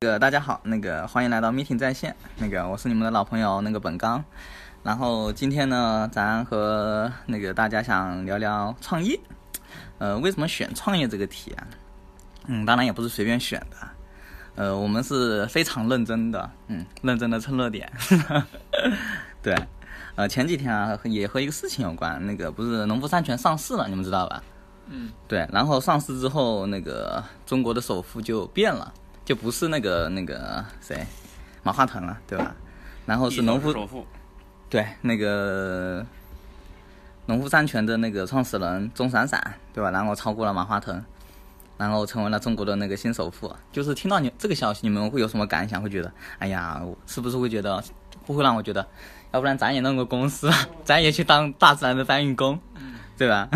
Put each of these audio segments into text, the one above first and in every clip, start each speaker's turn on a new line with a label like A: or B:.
A: 那个大家好，那个欢迎来到 Meeting 在线，那个我是你们的老朋友那个本刚，然后今天呢，咱和那个大家想聊聊创业，呃，为什么选创业这个题啊？嗯，当然也不是随便选的，呃，我们是非常认真的，嗯，认真的蹭热点， 对，呃，前几天啊也和一个事情有关，那个不是农夫山泉上市了，你们知道吧？
B: 嗯，
A: 对，然后上市之后，那个中国的首富就变了，就不是那个那个谁，马化腾了，对吧？然后是农夫，
B: 首富，
A: 对，那个农夫山泉的那个创始人钟闪闪，对吧？然后超过了马化腾，然后成为了中国的那个新首富。就是听到你这个消息，你们会有什么感想？会觉得，哎呀，我是不是会觉得，不会让我觉得，要不然咱也弄个公司吧， 咱也去当大自然的搬运工，对吧？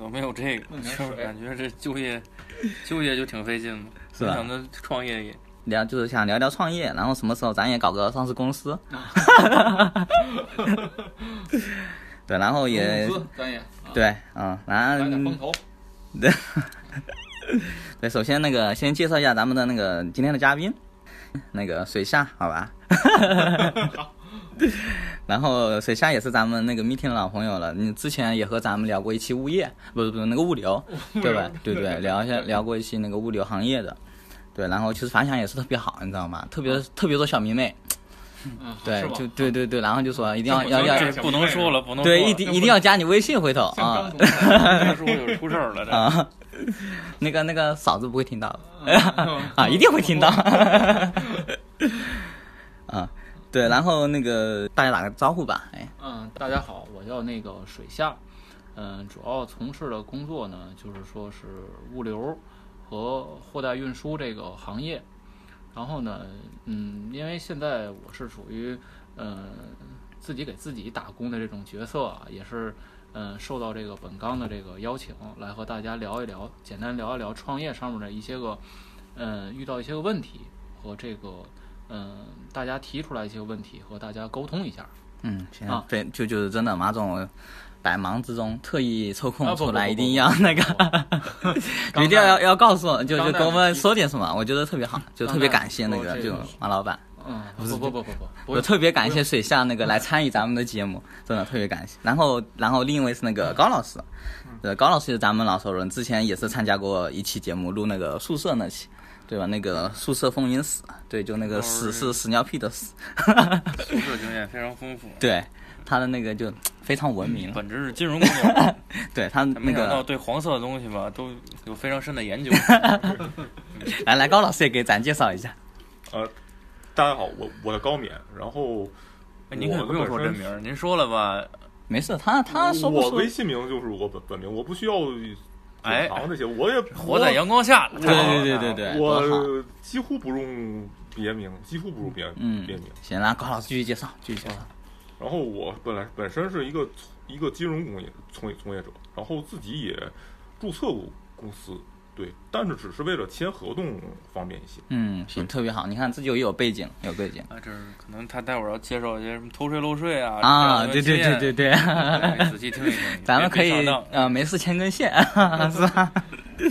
B: 我都没有这个，
C: 弄点
B: 就是
C: 水
B: 感觉这就业，就业就挺费劲的，
A: 是吧
B: 没想到创业也，
A: 聊就是想聊聊创业，然后什么时候咱也搞个上市公司，
C: 嗯
A: 对，然后也
C: 投资咱也
A: 对，呃嗯，然
C: 啊来
A: 后
C: 点 风投，
A: 对，首先那个先介绍一下咱们的那个今天的嘉宾，那个水下，好吧？ 然后水下也是咱们那个 meeting 的老朋友了，你之前也和咱们聊过一期物业，不是不是那个物流，对吧？对对，聊一下聊过一期那个物流行业的，对，然后其实反响也是特别好，你知道吗？特别特别多小迷妹，
C: 嗯，
A: 对
C: 是，吧
A: 就对对对，然后就说一定要
C: 这
A: 啊要
C: 么
A: 要
C: 这
B: 不能说了，不能说
A: 对，
B: 了，
A: 一定一定要加你微信，回头
C: 像
A: 啊
C: 刚 从
B: 这说有出事儿了，这
A: 啊，那个那个嫂子不会听到
C: 嗯
A: 啊，一定会听到 啊，对，然后那个大家打个招呼吧，哎，
C: 嗯，大家好，我叫那个水下，嗯，主要从事的工作呢，就是说是物流和货代运输这个行业。然后呢，嗯，因为现在我是属于呃自己给自己打工的这种角色啊，也是嗯、呃受到这个本刚的这个邀请，来和大家聊一聊，简单聊一聊创业上面的一些个嗯、呃遇到一些个问题和这个嗯、呃大家提出来一些问题和大家沟通一下。
A: 嗯，行
C: 啊，
A: 对，就就是真的，马总百忙之中特意抽
C: 啊
A: 空
C: 不
A: 出来，
C: 不
A: 一
C: 不
A: 定
C: 不
A: 要那个，
C: 刚
A: 一定要
C: 才
A: 要要告诉我，就
C: 刚
A: 就
C: 才
A: 跟我
C: 我
A: 们
C: 提
A: 说点什么，我觉得特别好，就特
C: 刚
A: 别
C: 才哦
A: 感谢那
C: 我
A: 个
C: 这
A: 就
C: 个
A: 马老板。
C: 嗯，不不不不不不，
A: 我
C: 不
A: 特别感谢水下那个来参与咱们的节目，真的特别感谢。然后，然后另一位是那个高老师，对，高老师是咱们老熟人，之前也是参加过一期节目，录那个宿舍那期，对吧？那个宿舍风云史，对，就那个屎是屎尿屁的屎，
B: 出事经验非常丰富，
A: 对，他的那个就非常文明了，
B: 本职是金融工作 者，
A: 对他那
B: 嗯没想到
A: 个，
B: 对黄色的东西吧都有非常深 的研究，
A: 来来，高老师也给咱介绍一下，
D: 大家好，我我叫高勉，然后
B: 哎您可不用说真名儿，您说了吧，
A: 没事，他他说不
D: 我
A: 说
D: 微，信名就是我本本名，我不需要隐
B: 哎
D: 藏这些，我也
B: 活在阳光下，
D: 我
A: 对对对对对，多好
D: 我几乎不用别名，几乎不用别
A: 嗯
D: 别名。，
A: 行，然后高老师继续介绍，继续介绍，
D: 然后我本来本身是一个一个金融工业从业从业者，然后自己也注册过公司，对，但是只是为了签合同方便一些。
A: 嗯，行，特别好，你看自己有有背景，有背景。
B: 啊，这是可能他待会儿要介绍一些什么偷税漏税啊
A: 啊，
B: 这样的
A: 对对
B: 经
A: 对
B: 验
A: 对对，
B: 哎仔细听一听，
A: 咱们可
B: 别
A: 以
B: 上当
A: 呃没事牵根 线，是吧？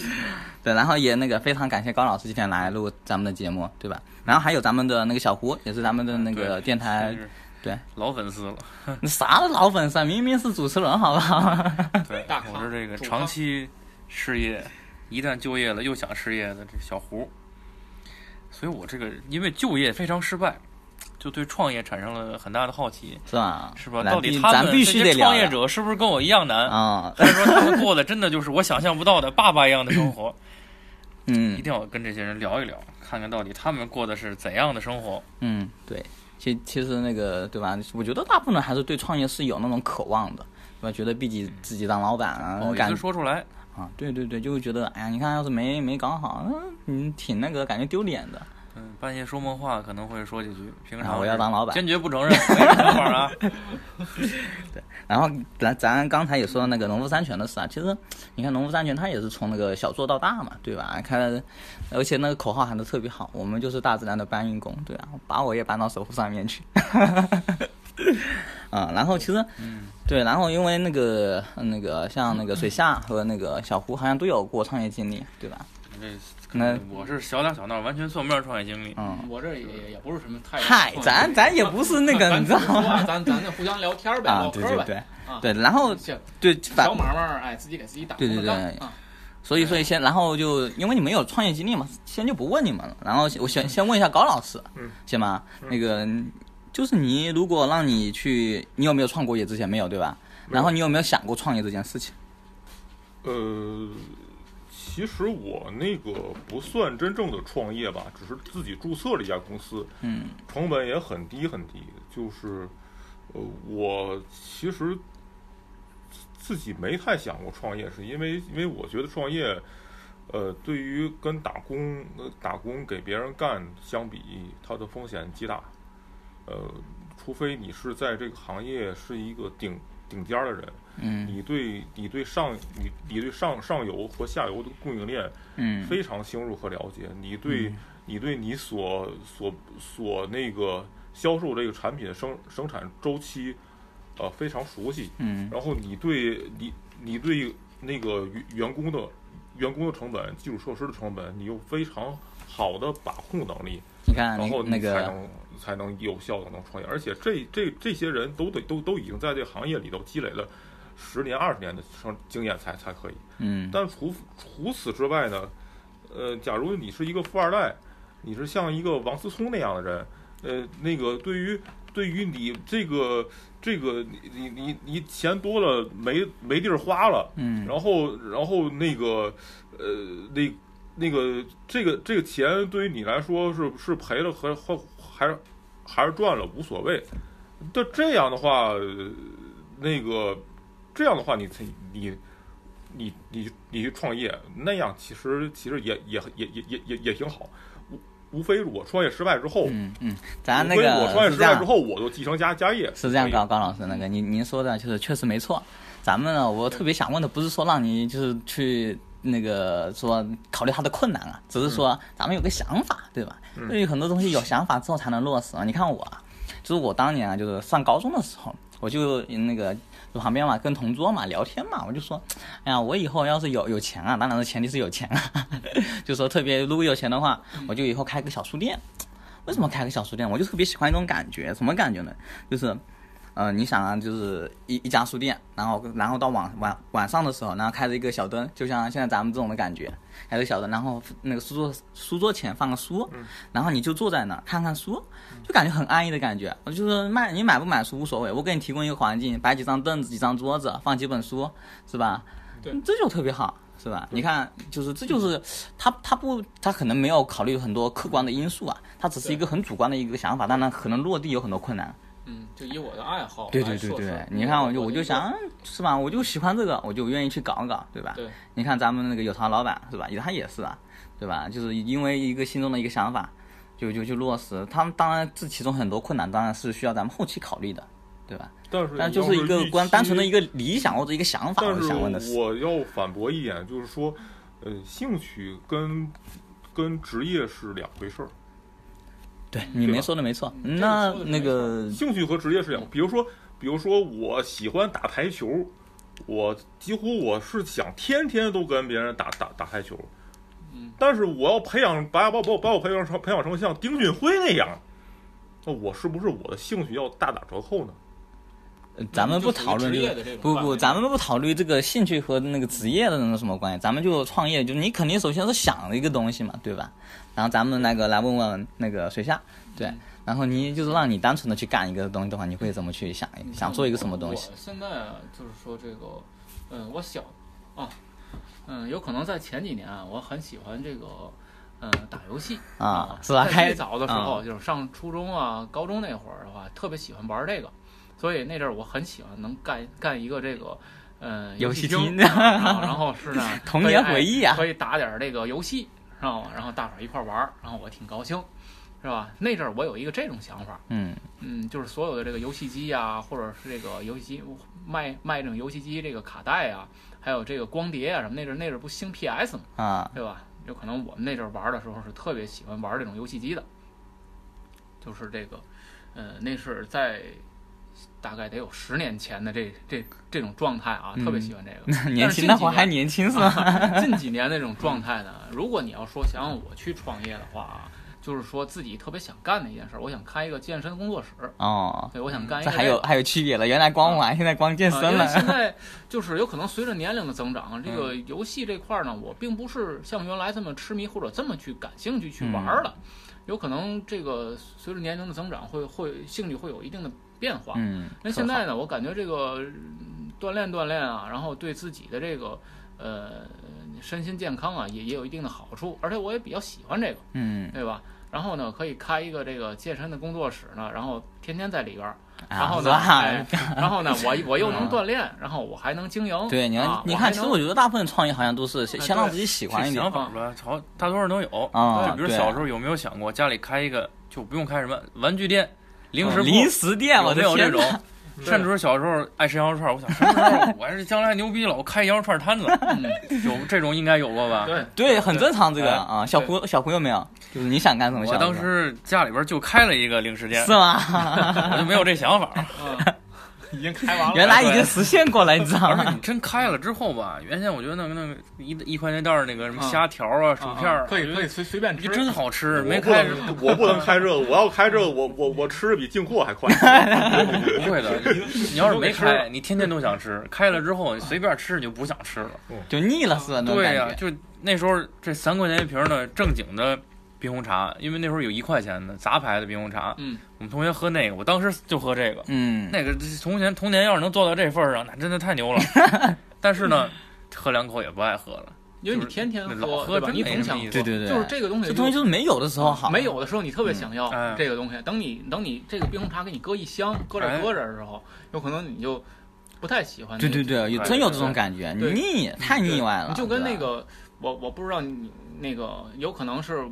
A: 对，然后也那个非常感谢高老师今天来录咱们的节目，对吧？然后还有咱们的那个小胡，也是咱们的那个
B: 对
A: 电台
B: 真是
A: 哎对
B: 老粉丝了，
A: 啥的老粉丝啊，明明是主持人，好不好？
B: 对
C: 大咖
B: 我是这个
C: 主咖
B: 长期失业，一旦就业了又想失业的这小胡，所以我这个因为就业非常失败，就对创业产生了很大的好奇，
A: 是吧？
B: 是吧？
A: 来
B: 到底
A: 必
B: 他们
A: 咱必须
B: 这
A: 得
B: 些
A: 聊
B: 创
A: 聊
B: 业者是不是跟我一样难？
A: 啊，
B: 还是说他们过的真的就是我想象不到的爸爸一样的生活，一
A: 嗯
B: 定要跟这些人聊一聊，看看到底他们过的是怎样的生活。
A: 嗯，对，其其实那个对吧？我觉得大部分人还是对创业是有那种渴望的，对吧？觉得自己自己当老板啊
B: 不，好意
A: 感
B: 思说出来，
A: 啊，对对对，就会觉得哎呀，你看要是没没搞好，嗯，你挺那个，感觉丢脸的。
B: 嗯，半夜说梦话可能会说几句，平
A: 啊
B: 常
A: 我要
B: 是
A: 当老板
B: 坚决不承认，没这想法啊。
A: 然后咱咱刚才也说到那个农夫山泉的事啊，其实你看农夫山泉它也是从那个小做到大嘛，对吧？看，而且那个口号喊得特别好，我们就是大自然的搬运工，对啊，把我也搬到首富上面去。 啊，然后其实，对，然后因为那个那个像那个水下和那个小胡好像都有过创业经历，对吧？
B: 这
A: 那
B: 我是小打小闹，完全算不上创业经历。
A: 嗯，
C: 我这也也不是什么太
A: 嗨，咱咱也不是那 个，
C: 咱
A: 你知道
C: 咱
A: 吗？
C: 咱咱就互相聊天呗，
A: 啊
C: 唠，嗑
A: 对对
C: 呗，
A: 对
C: 啊
A: 对，然后
C: 小
A: 对反
C: 小买卖儿，哎，自己给自己打
A: 对
C: 工
A: 对
C: 的
A: 对
C: 干啊，
A: 所以，所以先，然后就因为你们有创业经历嘛，先就不问你们了。然后我先先问一下高老师，
D: 嗯，
A: 行吧？
D: 嗯
A: 那个就是你如果让你去，你有没有创过业？之前没有，对吧？
D: 没有
A: 然后你有没有想过创业这件事情？
D: 呃，其实我那个不算真正的创业吧，只是自己注册了一家公司，
A: 嗯
D: 成本也很低很低。就是，呃，我其实自己没太想过创业，是因为因为我觉得创业，呃，对于跟打工、呃、打工给别人干相比，它的风险极大。呃，除非你是在这个行业是一个顶顶尖儿的人，
A: 嗯
D: 你对你对上你你对上上游和下游的供应链
A: 嗯
D: 非常深入和了解，你对、你对你所所所那个销售这个产品的生生产周期，呃非常熟悉，
A: 嗯
D: 然后你对你你对那个员员工的员工的成本、基础设施的成本，你有非常好的把控能力，
A: 你看
D: 然后
A: 啊那
D: 你才
A: 个，
D: 能才能有效的能创业，而且这这这些人都得都都已经在这个行业里头积累了十年二十年的生经验才才可以。
A: 嗯
D: 但除除此之外呢，呃，假如你是一个富二代，你是像一个王思聪那样的人，呃，那个对于对于你这个这个你你你你钱多了没没地儿花了，
A: 嗯
D: 然后然后那个呃那那个这个这个钱对于你来说是是赔了和或还是还是赚了无所谓，但这样的话，呃那个这样的话你才你你你你去创业那样其实其实也也也也也也也挺好，无无非我创业失败之后，
A: 嗯嗯，咱
D: 无
A: 那
D: 非我创
A: 个
D: 业
A: 是
D: 失
A: 这
D: 败
A: 样
D: 之，后我就继承家家业
A: 是这样，
D: 可以
A: 高高老师，那个您您说的就是确实没错。咱们呢，我特别想问的不是说让你就是去那个说考虑他的困难啊，只是说咱们有个想法，对吧？
D: 嗯
A: 对于很多东西有想法之后才能落实啊。你看我啊，就是我当年啊，就是上高中的时候，我就那个就旁边嘛跟同桌嘛聊天嘛，我就说，哎呀，我以后要是有有钱啊，当然是前提是有钱啊， 就说特别如果有钱的话，我就以后开个小书店。为什么开个小书店？我就特别喜欢这种感觉，什么感觉呢？就是，呃，你想啊，就是一一家书店，然后然后到晚晚晚上的时候，然后开着一个小灯，就像现在咱们这种的感觉，开着小灯，然后那个书桌书桌前放个书，然后你就坐在那儿看看书，就感觉很安逸的感觉。我就是卖你买不买书无所谓，我给你提供一个环境，摆几张凳子、几张桌子，放几本书，是吧？
C: 对
A: 嗯，这就特别好。是吧？你看，就是这就是他他不他可能没有考虑很多客观的因素啊，他只是一个很主观的一个想法，当然可能落地有很多困难。
C: 嗯，就以我的爱好
A: 对对
C: 来
A: 对
C: 说嗯
A: 对
C: 事，
A: 你看我就我就想是吧，我就喜欢这个，我就愿意去搞搞，对吧？
C: 对
A: 你看咱们那个有偿老板是吧，他也是啊，对吧？就是因为一个心中的一个想法，就就就落实。他们当然这其中很多困难，当然是需要咱们后期考虑的，对吧？
D: 但是
A: 但
D: 你
A: 就
D: 要
A: 是一个
D: 预
A: 关单纯的
D: 期
A: 一个理想或者一个想法，
D: 但
A: 我想问的
D: 是
A: 是，
D: 我要反驳一点，就是说，呃，兴趣跟跟职业是两回事儿，
A: 对你
D: 对
A: 没
D: 吧
A: 说的没错。
C: 嗯
A: 那
C: 这个说的
A: 那
C: 没错
A: 个
D: 兴趣和职业是两。比如说，比如说，我喜欢打台球，我几乎我是想天天都跟别人打打打台球，
C: 嗯，
D: 但是我要培养把把把我把我培养成培养成像丁俊晖那样，那我是不是我的兴趣要大打折扣呢？
A: 呃咱们不讨论这
C: 嗯就属于职业
A: 个
C: 的这，种
A: 不
C: 范
A: 不，
C: 围
A: 咱们不讨论这个兴趣和那个职业的那个什么关系，咱们就创业，就你肯定首先是想了一个东西嘛，对吧？然后咱们那个来问问那个水下，对，
C: 嗯
A: 然后你就是让你单纯的去干一个东西的话，你会怎么去想
C: 你看
A: 想做一个什么东西
C: 我？？我现在啊，就是说这个，嗯，我小啊，嗯，有可能在前几年啊，我很喜欢这个，嗯，打游戏
A: 啊是吧
C: 在
A: 还
C: 最早的时
A: 嗯
C: 候，就是上初中啊、高中那会儿的话，特别喜欢玩这个，所以那阵儿我很喜欢能干干一个这个。嗯，
A: 游
C: 游
A: 戏
C: 厅
A: 厅，
C: 啊然后是呢，
A: 童年
C: 可以哎
A: 回忆啊
C: 可以打点儿这个游戏，知道吗？然后大伙儿一块儿玩儿，然后我挺高兴，是吧？那阵儿我有一个这种想法，
A: 嗯
C: 嗯，就是所有的这个游戏机呀、或者是这个游戏机卖卖这种游戏机这个卡带啊，还有这个光碟啊什么，那阵儿那阵儿不兴 PS 嘛，
A: 啊
C: 对吧？有可能我们那阵儿玩的时候是特别喜欢玩这种游戏机的，就是这个，呃，那是在大概得有十年前的这这这种状态啊，
A: 嗯
C: 特别喜欢这个。
A: 年轻那会儿还年轻是吧？
C: 近几年那种状态呢，如果你要说想让我去创业的话啊，就是说自己特别想干的一件事儿，我想开一个健身工作室。
A: 哦，
C: 对，我想干一
A: 这
C: 个
A: 还有还有区别了，原来光玩，现在光健
C: 啊啊
A: 身
C: 因为
A: 了。
C: 现 在嗯就是有可能随着年龄的增长，这个游戏这块儿呢，我并不是像原来这么痴迷或者这么去感兴趣去玩儿了。有可能这个随着年龄的增长会，会兴趣会有一定的变化。
A: 嗯，
C: 那现在呢，我感觉这个嗯锻炼锻炼啊，然后对自己的这个呃身心健康啊，也也有一定的好处，而且我也比较喜欢这个，
A: 嗯，
C: 对吧？然后呢，可以开一个这个健身的工作室呢，然后天天在里边儿，
A: 啊
C: 然后
A: 是
C: 呢，哎
A: 吧？
C: 然后呢，我我又能锻炼，然后我还能经营。
A: 对，你
C: 啊
A: 看，你
C: 我
A: 看，
C: 还
A: 其实
C: 能
A: 我觉得大部分创业好像都是先
C: 哎
A: 先让
C: 对
A: 自己喜
B: 这
A: 欢一点
B: 想法吧，好，大多数人都有。
A: 啊，
B: 就比如
A: 对
B: 小时候有没有想过，家里开一个就不用开什么玩具店、零食铺，
A: 哦零食店，我
B: 有
A: 的
B: 没有这
A: 天
B: 种
A: 哪！？
B: 甚至小时候爱吃羊肉串，我想什么时候我还是将来牛逼了，我开羊肉串摊子，
C: 嗯
B: 有这种应该 有过吧？
C: 对
A: 对，很正常这个
B: 哎
A: 啊。小胡小胡有没有？啊就是你想干什么？
B: 我
A: 小
B: 当
A: 胡
B: 时家里边就开了一个零食店
A: 是，
C: 啊
A: 吗？
B: 我就没有这想法。
C: 嗯，已经开完了。
A: 原来已经实现过了，你知道
B: 而且
A: 吗
B: 你？真开了之后吧，原先我觉得那个那个一一块钱一袋儿那个什么虾条啊、薯片
C: 啊
B: 儿
C: 啊
B: 啊，
C: 可以可以随随便
B: 你
C: 吃，
B: 真好吃，没
D: 我不
B: 开
D: 能， 我不能开这个。我要开这个，我我我吃的比进货 还快。
B: 不会的。你要是没开，你天天都想吃；开了之后，你随便吃你就不想吃了。
A: 就腻了是吧？那种
B: 对
A: 感
B: 呀、
A: 觉。
B: 就那时候这三块钱一瓶的正经的冰红茶，因为那时候有一块钱的杂牌的冰红茶，
C: 嗯，
B: 我们同学喝那个，我当时就喝这个。
A: 嗯，
B: 那个从前童年要是能做到这份儿上，那真的太牛了。但是呢，喝两口也不爱喝了。
C: 因为你天天
B: 就是老
C: 喝，
B: 喝
C: 对吧？
B: 真
C: 你
B: 没
C: 总
B: 什
C: 想
B: 么意
C: 喝，
A: 对
B: 思
A: 对对，
C: 就是这个东西
A: 这东西就是没有的时候好，
C: 没有的时候，你特别想要
B: 嗯哎
C: 这个东西。等你等你这个冰红茶给你搁一箱，搁着
B: 哎
C: 搁着的时候，有可能你就不太喜欢
A: 对
C: 那个。
A: 对对，有
B: 对
A: 真有
B: 对
A: 这种感觉，
C: 哎对
A: 腻太腻歪了，
C: 你就跟
A: 对
C: 那
A: 吧
C: 个我我不知道你那个有可能是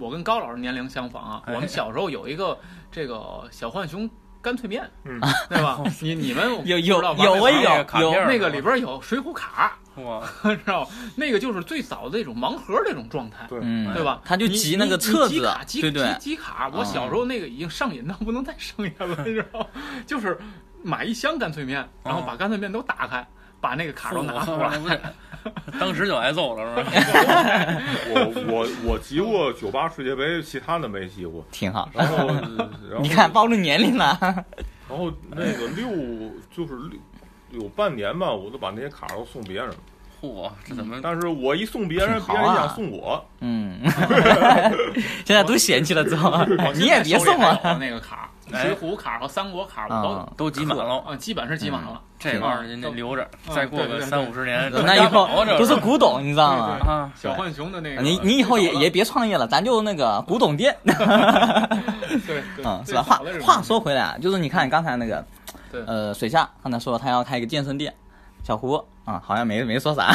C: 我跟高老师年龄相仿啊，
B: 哎
C: 我们小时候有一个这个小浣熊干脆面，
D: 嗯
C: 对吧？你你们
A: 有
C: 不
A: 有
C: 知道吧
A: 有
C: 那
A: 我
C: 个
B: 那
A: 有
B: 个卡
A: 有
B: 片儿
C: 那个里边有水浒卡，
B: 哇，
C: 知道吗？那个就是最早的那种盲盒那种状态。
D: 对
A: 嗯，
C: 对吧？
A: 他就
C: 你
A: 集那
C: 你
A: 个
C: 你
A: 册
C: 集
A: 子
C: 卡，集
A: 对对
C: 集，集卡。我小时候那个已经上瘾到不能再上瘾了，你知道吗？就是买一箱干脆面，然后
A: 哦
C: 把干脆面都打开，把那个卡都拿出来。
B: 不是， 当时就挨揍了是吧？
D: 我我我 集过酒吧世界杯，其他的没集过。
A: 挺好。
D: 然后，然后
A: 你看，暴露年龄了，
D: 然后那个六就是六。有半年吧，我都把那些卡都送别人了。
B: 嚯，这怎么？
D: 但是我一送别人，
A: 挺
D: 别
A: 好啊
D: 人也想送我。
A: 嗯， 现在都嫌弃了之后，哎你也别送啊我，
C: 我现在手里还有那个卡，
B: 哎
C: 水浒卡和三国卡我都
A: 嗯
B: 都集满了，
C: 嗯，基本是集满了。
B: 这玩意儿您得留着，
C: 嗯
B: 再过
C: 对
B: 个
C: 对对
B: 三五十 年，
A: 那以后 都是古董，你知道吗？
B: 啊，
C: 小浣熊的那个，
A: 你你以后也也
C: 最
A: 别创业了，咱就那个古董店，
C: 早的对，对
A: 嗯，是
C: 最
A: 吧？话
C: 早的这种
A: 话说回来啊，就是你看刚才那个
C: 对，
A: 呃，水下刚才说他要开一个健身店，小胡啊，好像没没说啥。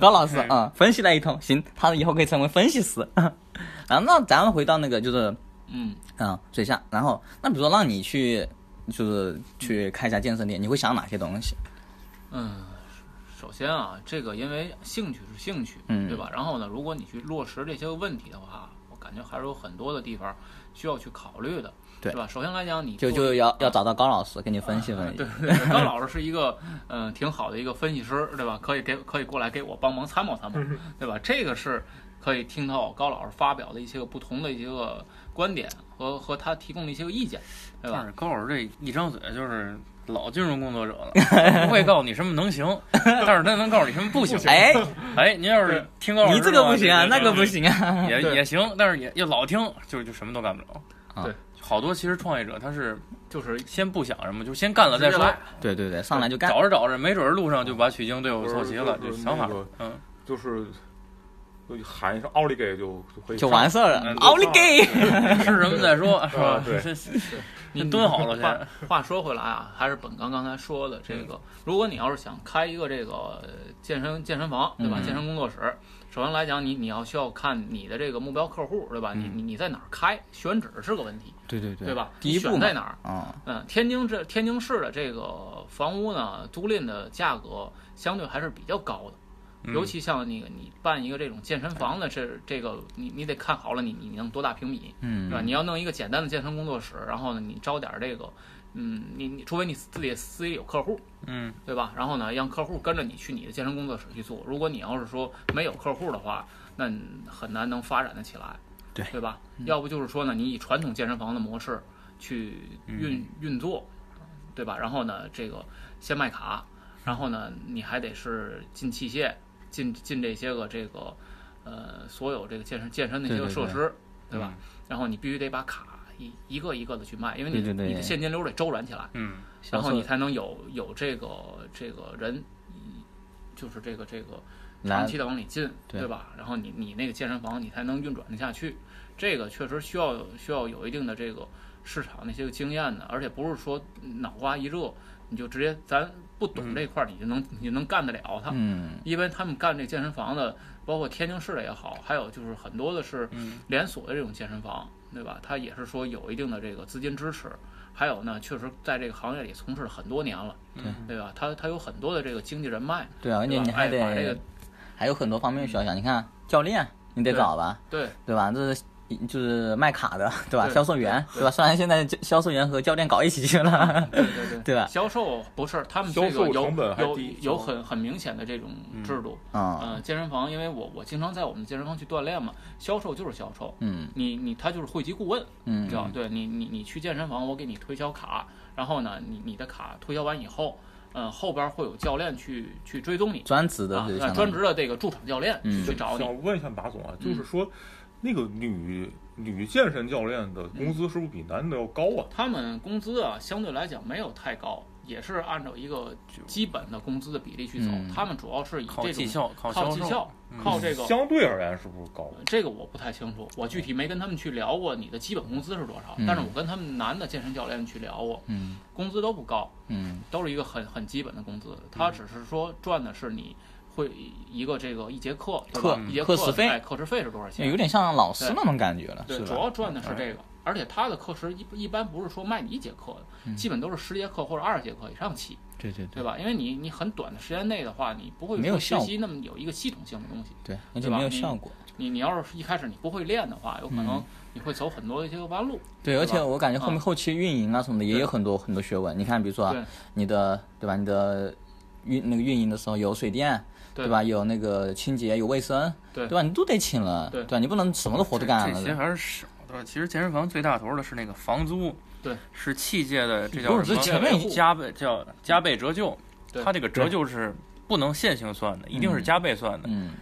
A: 高老师啊、分析了一通，行，他以后可以成为分析师。 然后那咱们回到那个就是
C: 嗯，
A: 啊、水下，然后那比如说让你去就是去开一家健身店，你会想哪些东西？
C: 嗯，首先啊，这个因为兴趣是兴趣，
A: 嗯
C: 对吧？然后呢，如果你去落实这些问题的话，我感觉还是有很多的地方需要去考虑的，
A: 对
C: 对吧？首先来讲，你
A: 就
C: 做
A: 就要要找到高老师给你分析分析。
C: 对对对，高老师是一个嗯、呃挺好的一个分析师，对吧？可以给可以过来给我帮忙参谋参谋，对吧？这个是可以听到高老师发表的一些个不同的一些个观点和和他提供的一些个意见，对
B: 但
C: 吧？
B: 是高老师这一张嘴就是老金融工作者了，不会告诉你什么能行，但是他能告诉你什么不行。
A: 哎，
B: 哎，您要是听高老师，
A: 你这个不行啊，那个不，行 啊。
B: 也
C: 对
B: 也行，但是也也老听，就就什么都干不了。
A: 啊
C: 对，
B: 好多其实创业者他是
C: 就是
B: 先不想什么，就先干了再
C: 直
B: 说
C: 接，来
A: 对对对，上来就干。
B: 找着找着，没准儿路上就把取经队伍凑齐了，
D: 不
B: 就
D: 是不是
B: 想法
D: 那个，
B: 嗯，
D: 就是就喊一声奥利给就就可以
A: 就完
D: 上哎
A: 事儿了
B: 嗯，
A: 奥利给！
B: 吃什么再说，是吧
D: 啊？对
B: 先
C: 你
B: 先蹲好了
C: 话
B: 先。
C: 话说回来啊，还是本刚刚才说的这
A: 嗯
C: 个，如果你要是想开一个这个呃健身健身房，对吧？
A: 嗯
C: 健身工作室，首先来讲，你你要需要看你的这个目标客户，对吧？你你你在哪儿开，选址是个问题，
A: 对嗯对
C: 对吧？
A: 第
C: 你
A: 一步
C: 选
A: 嘛
C: 在哪儿？
A: 啊，
C: 嗯，天津这天津市的这个房屋呢，租赁的价格相对还是比较高的。
B: 嗯
C: 尤其像那个你办一个这种健身房的这这个，你你得看好了你你能多大平米，
A: 嗯
C: 对吧？你要弄一个简单的健身工作室，然后呢，你招点儿这个嗯，你你除非你自己自己有客户，
B: 嗯
C: 对吧？然后呢，让客户跟着你去你的健身工作室去做。如果你要是说没有客户的话，那你很难能发展的起来，
A: 对嗯
C: 对吧？要不就是说呢，你以传统健身房的模式去
A: 嗯
C: 运、运作，对吧？然后呢，这个先卖卡，然后呢，你还得是进器械，进进这些个这个呃所有这个健身健身的一些
A: 对对
C: 个设
A: 对嗯
C: 施，对吧？然后你必须得把卡一一个一个的去卖，因为你
A: 对对对
C: 你的现金流得周转起来。
B: 嗯
C: 然
A: 销
C: 后
A: 售
C: 你才能有有这个这个人，就是这个这个长
A: 来
C: 期的往里进，
A: 对
C: 对吧？然后你你那个健身房你才能运转得下去，这个确实需要需要有一定的这个市场那些个经验的，而且不是说脑瓜一热你就直接咱不懂
B: 嗯
C: 这块儿你就能、你就能干得了它，
A: 嗯，
C: 因为他们干这健身房的，包括天津市的也好，还有就是很多的是
B: 嗯
C: 连锁的这种健身房，对吧？它也是说有一定的这个资金支持，还有呢，确实在这个行业里从事了很多年了，
B: 嗯
C: 对吧？它它有很多的这个经济人脉，
A: 对啊，而
C: 对
A: 且
C: 吧
A: 你还
C: 哎把这
A: 得
C: 个
A: 还有很多方面需要想，你看教练你得
C: 对
A: 找吧，
C: 对
A: 对吧？这是就是卖卡的，对吧？
C: 对
A: 销售员，
C: 对
A: 对吧？虽然现在销销售员和教练搞一起去了，
C: 对对 对
A: 对吧
C: 销售不是他们
D: 销
C: 这
D: 售
C: 个有
D: 成本还
C: 有
D: 低
C: 有很很明显的这种制度，
A: 嗯
C: 呃，健身房，因为我我经常在我们健身房去锻炼嘛，销售就是销售，
A: 嗯
C: 你你他就是会籍顾问，你知
A: 嗯，
C: 道，对你你你去健身房，我给你推销卡，然后呢，你你的卡推销完以后，嗯、后边会有教练去去追踪你。
A: 专职的
C: 啊
A: 就，
C: 那
A: 相当
C: 专
A: 于
C: 职的这个驻场教练
A: 嗯
C: 去找你，
D: 想问一下马总啊，就是说，那个女女健身教练的工资是不是比男的要高啊？
C: 他们工资啊相对来讲没有太高，也是按照一个基本的工资的比例去走。
A: 嗯
C: 他们主要是以
B: 靠
C: 这
B: 绩
C: 种
B: 效，靠
C: 靠
B: 销
C: 绩
B: 售，
C: 效，靠这个。
D: 相对而言是不是高？
C: 这个我不太清楚，我具体没跟他们去聊过你的基本工资是多少，
A: 嗯
C: 但是我跟他们男的健身教练去聊过，
A: 嗯
C: 工资都不高，
A: 嗯
C: 都是一个很很基本的工资，他只是说赚的是你会一个这个一节课，对吧
A: 课
C: 一节
A: 课
C: 课
A: 时费
C: 哎，课时费是多少
A: 就
C: 钱？
A: 有点哎像老师
C: 对
A: 那种感觉了，
C: 对，
A: 是
C: 主
A: 吧？
C: 要赚的是这个，而且他的课时一一般不是说卖你一节课的，
A: 嗯
C: 基本都是十节课或者二十节课以上起，
A: 对对
C: 对吧？因为你你很短的时间内的话，你不会
A: 没有
C: 说
A: 效
C: 学
A: 果
C: 习那么有一个系统性的东西。
A: 对，嗯而且
C: 对吧
A: 没有
C: 你
A: 效果。
C: 你你要是一开始你不会练的话，有可能
A: 嗯
C: 你会走很多的一些个弯路。
A: 对，而
C: 吧
A: 且我感觉后面
C: 啊
A: 后期运营啊什么的也
C: 对
A: 有很多很多学问。你看，比如说啊
C: 对
A: 你的对吧，你的运那个运营的时候有水电，
C: 对
A: 对吧？有那个清洁，有卫生，
C: 对
A: 吧？你都得请了，
C: 对
A: 吧？你不能什么都活
B: 这
A: 都干
B: 这些
A: 了。
B: 还是少的。其实健身房最大头的是那个房租，
C: 对，
B: 是器械的，这
A: 不
B: 叫
A: 是
B: 什
A: 这前
B: 么？
A: 面
C: 一
B: 加倍叫加倍折旧，
C: 对
B: 它这个折旧是不能线性算的，一定是加倍算的。
A: 嗯，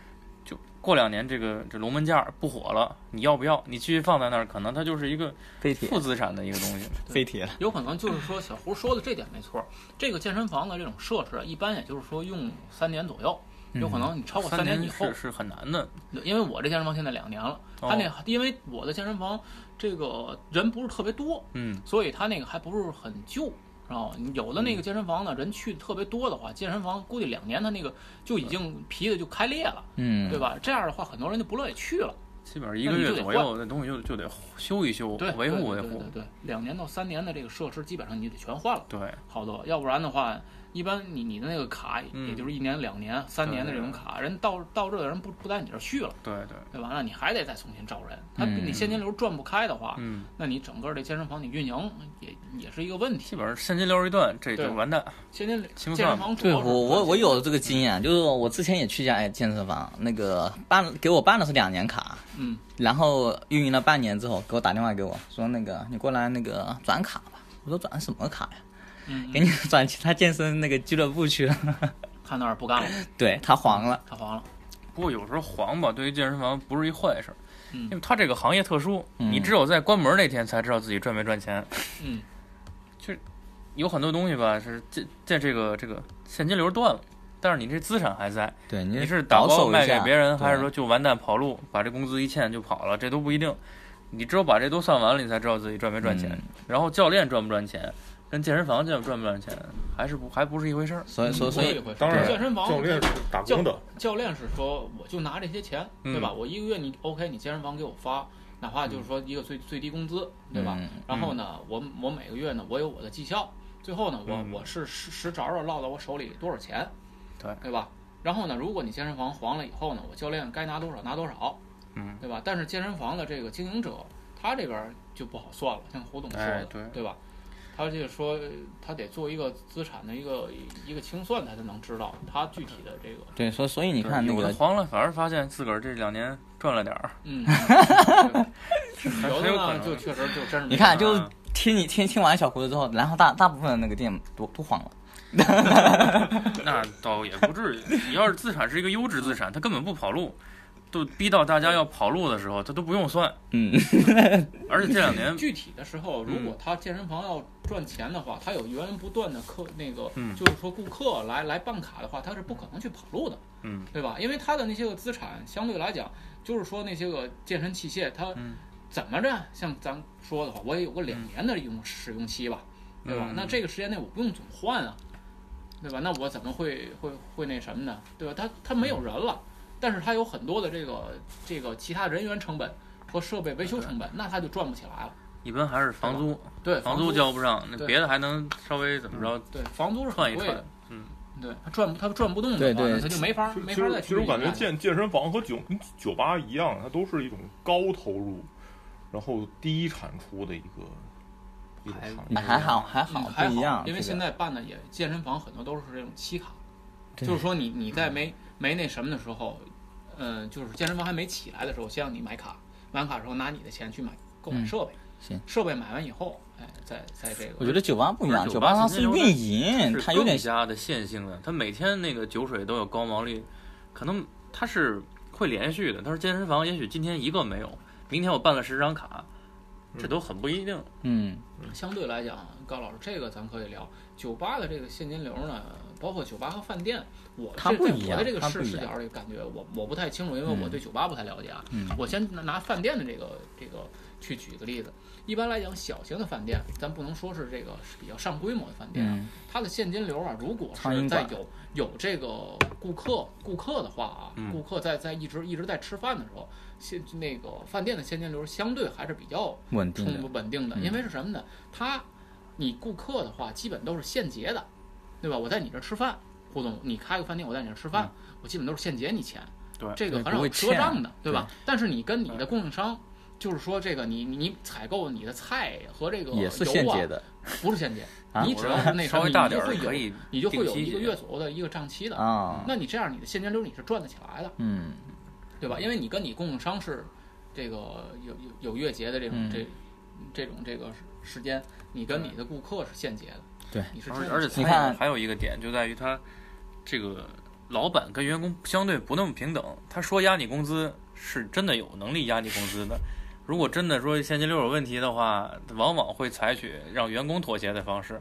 B: 就过两年这个这龙门架不火了，你要不要？你继续放在那儿，可能它就是一个
A: 废铁，
B: 负资产的一个东西。
A: 废铁了。
C: 有可能就是说小胡说的这点没错儿，这个健身房的这种设施啊，一般也就是说用三年左右，有可能你超过三
B: 嗯年
C: 以后
B: 是，是很难的，
C: 因为我这健身房现在两年了，
B: 哦
C: 他那因为我的健身房这个人不是特别多，
B: 嗯，
C: 所以他那个还不是很旧。然后有的那个健身房呢，人去特别多的话，健身房估计两年他那个就已经皮的就开裂了，
A: 嗯，
C: 对？吧？这样的话，很多人就不乐意去了。
B: 基本上一个月左右，那东西就就得修一修，
C: 对，
B: 维护
C: 对对
B: 维
C: 对
B: 护
C: 对。对，两年到三年的这个设施，基本上你得全换了。
B: 对，
C: 好多，要不然的话，一般你你的那个卡，
B: 嗯
C: 也就是一年、两年、三年的这种卡，人到到这的人不不在你这儿续了，
B: 对对，
C: 对吧？那你还得再重新找人，他
A: 嗯
C: 你现金流转不开的话，
B: 嗯，
C: 那你整个这健身房你运营也也是一个问题。
B: 基本上现金流一断，这就完蛋。
C: 现金
B: 清
C: 健
B: 算
C: 身
B: 嘛
C: 房主
A: 对
C: 要
A: 我
C: 是
A: 我
C: 赚
A: 我
C: 钱
A: 有这个经验，就是我之前也去一家哎健身房，那个办给我办的是两年卡，
C: 嗯，
A: 然后运营了半年之后，给我打电话给我说那个你过来那个转卡吧，我说转什么卡呀？
C: 嗯，
A: 给你 转其他健身那个俱乐部去了，
C: 看那儿不干了，
A: 对他 黄
B: 嗯
A: 了，
C: 他黄了，
B: 不过有时候黄吧，对于健身房不是一坏事儿，
C: 嗯
B: 因为它这个行业特殊，
A: 嗯
B: 你只有在关门那天才知道自己赚没赚钱。
C: 嗯，
B: 有很多东西吧，是这这这个这个现金流断了，但是你这资产还在，
A: 对你
B: 你是打
A: 倒
B: 包
A: 手一
B: 卖给
A: 下
B: 别人，
A: 对
B: 还是说就完蛋跑路，把这工资一欠就跑了，这都不一定。你只有把这都算完了，你才知道自己赚没赚钱。
A: 嗯
B: 然后教练赚不赚钱，跟健身房赚不赚不赚钱，还是不还不是一回事儿。
A: 所以呃所以所
C: 不是一
A: 以
C: 回事
D: 当然，
C: 健身房
D: 教练是打工的，
C: 教练是说，我就拿这些钱，
B: 嗯
C: 对吧？我一个月你 OK，你健身房给我发，哪怕就是说一个最、最低工资，对吧？
A: 嗯
C: 然后呢，我我每个月呢，我有我的绩效，最后呢，我、
B: 嗯
C: 我是实实着的落到我手里多少钱，
B: 对
C: 对吧？然后呢，如果你健身房黄了以后呢，我教练该拿多少拿多少，
B: 嗯，
C: 对吧？但是健身房的这个经营者，他这边就不好算了，像胡总说的，
B: 哎对
C: 吧？而且说呃他得做一个资产的一个一个清算，他才能知道他具体的这个，
A: 对，所以所以你
B: 对
A: 看那
B: 有的
A: 个
B: 黄了，反而发现自个儿这两年赚了点儿，
C: 嗯，对有
B: 很有
C: 的
B: 可
C: 呢
B: 能
C: 就确实就真是没
A: 你看，
C: 有
A: 就
B: 啊
A: 听你听听完小胡子之后，然后大大部分的那个店都都黄了。
B: 那倒也不至于。你要是资产是一个优质资产，它根本不跑路，都逼到大家要跑路的时候，它都不用算。
A: 嗯，
B: 而且这 两年，
C: 具体的时候，如
B: 嗯
C: 果他健身房要赚钱的话，他有源源不断的客那个，
B: 嗯
C: 就是说顾客来来办卡的话，他是不可能去跑路的，
B: 嗯，
C: 对吧？因为他的那些个资产相对来讲，就是说那些个健身器械，它
B: 嗯
C: 怎么着，像咱说的话，我也有个两
B: 嗯
C: 年的用使用期吧，对吧？
B: 嗯
C: 那这个时间内我不用总换啊，对吧？那我怎么会会会那什么呢？对吧？他他没有人了，
B: 嗯
C: 但是他有很多的这个这个其他人员成本和设备维修成本，那他就赚不起来了。
B: 一般还是房租，
C: 对，
B: 房
C: 房
B: 租交不上，那
C: 对嗯
B: 别的还能稍微怎么着
C: 对，房租是
B: 串
C: 很
B: 一
C: 贵
B: 串
C: 的，。
B: 嗯，
C: 对他赚不他赚不动的
A: 对
C: 话，
A: 对
C: 那他就没法
D: 其实
C: 没
D: 其
C: 法
D: 实
C: 再
D: 其实我感觉
C: 去
D: 健健身房和酒跟酒吧一样，它都是一种高投入，然后低产出的一个一种
C: 还
D: 产
A: 那
D: 业。
A: 还好还
C: 嗯
A: 好
C: 还
A: 不一样，
C: 因为
A: 这个
C: 现在办的也健身房很多都是这种期卡，
A: 对
C: 就是说你你在没没那什么的时候，嗯、就是健身房还没起来的时候，先让你买卡，买完卡之后拿你的钱去买购买
A: 嗯
C: 设备，
A: 行
C: 设备买完以后，哎，再再这个，
A: 我觉得酒吧不一样，
B: 不是
A: 酒吧它
B: 酒吧
A: 是
B: 现在有
A: 运
B: 点
A: 营，嗯它有点
B: 是更加的线性的，它每天那个酒水都有高毛利，可能它是会连续的。但是健身房也许今天一个没有，明天我办了十张卡，这都很不一定。
A: 嗯
C: 相对来讲，高老师这个咱可以聊。酒吧的这个现金流呢，包括酒吧和饭店，我
A: 它
C: 这
A: 不
C: 在
A: 一样
C: 我的这个
A: 它不
C: 视
A: 一
C: 视
A: 样
C: 角里感觉我我不太清楚，因为
A: 嗯
C: 我对酒吧不太了解啊。
A: 嗯
C: 我先拿拿饭店的这个这个去举一个例子。一般来讲，小型的饭店，咱不能说是这个是比较上规模的饭店啊，
A: 嗯
C: 它的现金流啊，如果
A: 苍
C: 是
A: 蝇
C: 在
A: 馆
C: 有有这个顾客顾客的话啊，
B: 嗯
C: 顾客在在一直一直在吃饭的时候，现那个饭店的现金流相对还是比较
A: 稳定
C: 充
A: 的
C: 足，稳定的，
A: 嗯
C: 因为是什么呢？他，你顾客的话基本都是现结的，对吧？我在你这儿吃饭，胡总，你开个饭店，我在你这儿吃饭，我基本都是现结你钱，
B: 对
C: 这个
A: 嗯对
C: 很
A: 不
C: 少
A: 会
C: 有赊账的，
A: 欠
C: 对吧？但是你跟你的供应商，就是说这个你你你采购你的菜和这个
A: 也是现
C: 油啊
A: 结，的
C: 不是现结，
A: 啊
C: 你只要是那什
B: 稍
C: 么，
B: 微
C: 你
B: 大
C: 就
B: 点儿
C: 会
B: 的可
C: 有
B: 以，
C: 你就会有
B: 定期
C: 一个月左右的一个账期的。
A: 啊，
C: 那你这样，你的现金流你是赚得起来的，
A: 嗯
C: 对吧？因为你跟你供应商是这个有有有月结的这种、
A: 嗯
C: 这这种这个时间，你跟你的顾客是现结的，
A: 对，
C: 你是
B: 而
C: 赚
B: 且而且
C: 钱
B: 餐
A: 你
C: 的
A: 看
B: 饮还有一个点就在于它这个老板跟员工相对不那么平等。他说压你工资是真的有能力压你工资的，如果真的说现金流有问题的话，往往会采取让员工妥协的方式，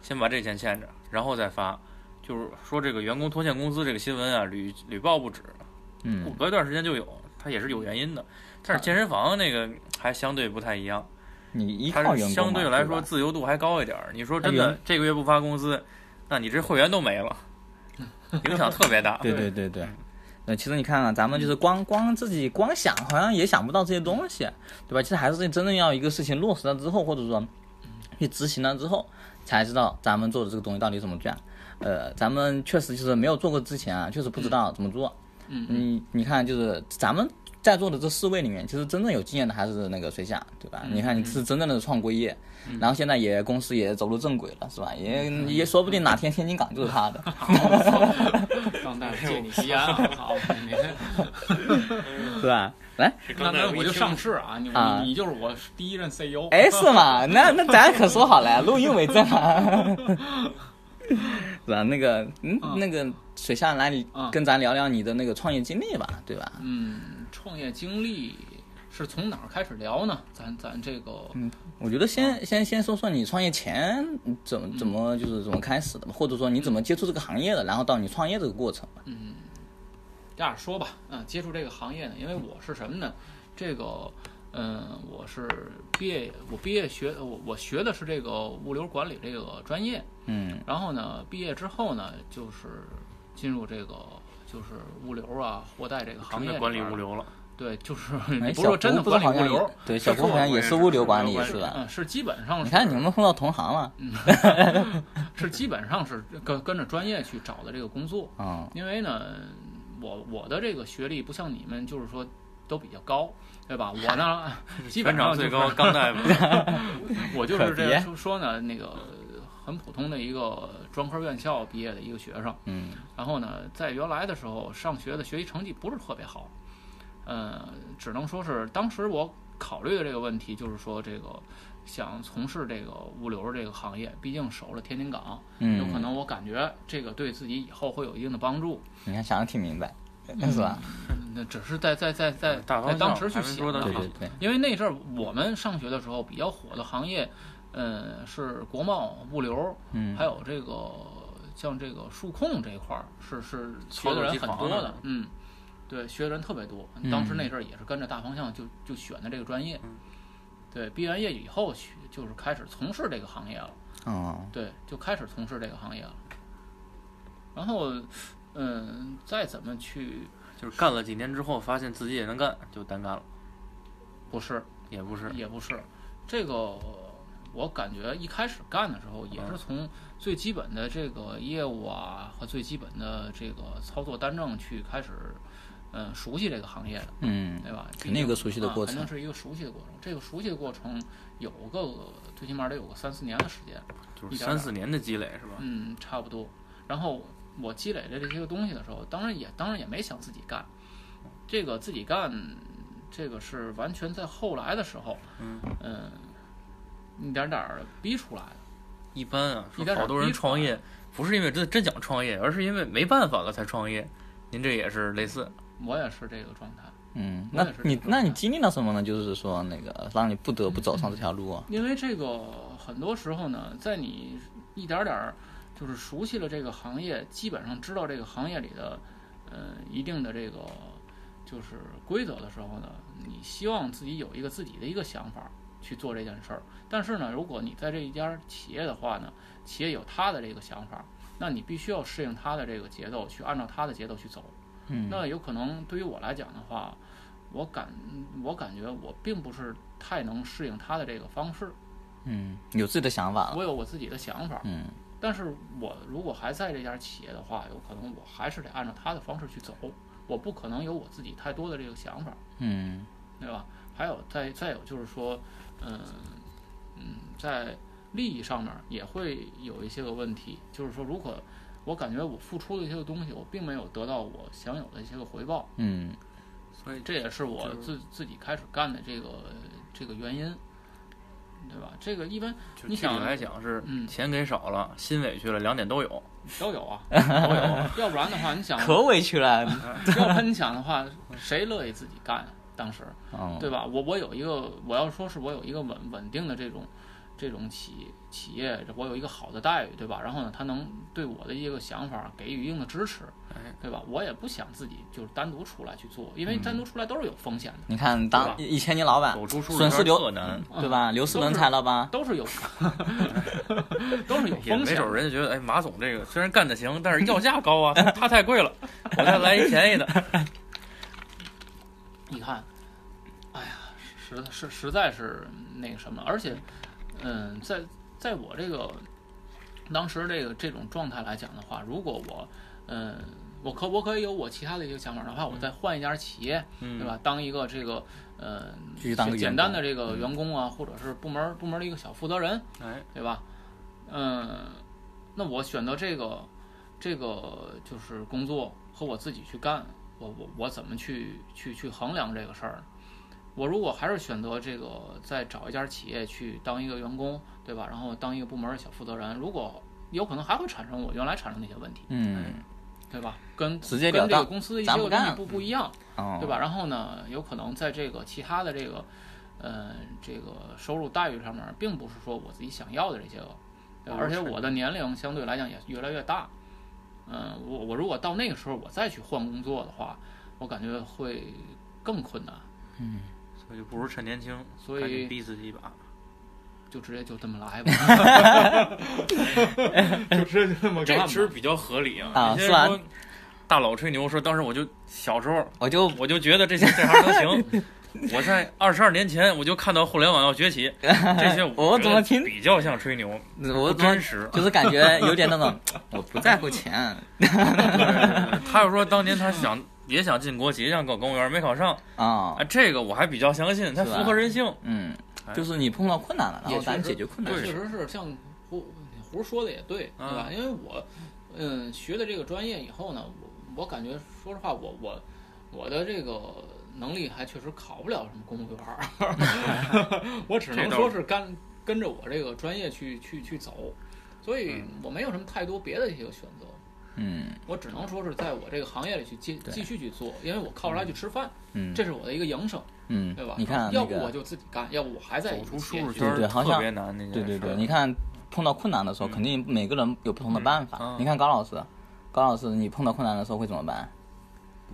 B: 先把这钱欠着，然后再发。就是说这个员工拖欠工资这个新闻啊，屡屡报不止，
A: 嗯，
B: 隔一段时间就有，它也是有原因的。但是健身房那个还相对不太一样。
A: 你依
B: 它
A: 靠员
B: 是
A: 工
B: 相
A: 嘛
B: 对来
A: 吧
B: 说自由度还高一点儿。你说
A: 它
B: 真的
A: 原，
B: 这个月不发工资，那你这会员都没了，影响特别大。
A: 对对对对。那其实你看啊，咱们就是光光自己光想，好像也想不到这些东西，对吧？其实还是真正要一个事情落实了之后，或者说去执行了之后，才知道咱们做的这个东西到底怎么赚。呃，咱们确实就是没有做过之前啊，确实不知道怎么做。
C: 嗯嗯
A: 你你看，就是咱们在座的这四位里面，其实真正有经验的还是那个水下，对吧？你看你是真正的创过业，然后现在也公司也走入正轨了，是吧？也也说不定哪天天津港就是他的。
C: 让大
B: 哎
C: 家借你吸烟啊，好， 你
A: 对吧？来，
C: 那那我就上市啊，你
A: 啊
C: 你你就是我第一任 E CEO，
A: 哎，是吗？那那咱可说好了，录音为证啊。 是吧？那个，嗯，
C: 嗯
A: 那个水下来，你
C: 嗯
A: 跟咱聊聊你的那个创业经历吧，对吧？
C: 嗯，创业经历是从哪儿开始聊呢？咱咱这个
A: 我觉得先先先说说你创业前怎么怎
C: 嗯
A: 么就是怎么开始的吧，或者说你怎么接触这个行业的，然后到你创业这个过程吧。
C: 嗯
A: 嗯
C: 这样说吧，嗯，接触这个行业呢，因为我是什么呢？这个，嗯，我是毕业，我毕业学，我我学的是这个物流管理这个专业。
A: 嗯
C: 然后呢，毕业之后呢，就是进入这个就是物流啊、货代这个行
B: 真
C: 业
B: 的
C: 里
B: 管理
C: 边儿
B: 物。流了，
C: 对，就是
A: 哎，小胡
C: 不是说真的
A: 不是
C: 管理
A: 好
C: 物
A: 像也
C: 流，
A: 对， 小
B: 是
A: 胡好像
B: 我
A: 也
B: 也
A: 是
B: 是
A: 物流
B: 物
A: 管
B: 流
A: 理
B: 管理
A: 是吧？
C: 嗯，是基本上是。
A: 你看你有没有碰到同行
C: 嗯
A: 了？
C: 是基本上是跟跟着专业去找的这个工作。
A: 嗯
C: 因为呢，我我的这个学历不像你们，就是说都比较高，对吧？我呢，基本
B: 全
C: 上
B: 场
C: 就
B: 最
C: 是
B: 高钢 大夫，
C: 我就是
A: 可
C: 这
A: 别
C: 样说说呢，那个很普通的一个专科院校毕业的一个学生。
A: 嗯
C: 然后呢，在原来的时候上学的学习成绩不是特别好，呃，只能说是当时我考虑的这个问题就是说这个想从事这个物流这个行业，毕竟守了天津港，
A: 嗯，
C: 有可能我感觉这个对自己以后会有一定的帮助，
A: 你看想的挺明白，
C: 嗯
A: 是吧？
C: 那只是在在在在
B: 大方
C: 在
B: 向
C: 当时去
B: 还是
C: 想
B: 说
C: 的
B: 的
A: 对
C: 啊
A: 对，对，
C: 因为那阵儿我们上学的时候比较火的行业，呃，是国贸、物流，
A: 嗯
C: 还，有这个像这个数控这一块儿是是学
B: 操
C: 的
B: 作
C: 人
B: 机
C: 很
B: 房啊
C: 多
B: 那
C: 的
B: 种，
C: 嗯，对，学的人特别多。
A: 嗯
C: 当时那阵儿也是跟着大方向就就选的这个专业
B: 嗯，
C: 对，毕完业以后去就是开始从事这个行业了，
A: 哦，
C: 对，就开始从事这个行业了。然后，嗯，再怎么去
B: 就是干了几年之后，发现自己也能干，就单干了，
C: 不是
B: 也不是
C: 也不是，这个我感觉一开始干的时候
A: 嗯
C: 也是从最基本的这个业务啊和最基本的这个操作单证去开始，嗯，熟悉这个行业的，
A: 嗯，
C: 对吧？
A: 肯定有个熟悉的过
C: 啊肯定
A: 程
C: 是一个熟悉的过程。这个熟悉的过程有个最起码得有个三四年的时间，
B: 就是三四年的积累是吧？
C: 嗯，差不多。然后我积累的这些个东西的时候，当然也当然也没想自己干，这个自己干，这个是完全在后来的时候，
B: 嗯
C: 嗯，一点点儿逼出来的。
B: 一般啊，
C: 一
B: 说
C: 点点
B: 好多人
C: 逼出来
B: 创业不是因为真真想创业，而是因为没办法了才创业。您这也是类似，
C: 我也是这个状态，
A: 嗯，
C: 我
A: 那
C: 也是
A: 你
C: 这种
A: 那你经历了什么呢？就是说那个让你不得不走上这条路啊。
C: 因为这个很多时候呢，在你一点点儿就是熟悉了这个行业，基本上知道这个行业里的，呃，一定的这个就是规则的时候呢，你希望自己有一个自己的一个想法儿去做这件事儿。但是呢，如果你在这一家企业的话呢，企业有他的这个想法儿，那你必须要适应他的这个节奏，去按照他的节奏去走。
A: 嗯，
C: 那有可能对于我来讲的话，我感我感觉我并不是太能适应他的这个方式，
A: 嗯，有自己的想法了。
C: 我有我自己的想法，
A: 嗯
C: 但是我如果还在这家企业的话，有可能我还是得按照他的方式去走，我不可能有我自己太多的这个想法，
A: 嗯
C: 对吧？还有再再有就是说，嗯嗯，在利益上面也会有一些个问题，就是说，如果我感觉我付出的一些个东西，我并没有得到我想有的一些个回报。
A: 嗯
B: 所以
C: 这也是我
B: 就是
C: 自自己开始干的这个这个原因，对吧？这个一般
B: 就
C: 你
B: 具体
C: 想
B: 来讲是
C: 嗯
B: 钱给少了，心委屈了，两点都有。
C: 都有啊，
B: 都有，
C: 要不然的话，你 想，
A: 可委屈了。
C: 要不然你想的话，谁乐意自己干啊？当时
A: 哦，
B: 嗯
C: 对吧？我我有一个，我要说是我有一个稳稳定的这种这种企企业，我有一个好的待遇，对吧？然后呢，他能对我的一个想法给予一定的支持
B: 哎，嗯
C: 对吧？我也不想自己就是单独出来去做，因为单独出来都是有风险的，
A: 你看
C: 对吧嗯
A: 当以前你
C: 啊
A: 老板
B: 走出舒适
A: 损失
B: 圈
A: 流嗯
B: 特难，
A: 对吧？流失人才了吧？
C: 都是 有，都是有
B: 也
C: 风
B: 没
C: 险的
B: 准。人家觉得，哎，马总这个虽然干得行，但是要价高 啊，他他太贵了，我再来一便宜 的。
C: 你看，哎呀，实实实在是那个什么，而且，嗯，在在我这个当时这个这种状态来讲的话，如果我，嗯，我可我可以有我其他的一个想法，哪怕我再换一家企业，
B: 嗯，
C: 对吧？当一个这个，呃，
A: 继续当个
C: 简
A: 员工嗯
C: 简单的这个员工啊，或者是部门部门的一个小负责人，
B: 哎，
C: 对吧？嗯，那我选择这个这个就是工作和我自己去干，我我我怎么去去去衡量这个事儿？我如果还是选择这个再找一家企业去当一个员工，对吧？然后当一个部门的小负责人，如果有可能还会产生我原来产生那些问题，
A: 嗯，
C: 对吧？跟
A: 直截了
C: 跟这个
A: 当，
C: 公司的一些
A: 咱不
C: 个东西
A: 干
C: 不不一样，
A: 哦，
C: 对吧？？然后呢，有可能在这个其他的这个，呃，这个收入待遇上面，并不是说我自己想要的这些个，对吧
B: 不
C: 而
B: 是
C: 且我的年龄相对来讲也越来越大，嗯，我我如果到那个时候我再去换工作的话，我感觉会更困难，
B: 所以就不如趁年轻，
C: 所以
B: 赶紧逼自己一把。
C: 就直接就这么来吧。
D: 就是这么
B: 这
D: 干
B: 个
D: 吧
B: 其实比较合理啊。
A: 啊
B: 有些
A: 是吧
B: 人说大佬吹牛说，当时我就小时候
A: 我就
B: 我就觉得这些这行 能行。我在二十二年前我就看到互联网要崛 起，这些
A: 我怎么听
B: 觉得比较像吹牛，
A: 我
B: 不
A: 怎么。
B: 真实
A: 就是感 觉有点那种我不在乎钱，
B: 他又说当年他想也想进国企，也想搞公务员，没考上
A: 啊
C: 哎
B: 啊，，这个我还比较相信，它
A: 是吧
B: 符合人性。
A: 嗯
B: 哎，
A: 就是你碰到困难了，然
C: 也
A: 后
C: 确
A: 咱
C: 实
A: 解决困难
C: 对，
A: 的
C: 确
A: 事
C: 实是像胡胡说的也对，对吧？
B: 嗯
C: 因为我，嗯，学了这个专业以后呢，我我感觉说实话，我我我的这个能力还确实考不了什么公务员 儿， 我只
B: 这
C: 能
B: 倒
C: 说
B: 是
C: 是跟跟着我这个专业去去去走，所以我没有什么太多别的一个选择，
A: 嗯
C: 我只能说是在我这个行业里去继
A: 对
C: 继续去做，因为我靠着它去吃饭，
A: 嗯
C: 这是我的一个营生，
A: 嗯
C: 对吧？，
A: 你看
C: 要
A: 那
C: 不我
A: 个，
C: 就自己干，要不我还在
B: 走出舒
C: 企业
B: 适
C: 去
B: 圈儿
A: 对对好像
B: 特别难那件
A: 对对
B: 事儿
A: 对，你看碰到困难的时候，
D: 嗯
A: 肯定每个人有不同的办
B: 嗯
A: 法
B: 嗯。
A: 你看高老师，高老师，你碰到困难的时候会怎么办？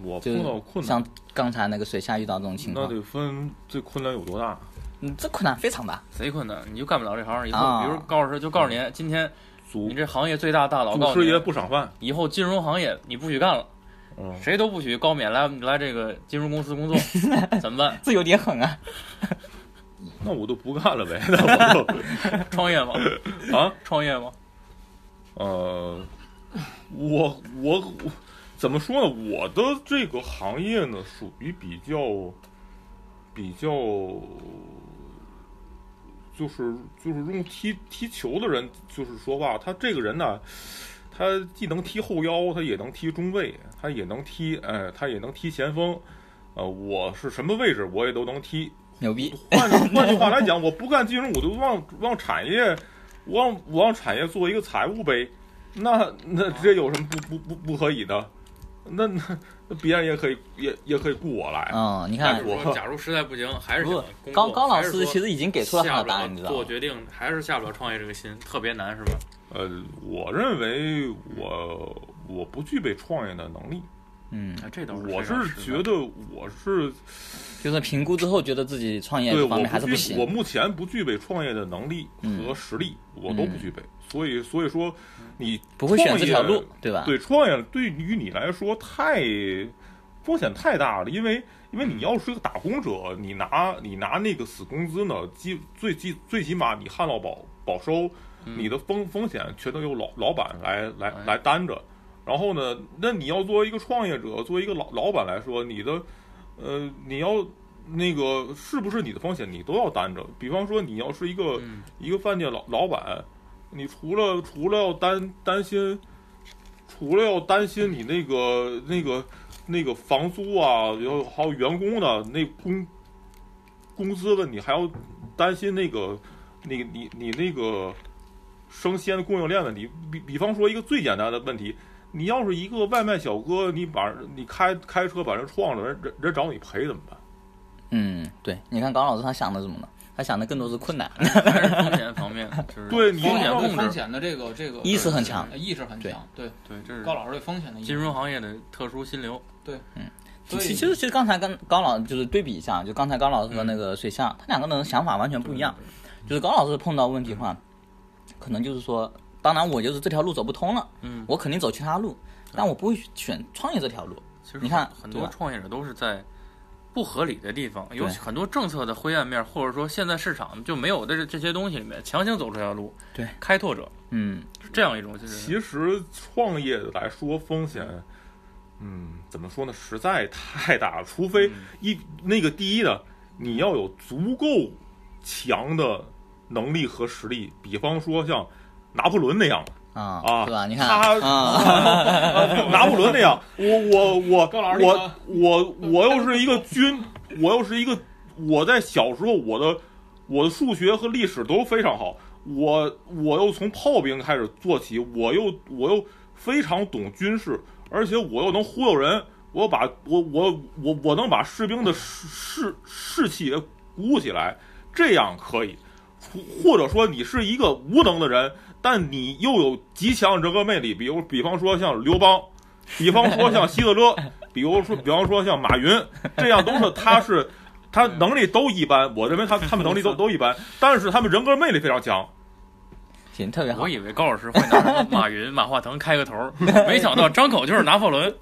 D: 我
A: 就
D: 碰到困难
A: 像，刚才那个水下遇到这种情
D: 那
A: 况，
D: 得分这困难有多大。
A: 嗯，这困难非常大。
B: 贼困难，你就干不了这行。以后、
A: 啊嗯
B: 比如告诉他，就告诉你，今天
D: 祖
B: 你这行业最大大佬告
D: 祖
B: 诉
D: 师
B: 你
D: 爷，不赏饭，
B: 以后金融行业你不许干了，
D: 嗯，
B: 谁都不许高免来来这个金融公司 工作，怎么办？
A: 这有点狠啊！
D: 那我就不干了呗，那我
B: 创业吗？
D: 就啊，
B: 创业吗？
D: 呃，我我我怎么说呢？我的这个行业呢，属于比较比较，就是就是用踢踢球的人，就是说话，他这个人呢，他既能踢后腰，他也能踢中卫，他也能踢，哎，他也能踢前锋。呃，我是什么位置我也都能踢，
A: 牛逼，
D: 换句换句话来讲，我不干金融，我就往往产业，我往我往产业做一个财务呗。那那这有什么不不不不可以的？那那那别人也可以也也可以雇哎我来。
A: 嗯，你
B: 但
A: 看
B: 是，说，假如实在不行，还是想
A: 不
B: 工作
A: 高高老
B: 还是
A: 师
B: 说
A: 其实已经给出了他
B: 下
A: 的
B: 不
A: 答
B: 了
A: 案，你知道
B: 做
A: 吗？
B: 决定还是下不了创业这个心，特别难，是吧？
D: 呃，我认为我我不具备创业的能力，
A: 嗯，
B: 啊，这倒是。
D: 我
B: 这倒
D: 是觉得我是
A: 就是评估之后觉得自己创业
D: 对
A: 这
D: 我
A: 方面还是
D: 不
A: 不
D: 具，我
A: 行。
D: 目前不具备创业的能力和
A: 嗯
D: 实力，我都不具备。所以所以说，你
A: 不会选这条
D: 创业
A: 路，对吧？
D: 对创业对于你来说太风险太大了，因为因为你要是个打工者，你拿你拿那个死工资呢，基最基最起码你旱涝保保收，你的风风险全都由老老板来来
B: 嗯哎
D: 来担着。然后呢，那你要作为一个创业者，作为一个老老板来说，你的呃你要。那个是不是你的风险你都要担着？比方说，你要是一个、
B: 嗯
D: 一个饭店老老板，你除了除了要担担心除了要担心你那个那个那个房租啊，然后还有员工的那工工资问题，还要担心那个那个你你那个生鲜供应链问题。比比方说一个最简单的问题，你要是一个外卖小哥，你把你开开车把人撞了，人人人找你赔怎么办？
A: 嗯，对，你看高老师他想的什么呢？他想的更多是困难，
B: 还是风险方面，就是
D: 对你
B: 风
C: 风
B: 险
C: 险
B: 控
C: 风
B: 制，
C: 险的这个这个
A: 意识很强，
C: 意识很强。对，
B: 对，这是
C: 高老师对风险的意识
B: 金融行业的特殊心流。
A: 其
C: 所以
A: 其实其实刚才跟高老就是对比一下，就刚才高老师和那个水下，他两个人想法完全不一
B: 嗯
A: 样。就是高老师碰到问题的话，可能就是说，当然我就是这条路走不通了，
B: 嗯，
A: 我肯定走其他路，但我不会选创业这条路。
B: 其实
A: 你看
B: 很
A: 对
B: 多
A: 吧
B: 创业者都是在不合理的地方，尤
A: 对
B: 其很多政策的灰暗面，或者说现在市场就没有的这这些东西里面，强行走出这条路。
A: 对，
B: 开拓者
A: 嗯，
B: 是这样一种，就是
D: 其实创业来说风险，嗯，怎么说呢？实在太大了，除非一、那个第一呢，你要有足够强的能力和实力，比方说像拿破仑那样的
A: 啊，
D: 啊，
A: 是吧？你看
D: 他、
A: 啊，
D: 拿破仑那样，我我我
C: 高老师
D: 我我我又是一个军，我又是一个我在小时候我的我的数学和历史都非常好，我我又从炮兵开始做起，我又我又非常懂军事，而且我又能忽悠人，我把我我我我能把士兵的士士士气给鼓舞起来，这样可以。除或者说你是一个无能的人，但你又有极强人格魅力，比如比方说像刘邦，比方说像希 特勒，比如说比方说像马云，这样都是他是他能力都一般，我认 为他他们能力都都一般，但是他们人格魅力非常强。
A: 行，特别好
B: 我。以为高老师会 拿什么马云、马化腾开个头儿，没想到张口就是拿 破仑，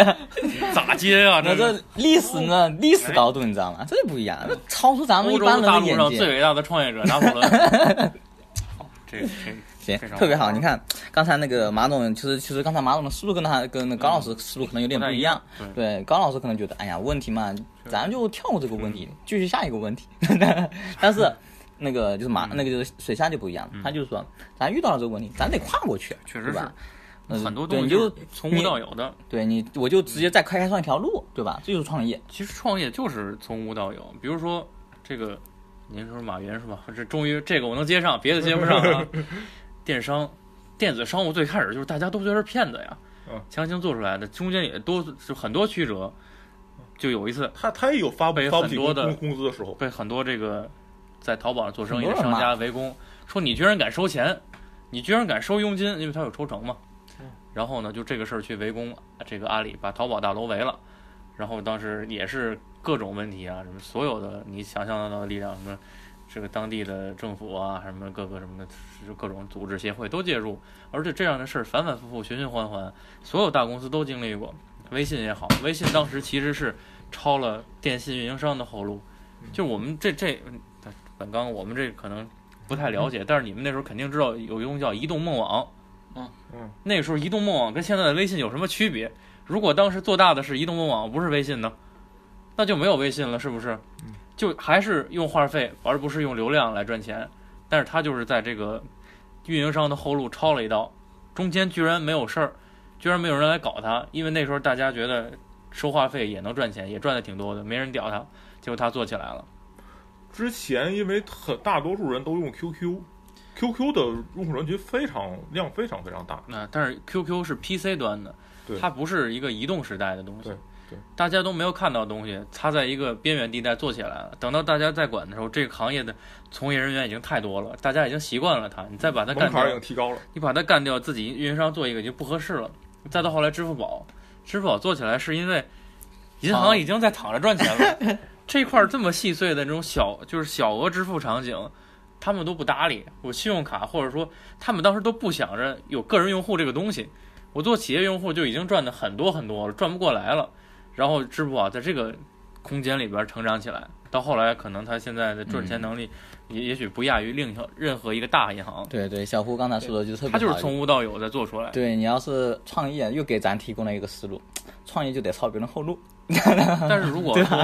B: 咋接啊？
A: 那
B: 这是
A: 这历史呢？历史高度你知道吗？这就不一样，这超出咱们
B: 欧
A: 一
B: 洲
A: 般人
B: 大
A: 的
B: 陆
A: 眼
B: 上最
A: 界。
B: 伟大的创业者拿破仑。这这
A: 行
B: 非，常
A: 特别
B: 好
A: 好。
B: 啊
A: 你看刚才那个马总，其实其实刚才马总的思路跟他跟那高老师思路可能有点
B: 不
A: 不
B: 太
A: 一
B: 一
A: 样。
B: 样
A: 对，高老师可能觉得，哎呀，问题嘛，咱就跳过这个问题，
B: 嗯
A: 继续下一个问题。 但是那个就是
B: 嗯
A: 马，那个就是水下就不一样，他就是说，咱遇到了这个问题，咱得跨过去，
B: 确实
A: 对
B: 是
A: 吧？呃
B: 很多
A: 对
B: 东西啊
A: 你
B: 就
A: 就是
B: 从无
A: 你
B: 到有的。
A: 对你，我就直接再开上一条路，对吧？这就是创业。
B: 其实创业就是从无到有，比如说这个，您说马云是吧？这终于这个我能接上，别的接不上啊。电商、电子商务最开始就是大家都觉得是骗子呀
D: 嗯，
B: 强行做出来的，中间也多就很多曲折。就有一次
D: 他他也有发不
B: 被
D: 发不
B: 很
D: 起
B: 多
D: 工
B: 的
D: 工工资的时候，
B: 被很多这个在淘宝上做生意
A: 很
B: 的
A: 多人
B: 商
A: 骂
B: 家围攻，说你居然敢收钱，你居然敢收佣金，因为他有抽成嘛。然后呢，就这个事儿去围攻这个阿里，把淘宝大楼围了。然后当时也是各种问题啊，什么所有的你想象得到的力量，什么这个当地的政府啊，什么各个什么的，就各种组织协会都介入，而且这样的事儿反反复复、循循环环，所有大公司都经历过。微信也好，微信当时其实是抄了电信运营商的后路，就我们这这本刚，我们这可能不太
D: 嗯
B: 了解，但是你们那时候肯定知道有一种叫移动梦网，
C: 嗯
D: 嗯，
B: 那个时候移动梦网跟现在的微信有什么区别？如果当时做大的是移动梦网，不是微信呢，那就没有微信了，是不是
D: 嗯？
B: 就还是用话费，而不是用流量来赚钱，但是他就是在这个运营商的后路抄了一刀，中间居然没有事儿，居然没有人来搞他，因为那时候大家觉得收话费也能赚钱，也赚的挺多的，没人屌他，结果他做起来了。
D: 之前因为很大多数人都用 QQ。QQ 的用户人群非常量非常非常大，
B: 那、但是 QQ 是 PC 端的
D: 啊对，
B: 它不是一个移动时代的东西
D: 对对，
B: 大家都没有看到的东西，它在一个边缘地带做起来了。等到大家再管的时候，这个行业的从业人员已经太多了，大家已经习惯了它，你再把它
D: 门
B: 干
D: 槛
B: 掉
D: 已，经提高了。
B: 你把它干掉，自己运营商做一个已经不合适了。再到后来，支付宝，支付宝做起来是因为银行已经在躺着赚钱了，这块儿这么细碎的这种小就是小额支付场景，他们都不搭理。我信用卡或者说他们当时都不想着有个人用户这个东西，我做企业用户就已经赚的很多很多了，赚不过来了。然后支付宝在这个空间里边成长起来，到后来可能它现在的赚钱能力也、也许不亚于另一条任何一个大银行。
A: 对对，小胡刚才说的就特别好。
B: 他就是从无到有再做出来。
A: 对你要是创业，又给咱提供了一个思路，创业就得抄别人后路。啊
B: 但是如果说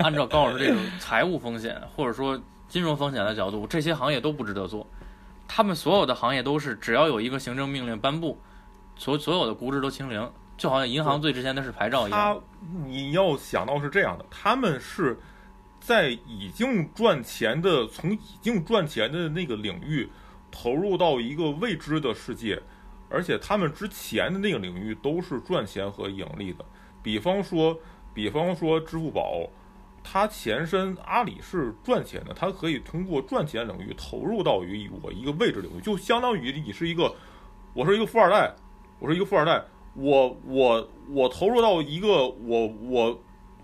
B: 按照高老师这种财务风险或者说金融风险的角度，这些行业都不值得做。他们所有的行业都是只要有一个行政命令颁布，所所有的估值都清零，就好像银行最值钱的是牌照一样。
D: 他你要想到是这样的，他们是在已经赚钱的从已经赚钱的那个领域投入到一个未知的世界，而且他们之前的那个领域都是赚钱和盈利的。比方说，比方说支付宝，它前身阿里是赚钱的，它可以通过赚钱领域投入到于我一个位置领域，就相当于你是一个，我是一个富二代，我是一个富二代，我我我投入到一个我我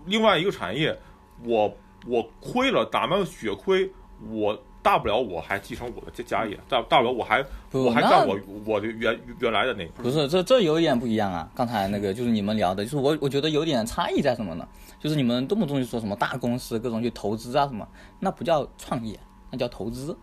D: 另外一个产业，我我亏了，哪怕血亏，我大不了我还继承我的家家业，大大不了我还
A: 不
D: 我还
A: 那
D: 干我我的原原来的那个。
A: 不是，这这有一点不一样啊。刚才那个就是你们聊的，就是我我觉得有点差异在什么呢？就是你们动不动就说什么大公司各种去投资啊什么，那不叫创业，那叫投资。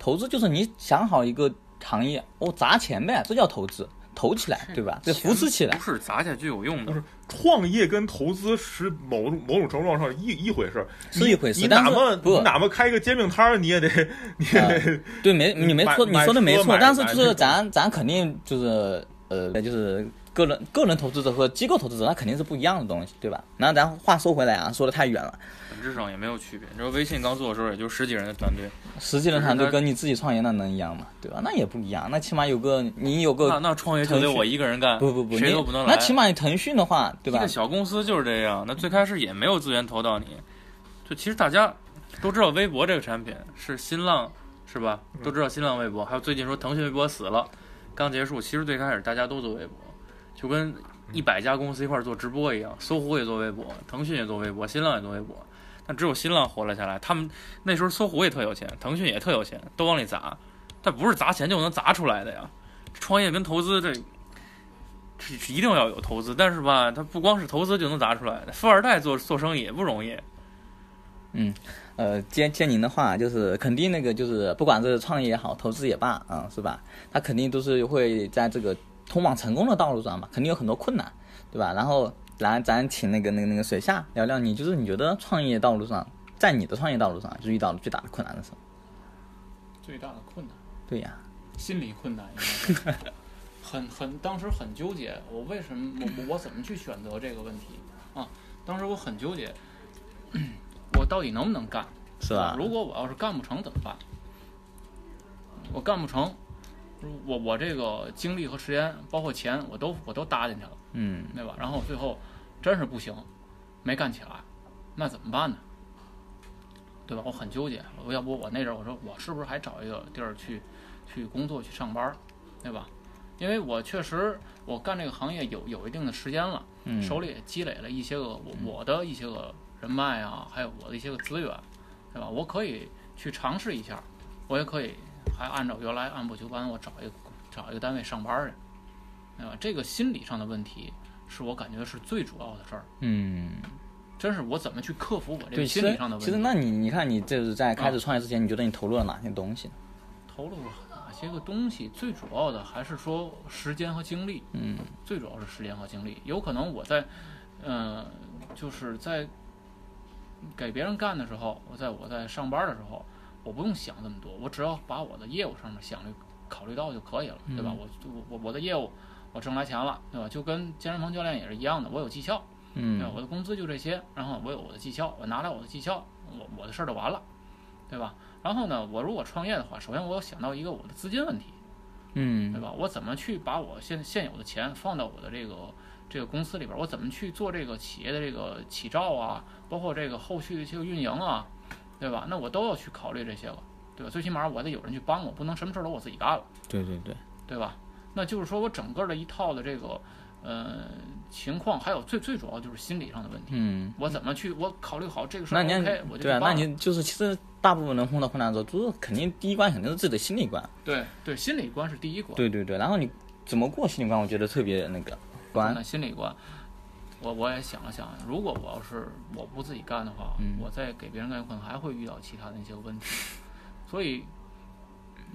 A: 投资就是你想好一个行业，我、砸钱呗，这叫投资，投起来，对吧？这扶持起来
B: 不。是砸下去有用
D: 不
B: 的
D: 是，创业跟投资是某种某种程度上是一一回事儿，
A: 是
D: 你
A: 一回事
D: 你
A: 但
D: 哪
A: 是
D: 怕
A: 不
D: 你哪怕开个煎饼摊儿，你也得 你也得
A: 对，没你没错，
D: 嗯买
A: 你说的没
D: 买
A: 错
D: 车，
A: 但是
D: 买
A: 就是
D: 买
A: 咱咱肯定就是呃，就是个人个人投资者和机构投资者，那肯定是不一样的东西，对吧？那咱话说回来啊，说的太远了，
B: 本质上也没有区别。你说微信刚做的时候也就十几人的团队，
A: 实际人团队跟你自己创业那能一样吗？对吧？那也不一样，那起码有个你有
B: 那
A: 个
B: 那创业就得我一个人干，
A: 不不不，
B: 谁
A: 你
B: 都不能来。啊
A: 那起码腾讯的话，对
B: 一
A: 吧
B: 个？小公司就是这样，那最开始也没有资源投到你，就其实大家都知道微博这个产品是新浪是吧？都知道新浪微博，还有最近说腾讯微博死了，刚结束。其实最开始大家都做微博，就跟一百家公司一块儿做直播一样，搜狐也做微博，腾讯也做微博，新浪也做微博。但只有新浪活了下来，他们那时候搜狐也特有钱，腾讯也特有钱，都往里砸，但不是砸钱就能砸出来的呀。创业跟投资这是是一定要有投资，但是吧，他不光是投资就能砸出来的，富二代做做生意也不容易。
A: 呃，接接您的话，就是肯定那个就是不管是创业也好，投资也罢，啊、是吧？他肯定都是会在这个通往成功的道路上嘛，肯定有很多困难，对吧？然后来咱请那个那个那个水下聊聊你，就是你觉得创业道路上，在你的创业道路上，就是遇到的最大的困难是什么？
C: 最大的困难。
A: 对呀、
C: 心理困难，应该是很很当时很纠结，我为什么我我怎么去选择这个问题啊？当时我很纠结，我到底能不能干？
A: 是吧？
C: 如果我要是干不成怎么办？我干不成，我我这个精力和时间，包括钱，我都我都搭进去了，
A: 嗯，
C: 对吧？然后我最后真是不行，没干起来，那怎么办呢？对吧？我很纠结，我要不我那阵儿我说我是不是还找一个地儿去去工作去上班儿，对吧？因为我确实我干这个行业有有一定的时间了，
A: 嗯
C: 手里也积累了一些个我我的一些个人脉啊，还有我的一些个资源，对吧？我可以去尝试一下，我也可以还按照原来按部就班，我找一个找一个单位上班去，对吧？这个心理上的问题是我感觉是最主要的事儿，
A: 嗯，
C: 真是我怎么去克服我
A: 对，
C: 这个
A: 其
C: 心理
A: 实
C: 上的问题。嗯
A: 其实那你你看你就是在开始创业之前，你觉得你投入了哪些东西？
C: 投入哪些个东西，最主要的还是说时间和精力。
A: 嗯，
C: 最主要是时间和精力。有可能我在，嗯、就是在给别人干的时候，我在我在上班的时候，我不用想这么多，我只要把我的业务上面想虑考虑到就可以了，对吧？我我我我的业务我挣来钱了，对吧？就跟健身房教练也是一样的，我有绩效，对吧？
A: 嗯
C: 我的工资就这些，然后我有我的绩效，我拿来我的绩效，我我的事儿就完了，对吧？然后呢，我如果创业的话，首先我要想到一个我的资金问题，对
A: 嗯
C: 吧？我怎么去把我现现有的钱放到我的这个这个公司里边儿？我怎么去做这个企业的这个起照啊，包括这个后续的这个运营啊，对吧？那我都要去考虑这些个，对吧？最起码我得有人去帮我，不能什么事儿都我自己干了。
A: 对对对，
C: 对吧？那就是说我整个的一套的这个呃情况，还有最最主要就是心理上的问题。
A: 嗯。
C: 我怎么去？我考虑好这个事
A: 那
C: 儿
A: 你
C: ，OK，
A: 看
C: 我就
A: 对啊那
C: 去，办了
A: 你就是其实大部分人碰到困难的时候，就是肯定第一关肯定是自己的心理关，
C: 对对心理关是第一关，
A: 对对对，然后你怎么过心理关，我觉得特别那个关
C: 那，心理关。我我也想了想，如果我要是我不自己干的话，
A: 嗯
C: 我再给别人干，有可能还会遇到其他的一些问题，所以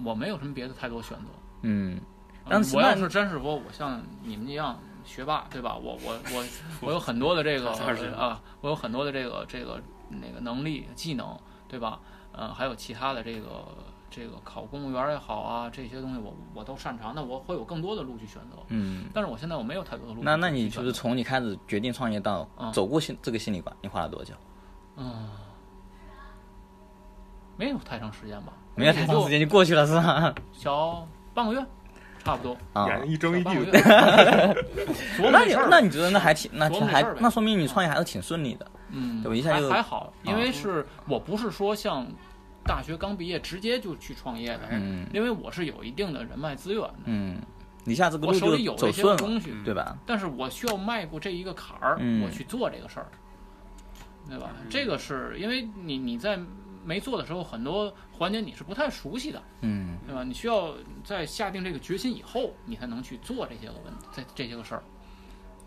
C: 我没有什么别的太多选择。
A: 嗯，
C: 嗯
A: 但是
C: 我
A: 那
C: 要是真是说，我像你们一样学霸，对吧？我我我 我有很多的这个
B: 他是
C: 啊，我有很多的这个这个那个能力技能，对吧？呃，还有其他的这个这个考公务员也好啊，这些东西我我都擅长，那我会有更多的路去选择。
A: 嗯，
C: 但是我现在我没有太多的路去选择。
A: 那那你就是从你开始决定创业到
C: 嗯
A: 走过心这个心理关，你花了多久？
C: 嗯，没有太长时间吧？
A: 没有太长时间就过去了是吧？
C: 也就小半个月，差不多。
A: 啊，
D: 眼睛一睁
C: 小
D: 一
C: 半个
D: 闭
C: 月
D: 的，。
C: 琢磨
A: 那
C: 这
A: 你
C: 事儿
A: 那你觉得那还挺那
C: 琢
A: 挺
C: 磨这
A: 还
C: 事儿呗
A: 那说明你创业还是挺顺利的，
C: 嗯，
A: 对吧一下
C: 还
A: 就
C: 还好，因
A: 啊
C: 为是我不是说像大学刚毕业直接就去创业的，
A: 嗯
C: 因为我是有一定的人脉资源的，
A: 嗯，你一下这个
C: 我
A: 路
C: 手里有
A: 就走
C: 这些
A: 顺了，嗯
C: 东西，
A: 对吧？
C: 但是我需要迈过这一个坎儿，
A: 嗯
C: 我去做这个事儿，对吧？这个是因为你你在没做的时候，很多环节你是不太熟悉的，
A: 嗯
C: 对吧？你需要在下定这个决心以后，你才能去做这些个问这这些个事儿。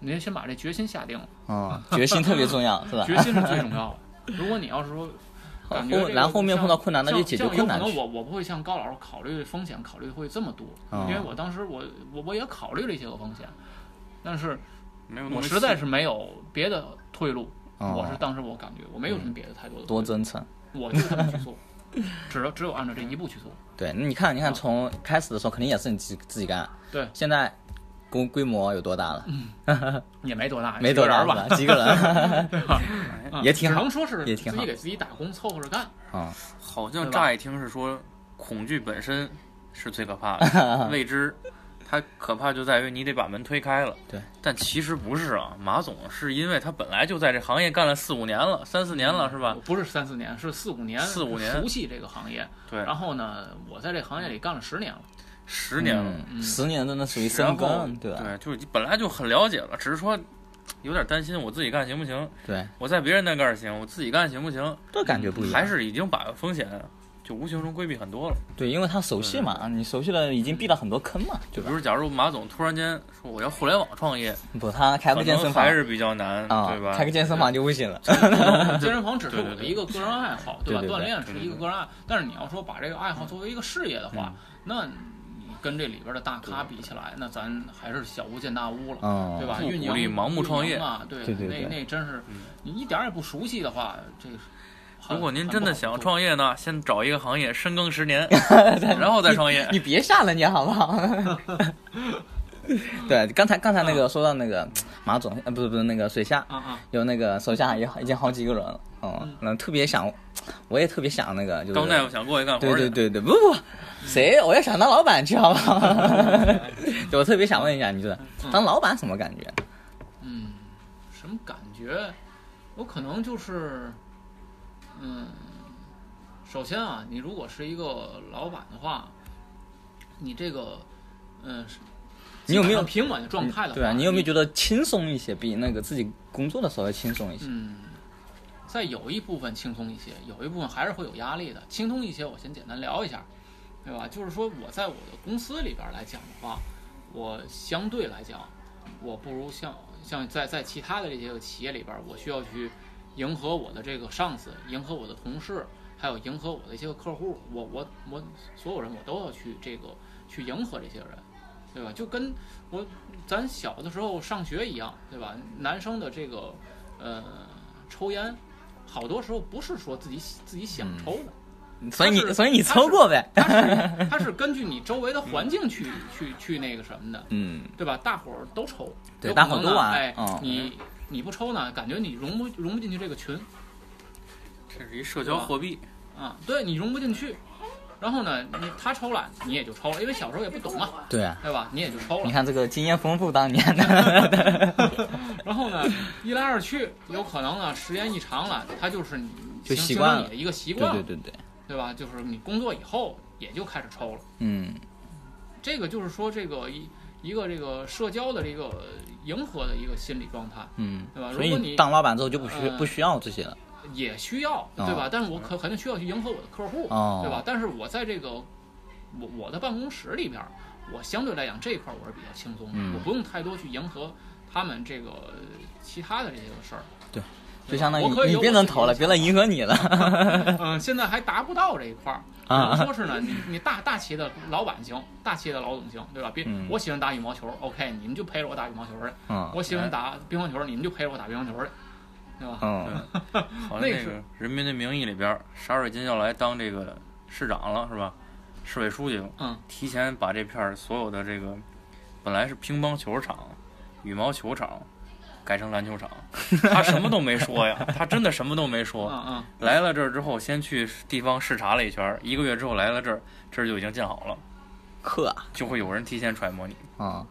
C: 你得先把这决心下定了，
A: 啊，决心特别重 要是吧？
C: 决心是最重要的。如果你要是说
A: 后
C: 感觉这个
A: 然后后面
C: 像
A: 碰到困难，那就
C: 像
A: 解决
C: 像有
A: 困
C: 可
A: 难
C: 能
A: 去。
C: 我我不会像高老师考虑风险考虑会这么多，
A: 哦
C: 因为我当时我我我也考虑了一些个风险，但是
B: 没有那么
C: 我实在
B: 细
C: 是没有别的退路。
A: 哦嗯
C: 我是当时我感觉我没有什么别的太多的退
A: 多
C: 路，
A: 真诚。
C: 我就这么去做，只有只有按照这一步去做。
A: 对，你看，你看，
C: 啊
A: 从开始的时候肯定也是你自己自己干。
C: 对
A: 现在规规模有多大了？
C: 也没多大，
A: 没
C: 几个
A: 多大
C: 人
A: 是
C: 吧，
A: 吧？几个 人
C: 嗯
A: 也挺
C: 只
A: 好
C: 能说是
A: 也
C: 自
A: 挺好
C: 己给自己打工凑合着干。
A: 啊，
B: 好像
C: 对吧
B: 乍一听是说恐惧本身是最可怕的，未知，它可怕就在于你得把门推开了。
A: 对，
B: 但其实不是啊，马总是因为他本来就在这行业干了四五年了，三四年了是吧？
C: 不是三四年，是四五年，
B: 四五年
C: 熟悉这个行业。
B: 对，
C: 然后呢，我在这行业里干了十年了，
B: 啊十年了，
A: 嗯十年真的属于深
B: 然后
A: 耕，对吧？
B: 对，就是本来就很了解了，只是说有点担心我自己干行不行？
A: 对，
B: 我在别人那干行，我自己干行不行？
A: 这感觉不一样。
B: 还是已经把风险就无形中规避很多了。
A: 对，因为他熟悉嘛，你熟悉了已经避了很多坑嘛，
B: 就
A: 对
B: 比
A: 吧？
B: 如，假如马总突然间说我要互联网创业，
A: 不，他开
B: 可
A: 个健身
B: 能
A: 房
B: 还是比较难，
A: 啊
B: 对，吧？
A: 开个健身房就不行了。
C: 健身房只是
B: 对对
C: 我的
B: 对
C: 一个个人爱好，吧？
A: 对对对
C: 锻炼是一个个人爱，但是你要说把这个爱好作为一个事业的话，
B: 嗯
C: 那你跟这里边的大咖比起来，那咱还是小巫见大巫了，
A: 嗯，
C: 对吧？
B: 不
C: 运营
B: 鼓励盲目创业
C: 运营啊，对
A: 对对对
C: 那那真是
B: 嗯
C: 你一点儿也不熟悉的话，这是很
B: 如果您
C: 很
B: 真的
C: 不好
B: 想
C: 做
B: 创业呢，先找一个行业深耕 十年，然后再创业。
A: 你别吓人家好不 好？对，刚才刚才那
C: 嗯
A: 个说到那个马总，呃，不是不是那个水下，
C: 啊啊，
A: 有那个手下也好已经好几个人了，哦
C: 嗯，
A: 那特别想，我也特别想那个，就是
B: 当大夫想过去干活
A: 对
B: 去，
A: 对对对，不不，谁？我要想当老板去，好不 好？对，我特别想问一下，你觉得当老板什么感觉？
C: 嗯，什么感觉？我可能就是，嗯，首先啊，你如果是一个老板的话，你这个，嗯，是
A: 你有没有
C: 基本上平稳的状态的话？
A: 对啊，你有没有觉得轻松一些，比那个自己工作的时候要轻松一些？
C: 嗯，在有一部分轻松一些，有一部分还是会有压力的。轻松一些，我先简单聊一下，对吧？就是说我在我的公司里边来讲的话，我相对来讲，我不如像像在在其他的这些个企业里边，我需要去迎合我的这个上司，迎合我的同事，还有迎合我的一些个客户，我我我所有人我都要去这个去迎合这些人。对吧？就跟我咱小的时候上学一样，对吧？男生的这个呃，抽烟，好多时候不是说自己自己想抽的，
A: 所以你
C: 嗯他是
A: 所以你抽过呗？
C: 它是它是根 据你周围的环境去、去去那个什么的，
A: 嗯，
C: 对吧？大伙儿都抽，
A: 对
C: 有可能
A: 大伙儿
C: 呢
A: 都玩
C: 哎，
A: 嗯
C: 你你不抽呢，感觉你融不融不进去这个群
B: 这是一社交货币。
C: 啊，对你融不进去。然后呢，你他抽了，你也就抽了，因为小时候也不懂啊，
A: 对啊，
C: 对吧？你也就抽了
A: 你。看这个经验丰富，当年
C: 然后呢，一来二去，有可能呢，时间一长了，它就是你
A: 就
C: 形
A: 习惯
C: 形成
A: 了
C: 你的一个习
A: 对
C: 惯了，
A: 对对对，
C: 对吧？就是你工作以后也就开始抽了。
A: 嗯，
C: 这个就是说这个一一个这个社交的这个呃迎合的一个心理状态，
A: 嗯
C: 对吧，
A: 所以
C: 如果
A: 你
C: 你
A: 当老板之后就不需
C: 呃
A: 不需要这些了。
C: 也需要
A: 啊
C: 对吧？但
A: 嗯
C: 是我可肯定需要去迎合我的客户，
A: 哦
C: 对吧？但是我在这个我我的办公室里边儿，我相对来讲这一块儿我是比较轻松的，
A: 嗯
C: 我不用太多去迎合他们这个呃其他的这些个 事儿。
A: 就相当于
C: 我可以
A: 你
C: 有
A: 变
C: 我
A: 成
C: 自己
A: 头了，
C: 的
A: 别人迎合你了。
C: 嗯，现在还达不到这一块儿。
A: 啊
C: 只能说是呢， 你你大大企业的老板行，大企业的老总行，对吧？别，
A: 嗯
C: 我喜欢打羽毛球，OK，你们就陪着我打羽毛球去；
A: 嗯
C: 我喜欢打乒乓球，你们就陪着我打乒乓球去，对吧？
A: 嗯，
B: 好像
C: 那个
B: 那个
C: 是
B: 《人民的名义》里边，沙瑞金要来当这个市长了，是吧？市委书记，
C: 嗯，
B: 提前把这片儿所有的这个本来是乒乓球场、羽毛球场，改成篮球 场。他什么都没说呀，他真的什么都没说。
C: 嗯嗯，
B: 来了这儿之后，先去地方视察了一圈儿，一个月之后来了这儿，这儿就已经建好了，
A: 呵
B: 就会有人提前揣摩你。
A: 啊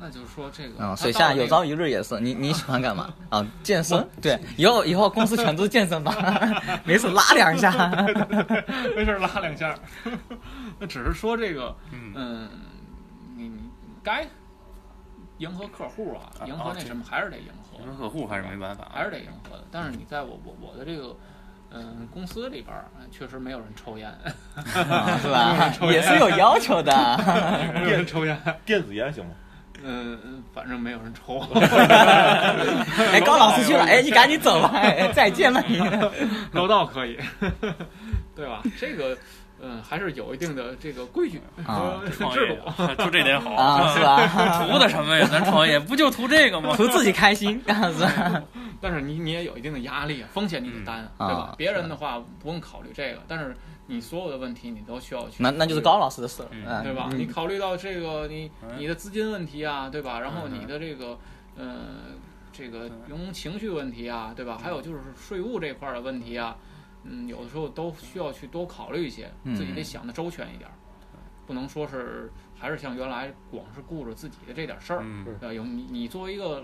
C: 那就是说这个
A: 嗯，
C: 他
A: 水
C: 到
A: 下
C: 了
A: 有
C: 那个
A: 朝一日也是。你你喜欢干 嘛啊？健身，对，以后以后公司全都是健身 房，没事拉两 下。
C: 没事儿拉两下儿， 那只是说这个，
B: 嗯
C: 嗯，你你该迎合客户啊，
B: 啊
C: 迎合那
B: 对
C: 什么还是得迎合
B: 我，们客户还是没办法，
C: 嗯还是得迎合的。但是你在我我我的这个嗯公司里边儿，确实没有人抽烟，
A: 啊是吧？也是有要求 的。
C: 没有人抽烟，
D: 电子烟行吗？
C: 嗯，反正没有人抽。
A: 哎，高老师去了，哎，你赶紧走吧，哎，再见了 你。
C: 楼道可以，对吧？这个，嗯，还是有一定的这个规矩
A: 啊
C: 和
B: 创
C: 制
B: 业
C: 度。
B: 就这点好
A: 啊，是？吧？
B: 图的什么呀？咱创业不就图这个吗？
A: 图自己开心， 是吧？
C: 但是你你也有一定的压力，啊风险你得担，
A: 嗯
C: 对吧
A: 啊？
C: 别人的话不用考虑这个，但是你所有的问题你都需要去。
A: 那那就是高。老师的事儿，
B: 嗯
A: 嗯
C: 对吧？你考虑到这个，你
B: 嗯
C: 你的资金问题啊，对吧？然后
B: 嗯
C: 你的这个，呃，这
A: 嗯
C: 个员工情绪问题啊，对吧？还有就是税务这块儿的问题啊，嗯，有的时候都需要去多考虑一些，自己得
A: 嗯
C: 想的周全一点儿，不能说是还是像原来光是顾着自己的这点事儿，
B: 嗯
D: 是
C: 呃对吧？有你你作为一个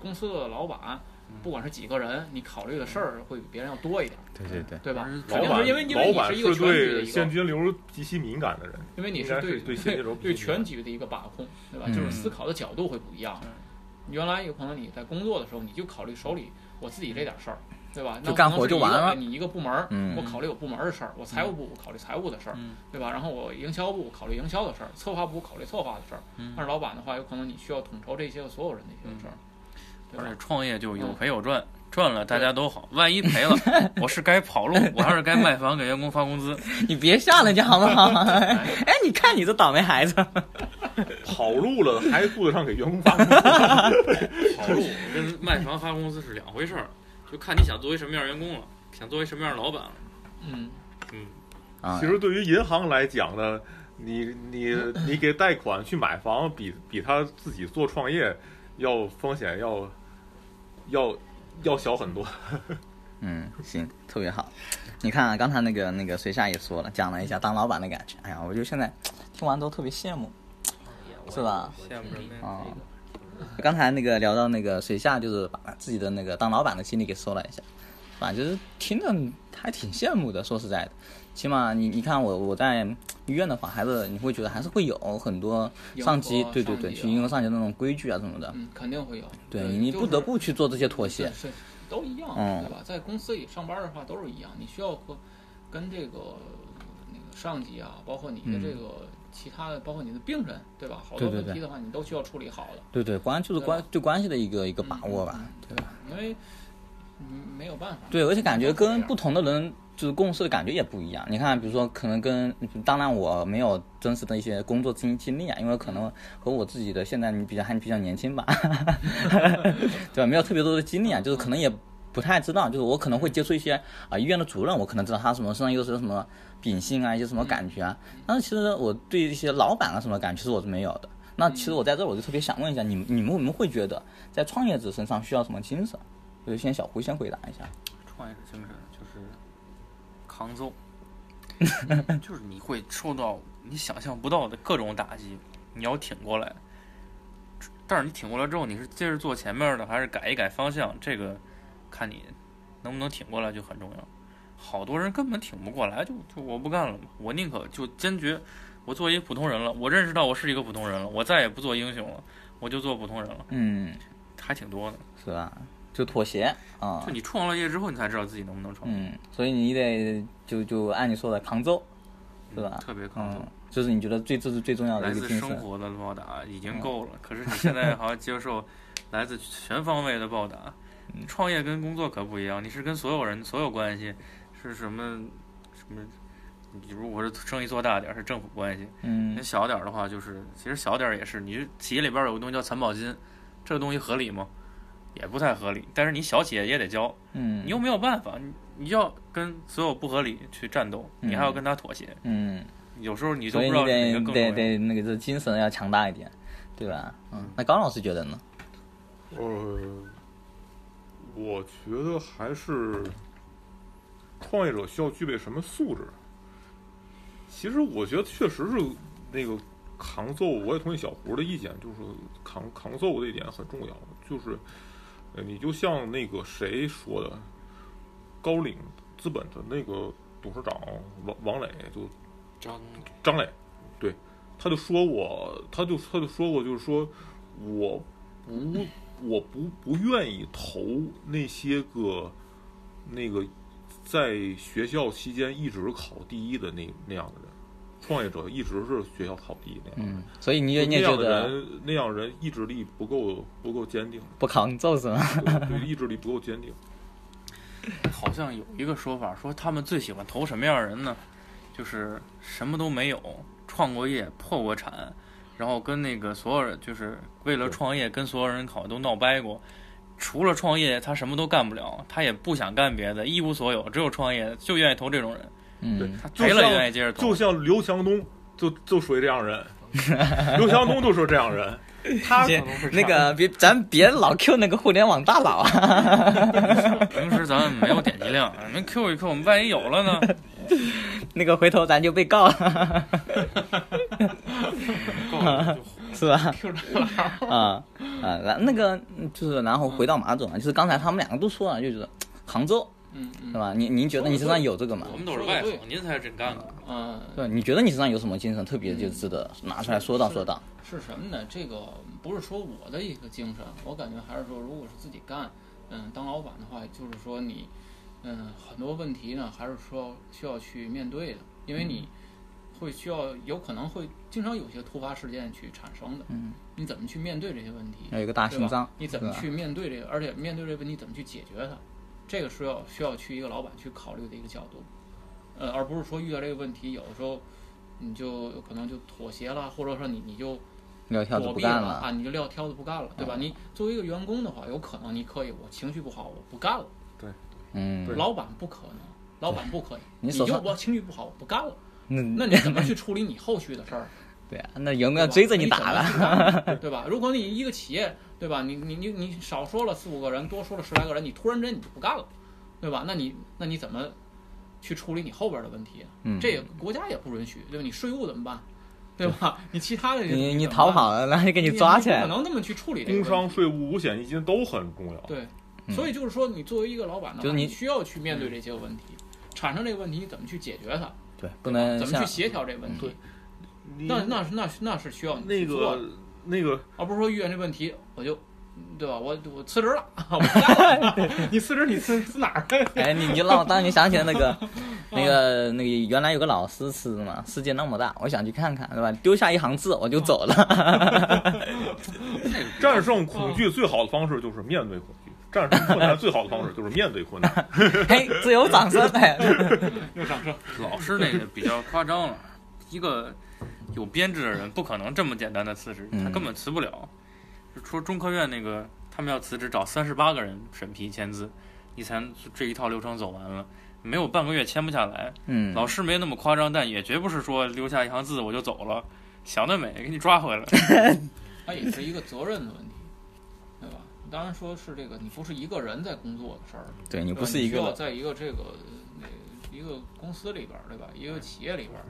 C: 公司的老板，
D: 嗯
C: 不管是几个人，你考虑的事儿会比别人要多一点儿，
A: 对对对，
C: 对吧？
B: 老
C: 肯定
D: 板
C: 是因为因为
D: 老
C: 你
D: 板
C: 是一个
D: 是
C: 全局的
D: 对
C: 一
D: 现
C: 个，
D: 金流极其敏感的人，
C: 因为你
D: 应该
C: 对
D: 是对现金流
C: 对
D: 不敏感
C: 全局的一个把控，对吧？
A: 嗯
C: 就是思考的角度会不一样
B: 嗯。
C: 原来有可能你在工作的时候，你就考虑手里我自己这点事儿，对吧？
A: 就
C: 那
A: 干
C: 可能
A: 活
C: 是
A: 就
C: 一
A: 完
C: 个哎
A: 了
C: 你一个部门儿，
A: 嗯
C: 我考虑我部门儿的事儿，我财务部我考虑财务的事儿，
B: 嗯
C: 对吧？然后我营销部我考虑营销的事儿，策划部我考虑策划的事儿。
B: 嗯
C: 但是老板的话，有可能你需要统筹这些个所有人的一些事儿，
D: 嗯
C: 对
B: 而
C: 吧
B: 且？创业就有
C: 嗯
B: 赔有赚，赚了大家都好，万一赔了，我是该跑路，我还是该卖房给员工发工 资？
A: 你别吓人家好不 好？哎，你看你这倒霉孩子，
D: 跑路了还顾得上给员工 发工资？
B: 跑路跟卖房发工资是两回事儿，就看你想作为什么样的员工了，想作为什么样的老板了。
C: 嗯，
B: 嗯，
A: 啊
D: 其，实对于银行来讲呢，你你你给贷款去买房，比比他自己做创业要风险要要要小很多。
A: 嗯，行，特别好。你看啊，刚才那个那个水下也说了，讲了一下当老板的感觉。哎呀，我就现在听完都特别羡慕。是吧
B: 羡慕什么呀？
A: 啊、刚才那个聊到那个水下，就是把自己的那个当老板的经历给说了一下，反正就是听着还挺羡慕的。说实在的，起码你你看我我在医院的话，还是你会觉得还是会有很多
C: 迎
A: 上
C: 合
A: 级，对对
C: 上
A: 对，
C: 级
A: 去
C: 啊
A: 迎合上级的那种规矩啊什么的，
C: 嗯，肯定会有。
A: 对
C: 呃
A: 你
C: 就
A: 不得
C: 是
A: 不去做这些妥协
C: 是。是都一样，
A: 嗯
C: 对吧？在公司里上班的话都是一样，你需要和跟这个那个上级啊，包括你的
A: 嗯
C: 这个其他的，包括你的病人，对吧？好
A: 对
C: 多
A: 对
C: 问
A: 对
C: 题的话，你都需要处理好的，
A: 对对，关就是
C: 对
A: 关
C: 吧
A: 对关系的一个一个把握吧
C: 嗯，
A: 对吧？
C: 因为嗯没有办法。
A: 对，而且感觉
C: 都是
A: 跟
C: 这样
A: 不同的人就是共事的感觉也不一样。你看，比如说，可能跟当然我没有真实的一些工作经经历啊，因为可能和我自己的现在你比较还比较年轻吧， 对吧？没有特别多的经历啊，就是可能也不太知道，就是我可能会接触一些啊、医院的主任，我可能知道他什么身上又是有什么秉性啊，一些什么感觉啊。但是其实我对一些老板啊什么的感觉，其实我是没有的。那其实我在这儿我就特别想问一下，你们你们你们会觉得在创业者身上需要什么精神？就是先小胡先回答一下。
B: 创业者精神就是 扛揍，就是你会受到你想象不到的各种打击，你要挺过来。但是你挺过来之后，你是接着做前面的，还是改一改方向？这个看你能不能挺过来就很重要。好多人根本挺不过来，就就我不干了嘛，我宁可就坚决，我做一普通人了，我认识到我是一个普通人了，我再也不做英雄了，我就做普通人了，
A: 嗯，
B: 还挺多的。
A: 是吧？就妥协啊
B: 就，你创了业之后，你才知道自己能不能创，
A: 嗯，所以你得就就按你说的扛揍，是吧？
B: 特别抗揍
A: 嗯。，这是你觉得最这是最重要的
B: 来
A: 啊一个嗯
B: 自
A: 精
B: 生
A: 神。
B: 活的报答已经够了，可是你现在好像接受来自全方位的报答。
A: 嗯
B: 创业跟工作可不一样，你是跟所有人、所有关系是什么什么？你如果是生意做大点儿是政府关系，那
A: 嗯
B: 小点儿的话就是，其实小点儿也是，你企业里边儿有个东西叫残保金，这个东西合理吗？也不太合理，但是你小企业也得交，
A: 嗯，
B: 你又没有办法，你你要跟所有不合理去战斗，你还要
A: 嗯
B: 跟他妥协，
A: 嗯，
B: 有时候你
A: 所
B: 都不
A: 以
B: 知
A: 你
B: 道哪
A: 得
B: 个更重
A: 得
B: 要。
A: 得那个这精神要强大一点，对吧？嗯，那高老师觉得呢？
D: 呃，我觉得还是创业者需要具备什么素质？其实我觉得确实是那个扛揍，我也同意小胡的意见，就是扛扛揍这一点很重要。就是呃你就像那个谁说的，高瓴资本的那个董事长王王磊就
B: 张
D: 张磊，对，他就说我，他就他就说过，就是说我不我不不愿意投那些个那个在学校期间一直考第一的那那样的人，创业者一直是学校考第一那样的人。
A: 嗯，所以你也你也
D: 那
A: 觉
D: 样的
A: 得
D: 人，那样人意志力不够，不够坚 定，
A: 不扛揍是吗？
D: 对，对意志力不够坚定。
B: 好像有一个说法，说他们最喜欢投什么样的人呢？就是什么都没有，创过业，破过产，然后跟那个所有人，就是为了创业跟所有人好都闹掰过。除了创业，他什么都干不了，他也不想干别的，一无所有，只有创业，就愿意投这种 人。
D: 对
A: 嗯，，
D: 就
B: 赔了也
D: 像
B: 愿意接着投
D: 就像刘强东，就就属于这样人。 刘强东就是这 样人，他可
A: 姐
D: 能会
A: 那个别咱别老 Q 那个互联网大佬啊。
B: 平时咱们没有点击量， 你们 Q 一 Q，我们万一有了呢？
A: 那个回头咱就被告了，
B: 够了就火
A: 是吧？啊啊，然那个嗯就是，然后回到马总啊，就是刚才他们两个都说了，就是杭州，
C: 嗯
A: 是
C: 嗯
A: 吧？你您觉得你身上有这个吗
B: 我？们都是外行，您才是真干的。
C: 嗯，
A: 对，你觉得你身上有什么精神特别就值得拿出来说道说道？
C: 是什么呢？这个不是说我的一个精神，我感觉还是说，如果是自己干，嗯，当老板的话，就是说你，嗯，很多问题呢，还是说需要去面对的，因为你会需要有可能会经常有些突发事件去产生的，
A: 嗯，哎
C: 你怎么去面对这些问题？
A: 要有一个大
C: 对
A: 心
C: 吧
A: 脏，
C: 你怎么去面对这个？而且面对这个问题怎么去解决它，这个是要需要去一个老板去考虑的一个角度，呃，而不是说遇到这个问题，有的时候你就可能就妥协了，或者说你你就
A: 撂挑子
C: 躲
A: 不
C: 避
A: 干
C: 了
A: 了，嗯
C: 啊，你就撂挑子不干了，对吧？你作为一个员工的话，有可能你可以，我情绪不好，我不干了。
A: 嗯，
C: 老板不可能，老板不可以，
A: 你
C: 你
A: 手
C: 就
A: 上
C: 我情绪不好，我不干了。
A: 那
C: 那你怎么去处理你后续的事儿？
A: 对啊， 那员工
C: 对
A: 要
C: 吧
A: 追着你打了，，
C: 怎 么去对吧？如果你一个企业，对吧？你你你你少说了四五个人，多说了十来个人，你突然间你就不干了，对吧？那你那你怎么去处理你后边的问题啊？
A: 嗯，
C: 这个国家也不允许，对吧？你税务怎么办？对吧？你其他的
A: 你你逃，跑了，然后就给
C: 你
A: 你抓起
C: 不
A: 来
C: 可，能那么去处理这个
D: 工
C: 问题
D: 伤、税务、五险一金都很重要。
C: 对，
A: 嗯
C: 所以就是说，你作为一个老板呢，
A: 就是你
C: 你嗯需要去面对这些问题，产生这个问题，你怎么去解决它，
A: 对，不能
C: 怎么
A: 像
C: 去协调这个问题
D: 对，你
C: 那那是那是那是需要你
D: 那
C: 去做的，
D: 个那个
C: 而不是说遇见这问题我就。对吧？我我辞职 了，我不干了。 你辞职，你辞辞哪儿？
A: 哎，你你让我当年想起来那 个，那个那个原来有个老师吃的嘛，世界那么大，我想去看看，对吧？丢下一行字我就走了，
D: 战胜恐惧最好的方式就是面对恐惧，战胜困难最好的方式就是面对困难。
A: 嘿，自由掌声哎，
C: 又上升。
B: 老师那个比较夸张了，一个有编制的人不可能这么简单的辞职，
A: 嗯
B: 他根本辞不了。就说中科院那个，他们要辞职找三十八个人审批签字，你才能这一套流程走完了，没有半个月签不下来。
A: 嗯，
B: 老师没那么夸张，但也绝不是说留下一行字我就走了，想得美，给你抓回来。
C: 它也是一个责任的问题，对吧？当然说是这个，你不是一个人在工作的事儿，
A: 对你
C: 对吧
A: 不是一
C: 呃你需要
A: 个，
C: 在一个这个那一个公司里边儿，对吧？一个企业里边儿，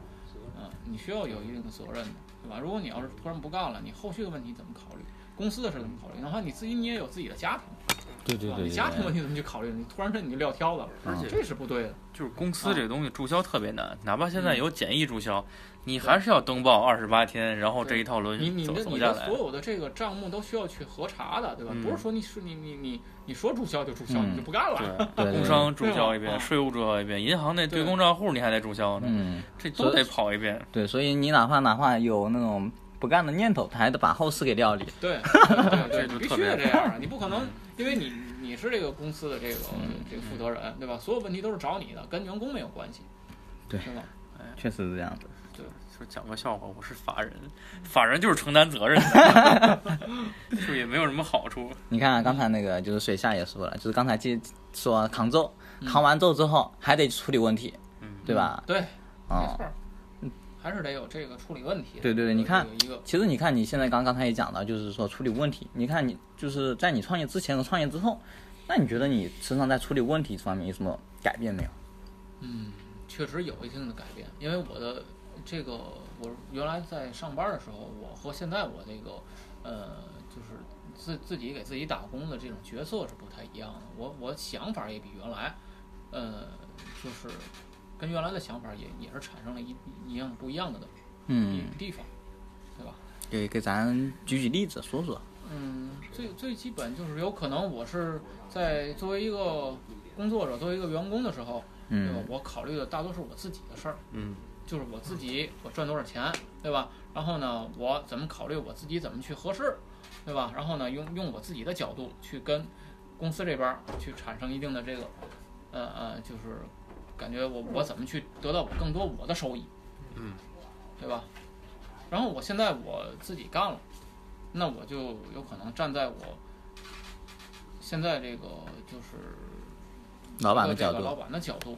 C: 嗯，你需要有一定的责任的，对吧？如果你要是突然不干了，你后续的问题怎么考虑？公司的事怎么考虑？哪怕你自己你也有自己的家庭，
A: 对对
C: 对吧？你家庭问题怎么去考虑？你突然间你就撂挑子了，
B: 而且
C: 这是不对的。
B: 就是公司这东西注销特别难，哪怕现在有简易注销，你还是要登报二十八天，然后这一套轮
C: 你你
B: 走
C: 的
B: 走
C: 你
B: 下
C: 的
B: 来
C: 所。有的这个账目都需要去核查的，对吧？
B: 嗯
C: 不是说你说你你你你说注销就注销，
A: 嗯
C: 你就不干了，
B: 对，
A: 对
B: 工，商注销
C: 对
B: 一遍，
C: 吧
B: 税务注销一遍，银行那嗯对
C: 对
B: 公账户你还得注销
A: 对
B: 呢，
A: 嗯，
B: 这都得跑一遍。
A: 对，所以你哪怕哪怕有那种不干的念头，他还得把后事给料理，
C: 对 对
B: 这
C: 对，
B: 就
C: 你必
B: 特
C: 须
B: 别
C: 得这样，你不可
A: 嗯
C: 能，因为你你是这个公司的这个这个负责人，对吧？所有问题都是找你的，跟员工没有关系，
A: 对
C: 对吧？
A: 确实是这样的。
B: 就讲个笑话，我是法人，法人就是承担责任的， 就也没有什么好处。
A: 你看、啊、刚才那个，就是水下也说了，就是刚才接说扛咒，
C: 嗯
A: 扛完咒之后还得处理问题，
B: 嗯
A: 对吧？
C: 对，没
A: 哦
C: 错，儿，还是得有这个处理问题。
A: 对对对你看
C: 有一个
A: 其实你看，你现在刚刚才也讲到，就是说处理问题。你看你就是在你创业之前和创业之后，那你觉得你身上在处理问题这方面有什么改变没有？
C: 嗯，确实有一定的改变，因为我的这个我原来在上班的时候，我和现在我这个呃，就是自自己给自己打工的这种角色是不太一样的。我我想法也比原来，呃，就是跟原来的想法也也是产生了一一样不一样的
A: 嗯，
C: 地地方，对吧？
A: 给给咱举举例子说说。
C: 嗯，最最基本就是有可能我是在作为一个工作者，作为一个员工的时候，对吧
A: 嗯？
C: 我考虑的大多是我自己的事儿。
B: 嗯，
C: 就是我自己我赚多少钱，对吧？然后呢，我怎么考虑我自己怎么去合适，对吧？然后呢，用用我自己的角度去跟公司这边儿去产生一定的这个，呃呃，就是感觉我我怎么去得到我更多我的收益，
B: 嗯，
C: 对吧？然后我现在我自己干了，那我就有可能站在我现在这个就是
A: 老板的
C: 这
A: 角
C: 个老
A: 度，
C: 板的角度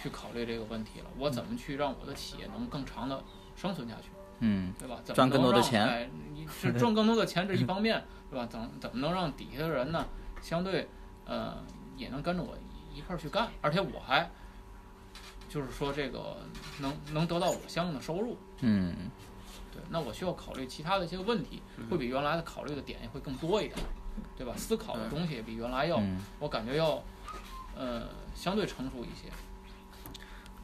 C: 去考虑这个问题了。我怎么去让我的企业能更长的生存下去，
A: 嗯，
C: 对吧？怎么
A: 赚更多的
C: 能让
A: 钱
C: 哎，你是赚更多的钱这一方面， 对吧？怎么怎么能让底下的人呢，相对呃也能跟着我一一块儿去干，而且我还就是说这个能能得到我相应的收入。
A: 嗯，
C: 对，那我需要考虑其他的一些问题，会比原来的考虑的点也会更多一点，对吧？思考的东西也比原来要，
A: 嗯，
C: 我感觉要，呃，相对成熟一些。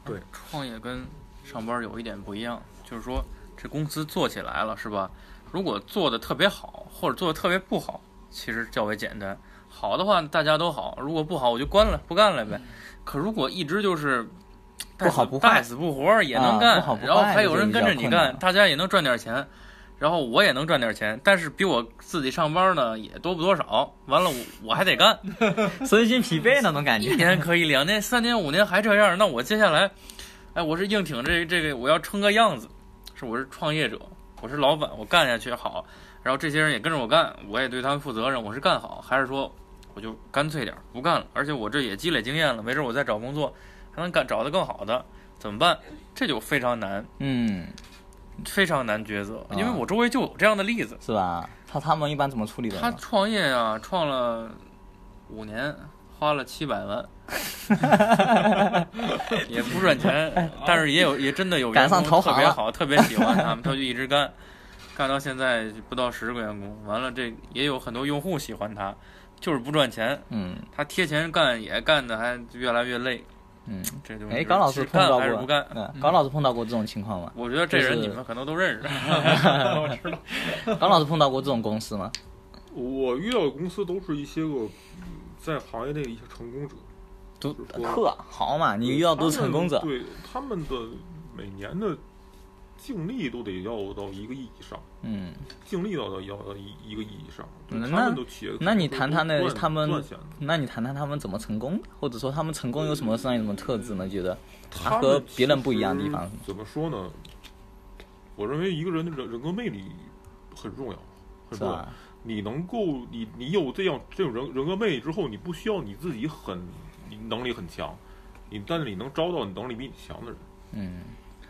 D: 对，
B: 创业跟上班有一点不一样，就是说这公司做起来了是吧？如果做的特别好，或者做的特别不好，其实较为简单。好的话大家都好，如果不好我就关了，不干了呗。可如果一直就是
A: 嗯不好不坏
B: 大死不活儿也能
A: 啊
B: 干，
A: 不好不坏
B: 然后还有人跟着你
A: 这就比较困
B: 干，
A: 难
B: 大家也能赚点钱，然后我也能赚点钱，但是比我自己上班呢也多不多少。完了我我还得干，
A: 身心疲惫那种感
B: 一
A: 觉。
B: 年可以，两年、三年、五年还这样，那我接下来，哎，我是硬挺这这个，我要撑个样子，是我是创业者，我是老板，我干下去好，然后这些人也跟着我干，我也对他们负责任，我是干好，还是说我就干脆点儿不干了？而且我这也积累经验了，没准我再找工作还能干找的更好的，怎么办？这就非常难，
A: 嗯，
B: 非常难抉择，
A: 啊
B: 因为我周围就有这样的例子，
A: 是吧？他他们一般怎么处理的
B: 他
A: 呢？
B: 创业啊，创了五年，花了七百 万，也不赚钱，但是也有也真的有
A: 哎赶
B: 员
A: 上
B: 工
A: 投
B: 特
A: 行
B: 别
A: 了
B: 好，特别喜欢他们，他就一直干，干到现在不到十个员工，完了这也有很多用户喜欢他，就是不赚钱，
A: 嗯
B: 他贴钱干也干的还越来越累，
A: 嗯，
B: 这就是
A: 哎，高老师
B: 是
A: 碰到
B: 干还是不
A: 过
B: 干？，
A: 嗯，高老师碰到过这种情况 吗？
B: 我觉得这
A: 就是
B: 人你们可能都认识，
A: 高老师碰到过这种公司吗？
D: 我遇到的公司都是一些个嗯在行业内的一些成功者，
A: 都
D: 就是说
A: 特好嘛，你遇到都是成功者
D: 他，们对他们的每年的净利都得要到一个亿以上，
A: 嗯，
D: 净利要到要到一一个亿以上，对
A: 嗯
D: 他
A: 那
D: 们都企业
A: 那你
D: 都
A: 谈
D: 都
A: 谈那
D: 赚
A: 他们
D: 赚钱的
A: 那你谈谈他们怎么成功的，或者说他们成功有什么上有什么特质呢？觉得
D: 他
A: 和
D: 们
A: 别人不一
D: 其
A: 样的地
D: 实
A: 方
D: 怎么说呢？我认为一个人的人人格魅力很重要，很
A: 是
D: 重要
A: 吧。？
D: 你能够，你你有这样这种人人格魅力之后，你不需要你自己很你能力很强，你但是你能招到你能力比你强的人。
A: 嗯，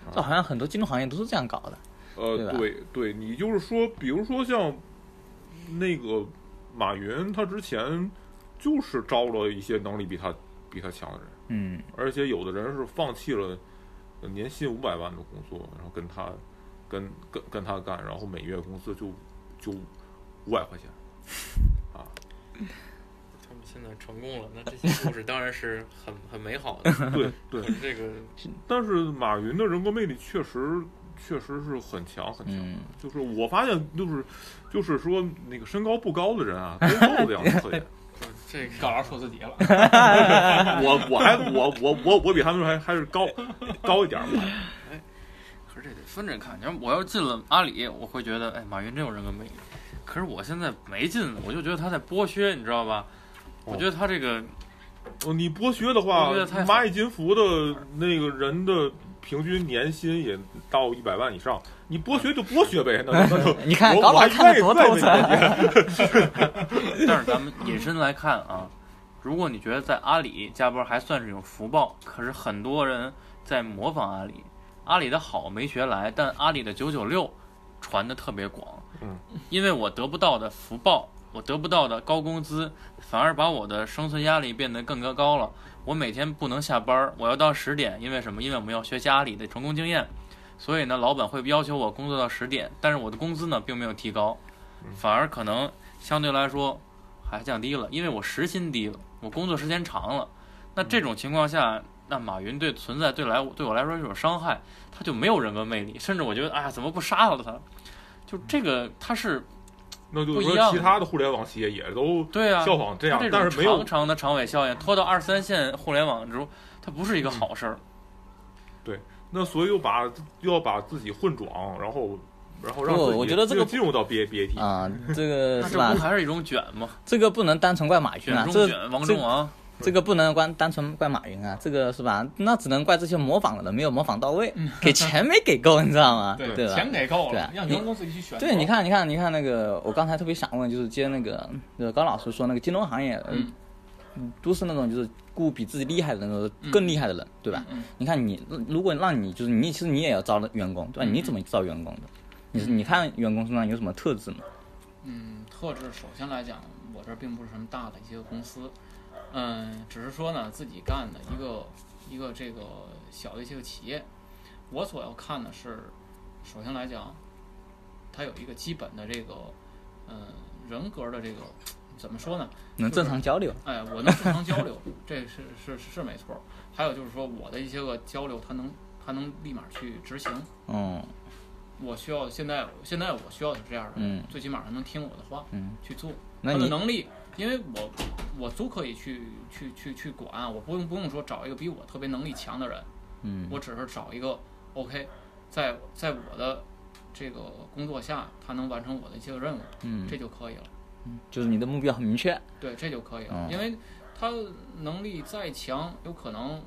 D: 啊
A: 这好像很多金融行业都是这样搞的。对
D: 呃，
A: 吧
D: 对对，你就是说，比如说像那个马云，他之前就是招了一些能力比他比他强的人，
A: 嗯
D: 而且有的人是放弃了呃年薪五百万的工作，然后跟他跟跟跟他干，然后每月工资就就五百块钱。
B: 他们现在成功了，那这些故事当然是很很美好 的，
D: 对对，
B: 这个
D: 但是马云的人格魅力确实确实是很强很强。
A: 嗯，
D: 就是我发现，就是，就是说，那个身高不高的人 啊，都都有这样的特点。
B: 这个
C: 高老师说自己了，
D: 我我还我我我我比他们还还是高高一点吧。
B: 可是这得分着看，你要我要进了阿里，我会觉得，哎，马云真有人格魅力。可是我现在没进，我就觉得他在剥削，你知道吧？我觉得他这个
D: 哦，你剥削的话
B: 我觉得太，好
D: 蚂蚁金服的那个人的平均年薪也到一百万以上，你剥削就剥削呗。 那那就
A: 嗯你看
D: 我
A: 高
D: 我
A: 老
D: 还
A: 师看
D: 愿
A: 的
D: 意
A: 多
D: 再
A: 透
D: 为
A: 彻。
B: 但是咱们引申来看啊，如果你觉得在阿里加班还算是有福报，可是很多人在模仿阿里，阿里的好没学来，但阿里的九九六传的特别广。
D: 嗯，
B: 因为我得不到的福报，我得不到的高工资，反而把我的生存压力变得更加高了。我每天不能下班儿，我要到十点，因为什么？因为我们要学习阿里的成功经验，所以呢，老板会要求我工作到十点，但是我的工资呢并没有提高，反而可能相对来说还降低了，因为我时薪低了，我工作时间长了。那这种情况下，那马云对存在对来对我来说是有伤害，他就没有人格魅力，甚至我觉得，哎呀，怎么不杀了他？就这个，他是
D: 那就
B: 不
D: 是
B: 一
D: 说
B: 样
D: 其他的互联网企业也都
B: 对啊，
D: 效仿这样
B: 它，这
D: 但
B: 种
D: 是没有
B: 长长的长尾效应拖到二三线互联网之后，它不是一个好事儿。
D: 那所以又把又要把自己混壮，然后然后让
A: 不
D: 自己
A: 我觉得这个
D: 又进入到 B A B A T。
A: 啊，这个
B: 那
A: 是
B: 这
A: 吧
B: 不？还是一种卷吗？
A: 这个不能单纯怪马云
B: 卷
A: 啊，
B: 中
A: 这
B: 卷，王
A: 这
B: 中王。
A: 这个不能怪单纯怪马云啊，这个是吧？那只能怪这些模仿的人没有模仿到位，给钱没给够，你知道吗？
C: 嗯 对，
A: 吧？
C: 钱给够
A: 对
C: 了
A: 啊，
C: 让员工自己去选择。
A: 对，你看，你看，你看那个，我刚才特别想问，就是接那个，就是高老师说那个金融行业，呃
C: 嗯，
A: 都是那种就是雇比自己厉害的人，更厉害的人，对吧？
C: 嗯
A: 你看你，如果让你就是你，其实你也要招员工，对吧？
C: 嗯
A: 你怎么招员工的？你你看员工身上有什么特质吗？
C: 嗯，特质首先来讲，我这儿并不是什么大的一个公司，嗯，只是说呢自己干的一个一个这个小的一些个企业，我所要看的是，首先来讲，它有一个基本的这个，嗯，人格的这个怎么说呢？
A: 能正常交流？
C: 哎，我能正常交流，这是是是是没错儿。还有就是说我的一些个交流，它能它能立马去执行。
A: 嗯
C: 我需要现在现在我需要的是这样的人，
A: 嗯
C: 最起码他能听我的话
A: 嗯，
C: 去做。
A: 那
C: 他的
A: 你
C: 能力因为我我足可以去去去去管，啊我不用不用说找一个比我特别能力强的人，
A: 嗯
C: 我只是找一个 OK，在在我的这个工作下，他能完成我的一些任务，
A: 嗯，
C: 这就可以了。
A: 就是你的目标很明确，
C: 对，这就可以了
A: 嗯，
C: 因为他能力再强，有可能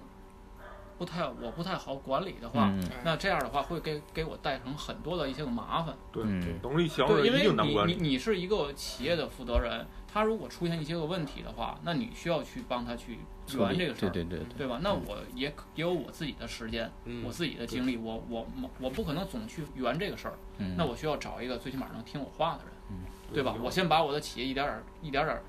C: 不太我不太好管理的话，
A: 嗯
C: 那这样的话会给给我带成很多的一些个麻烦。
D: 对，
A: 嗯
D: 能力强
C: 对，
D: 人
C: 因
D: 一
C: 为
D: 定难管
C: 你
D: 理
C: 你。你是一个企业的负责人，他如果出现一些个问题的话，那你需要去帮他去
A: 处
C: 圆
A: 理
C: 这个事儿，
A: 对对对对，嗯
C: 对吧？那我也可也有我自己的时间，
B: 嗯
C: 我自己的精力，我我我不可能总去圆这个事儿，
A: 嗯，
C: 那我需要找一个最起码能听我话的人，对吧？
D: 对
C: 我先把我的企业一点点儿一点点儿，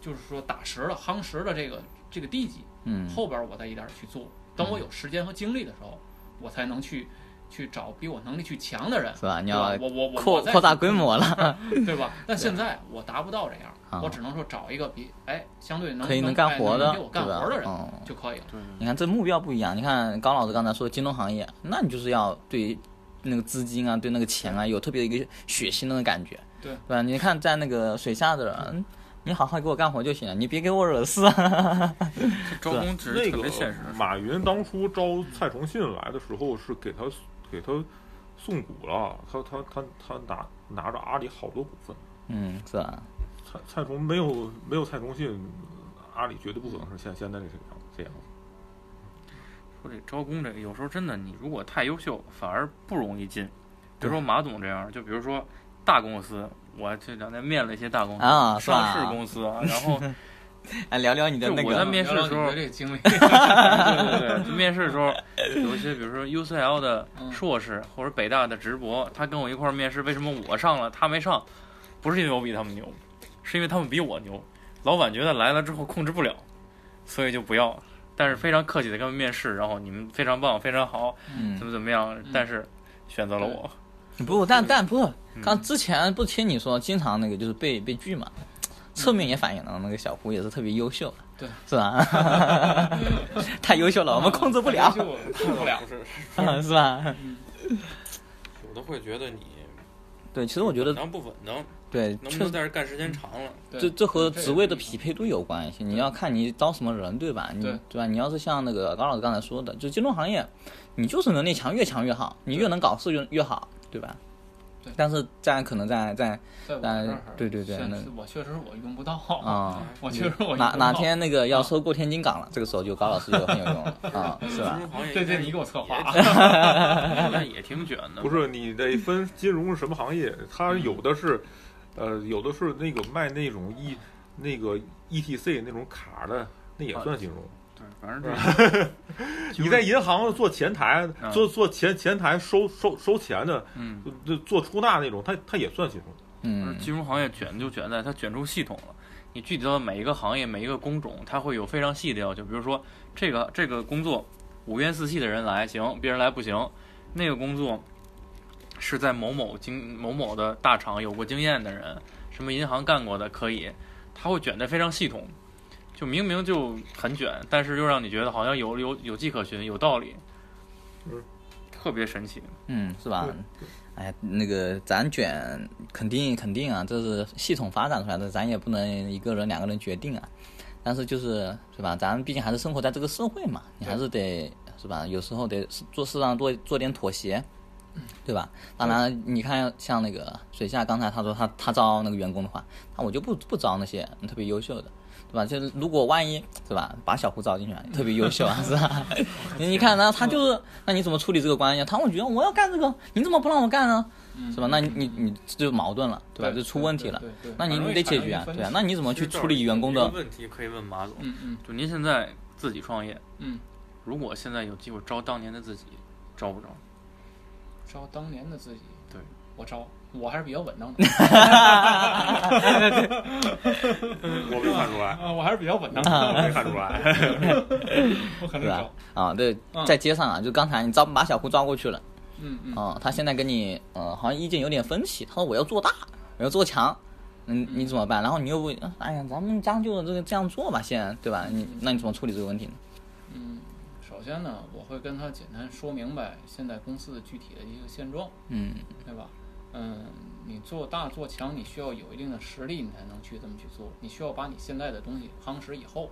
C: 就是说打实了、夯实了这个这个地基，
A: 嗯
C: 后边儿我再一点儿去做。等我有时间和精力的时候，我才能去去找比我能力去强的人，
A: 是吧？你
C: 对
A: 要
C: 吧？我我我
A: 扩
C: 我再
A: 扩大
C: 去
A: 规模了，
C: 对吧？但现在我达不到这样
A: 啊，
C: 我只能说找一个比哎相对能
A: 可以
C: 能
A: 干
C: 哎
A: 活的，
C: 给我
A: 对
C: 干
A: 吧
C: 活的？人
A: 嗯。
C: 就可以了。
B: 对，
A: 你看这目标不一样。你看高老师刚才说金融行业，那你就是要对那个资金啊，对那个钱啊，有特别的一个血腥那种感觉，
C: 对
A: 对吧？你看在那个水下的人，嗯你好好给我干活就行了，你别给我惹事啊。
B: 这招工只
D: 那
B: 是
D: 个
B: 特别现实。
D: 马云当初招蔡崇信来的时候是给他给他送股了，他他他他拿拿着阿里好多股份。
A: 嗯，是吧？
D: 蔡蔡崇没有没有蔡崇信，阿里绝对不可能是现现在这个样这样。
B: 说这招工这个，有时候真的，你如果太优秀，反而不容易进。比如说马总这样，就比如说大公司，我这两天面了一些大公司，
A: 啊，是
B: 上市
A: 吧？
B: 公司啊，然 后对
A: 哎，聊聊你的
B: 就
A: 那
B: 我在
A: 个，
B: 面试的时候
C: 啊聊聊你这个经历，
B: 对对，就面试的时候，有一些比如说 UCL 的
C: 嗯
B: 硕士或者北大的直博，他跟我一块儿面试，为什么我上了他没上？不是因为我比他们牛，是因为他们比我牛。老板觉得来了之后控制不了，所以就不要。但是非常客气的跟他们面试，然后你们非常棒，非常好，怎
A: 嗯，
B: 么怎么样
C: 嗯，
B: 但是选择了我。
A: 不，但但不，
B: 嗯
A: 刚之前不听你说，经常那个就是被被拒嘛，侧面也反映了那个小胡也是特别优秀，
C: 对，
A: 是吧？ 太优秀了，我们控制 不了，
C: 就 控不了。
B: 不是，
C: 嗯
A: 是吧？
B: 有的会觉得你
A: 对，其实我觉
C: 嗯
A: 得
B: 能不稳当，
A: 对，确实
B: 在这干时间长了？
C: 对
A: 这这和职位的
C: 这个
A: 匹配度有关系，你要看你招什么人，对吧？你
C: 对
A: 吧？你要是像那个高老师刚才说的，就金融行业，你就是能力强，越强越好，你越能搞事越越好，对吧？
C: 对
A: 但是在可能在在
C: 在我这
A: 但
C: 儿，
A: 对对对
C: 现
A: 那
C: 我确实我用不到，
A: 啊、
C: 我确实我用
A: 哪
C: 不
A: 哪
C: 到
A: 天那个要收购天津港了，这个时候就高老师就很有用了啊，是吧？
B: 行
C: 对对，你给我策划啊，
B: 那也挺 卷的。
D: 不是你得分金融是什么行业，它有的是，呃，有的是那个卖那种 E 那个 ETC 那种卡的，那
B: 啊
D: 也算金融。
B: 对，反正这
D: 你在银行做前台
B: 啊，
D: 做做前前台收收收钱的，
B: 嗯，
D: 就做出纳那种，它它也算金融。
A: 嗯，
B: 金融行业卷呃就卷在它卷出系统了。你具体到每一个行业、每一个工种，它会有非常细的要求。比如说，这个这个工作五冤四气的人来行，别人来不行。那个工作是在某某经某某的大厂有过经验的人，什么银行干过的可以，它会卷得非常系统。就明明就很卷，但是又让你觉得好像有有有迹可循，有道理，
D: 嗯，
B: 特别神奇。
A: 嗯，是吧
D: 对？
A: 哎呀，那个咱卷肯定肯定啊，这是系统发展出来的，咱也不能一个人两个人决定啊。但是就是是吧？咱毕竟还是生活在这个社会嘛，你还是得是吧？有时候得做事上多做点妥协，对
C: 嗯
A: 吧？当然，你看像那个水下刚才他说他他招那个员工的话，那我就不不招那些特别优秀的，对吧？就是如果万一是吧，把小胡招 进去，特别优秀啊，是吧？你你看，那他就是，那你怎么处理这个关系啊？他会觉得我要干这个，你怎么不让我干呢？是吧？那你你你就矛盾了，对吧？就出问题了。
C: 嗯对，对对
A: 那你
C: 很容
A: 你
C: 易
A: 得
C: 产
A: 解
C: 生
A: 决啊
C: 一，分
A: 对啊
C: 歧。
A: 那你怎么去处理员工的？
B: 问题？可以问马总。
C: 嗯嗯
B: 就您现在自己创业，
C: 嗯，
B: 如果现在有机会招当年的自己，招不招？
C: 招当年的自己，
B: 对
C: 我招，我还是比较稳当的
D: 我没看出 来，
C: 啊，我还是比较稳当
D: 我
C: 的，
D: 没看出
B: 啊
D: 来。
C: 我
A: 对
C: 肯定
A: 吧
C: 招。？
A: 啊，对，
C: 嗯
A: 在街上啊，就刚才你招把小胡招过去了，
C: 嗯嗯，
A: 啊，他现在跟你，呃，好像意见有点分歧。他说我要做大，我要做强，嗯，你怎么办？然后你又不，哎呀，咱们将就这个这样做吧，先，对吧？你那你怎么处理这个问题呢？
C: 嗯，首先呢，我会跟他简单说明白现在公司的具体的一个现状，
A: 嗯
C: 对吧？嗯，你做大做强，你需要有一定的实力，你才能去这么去做。你需要把你现在的东西夯实以后，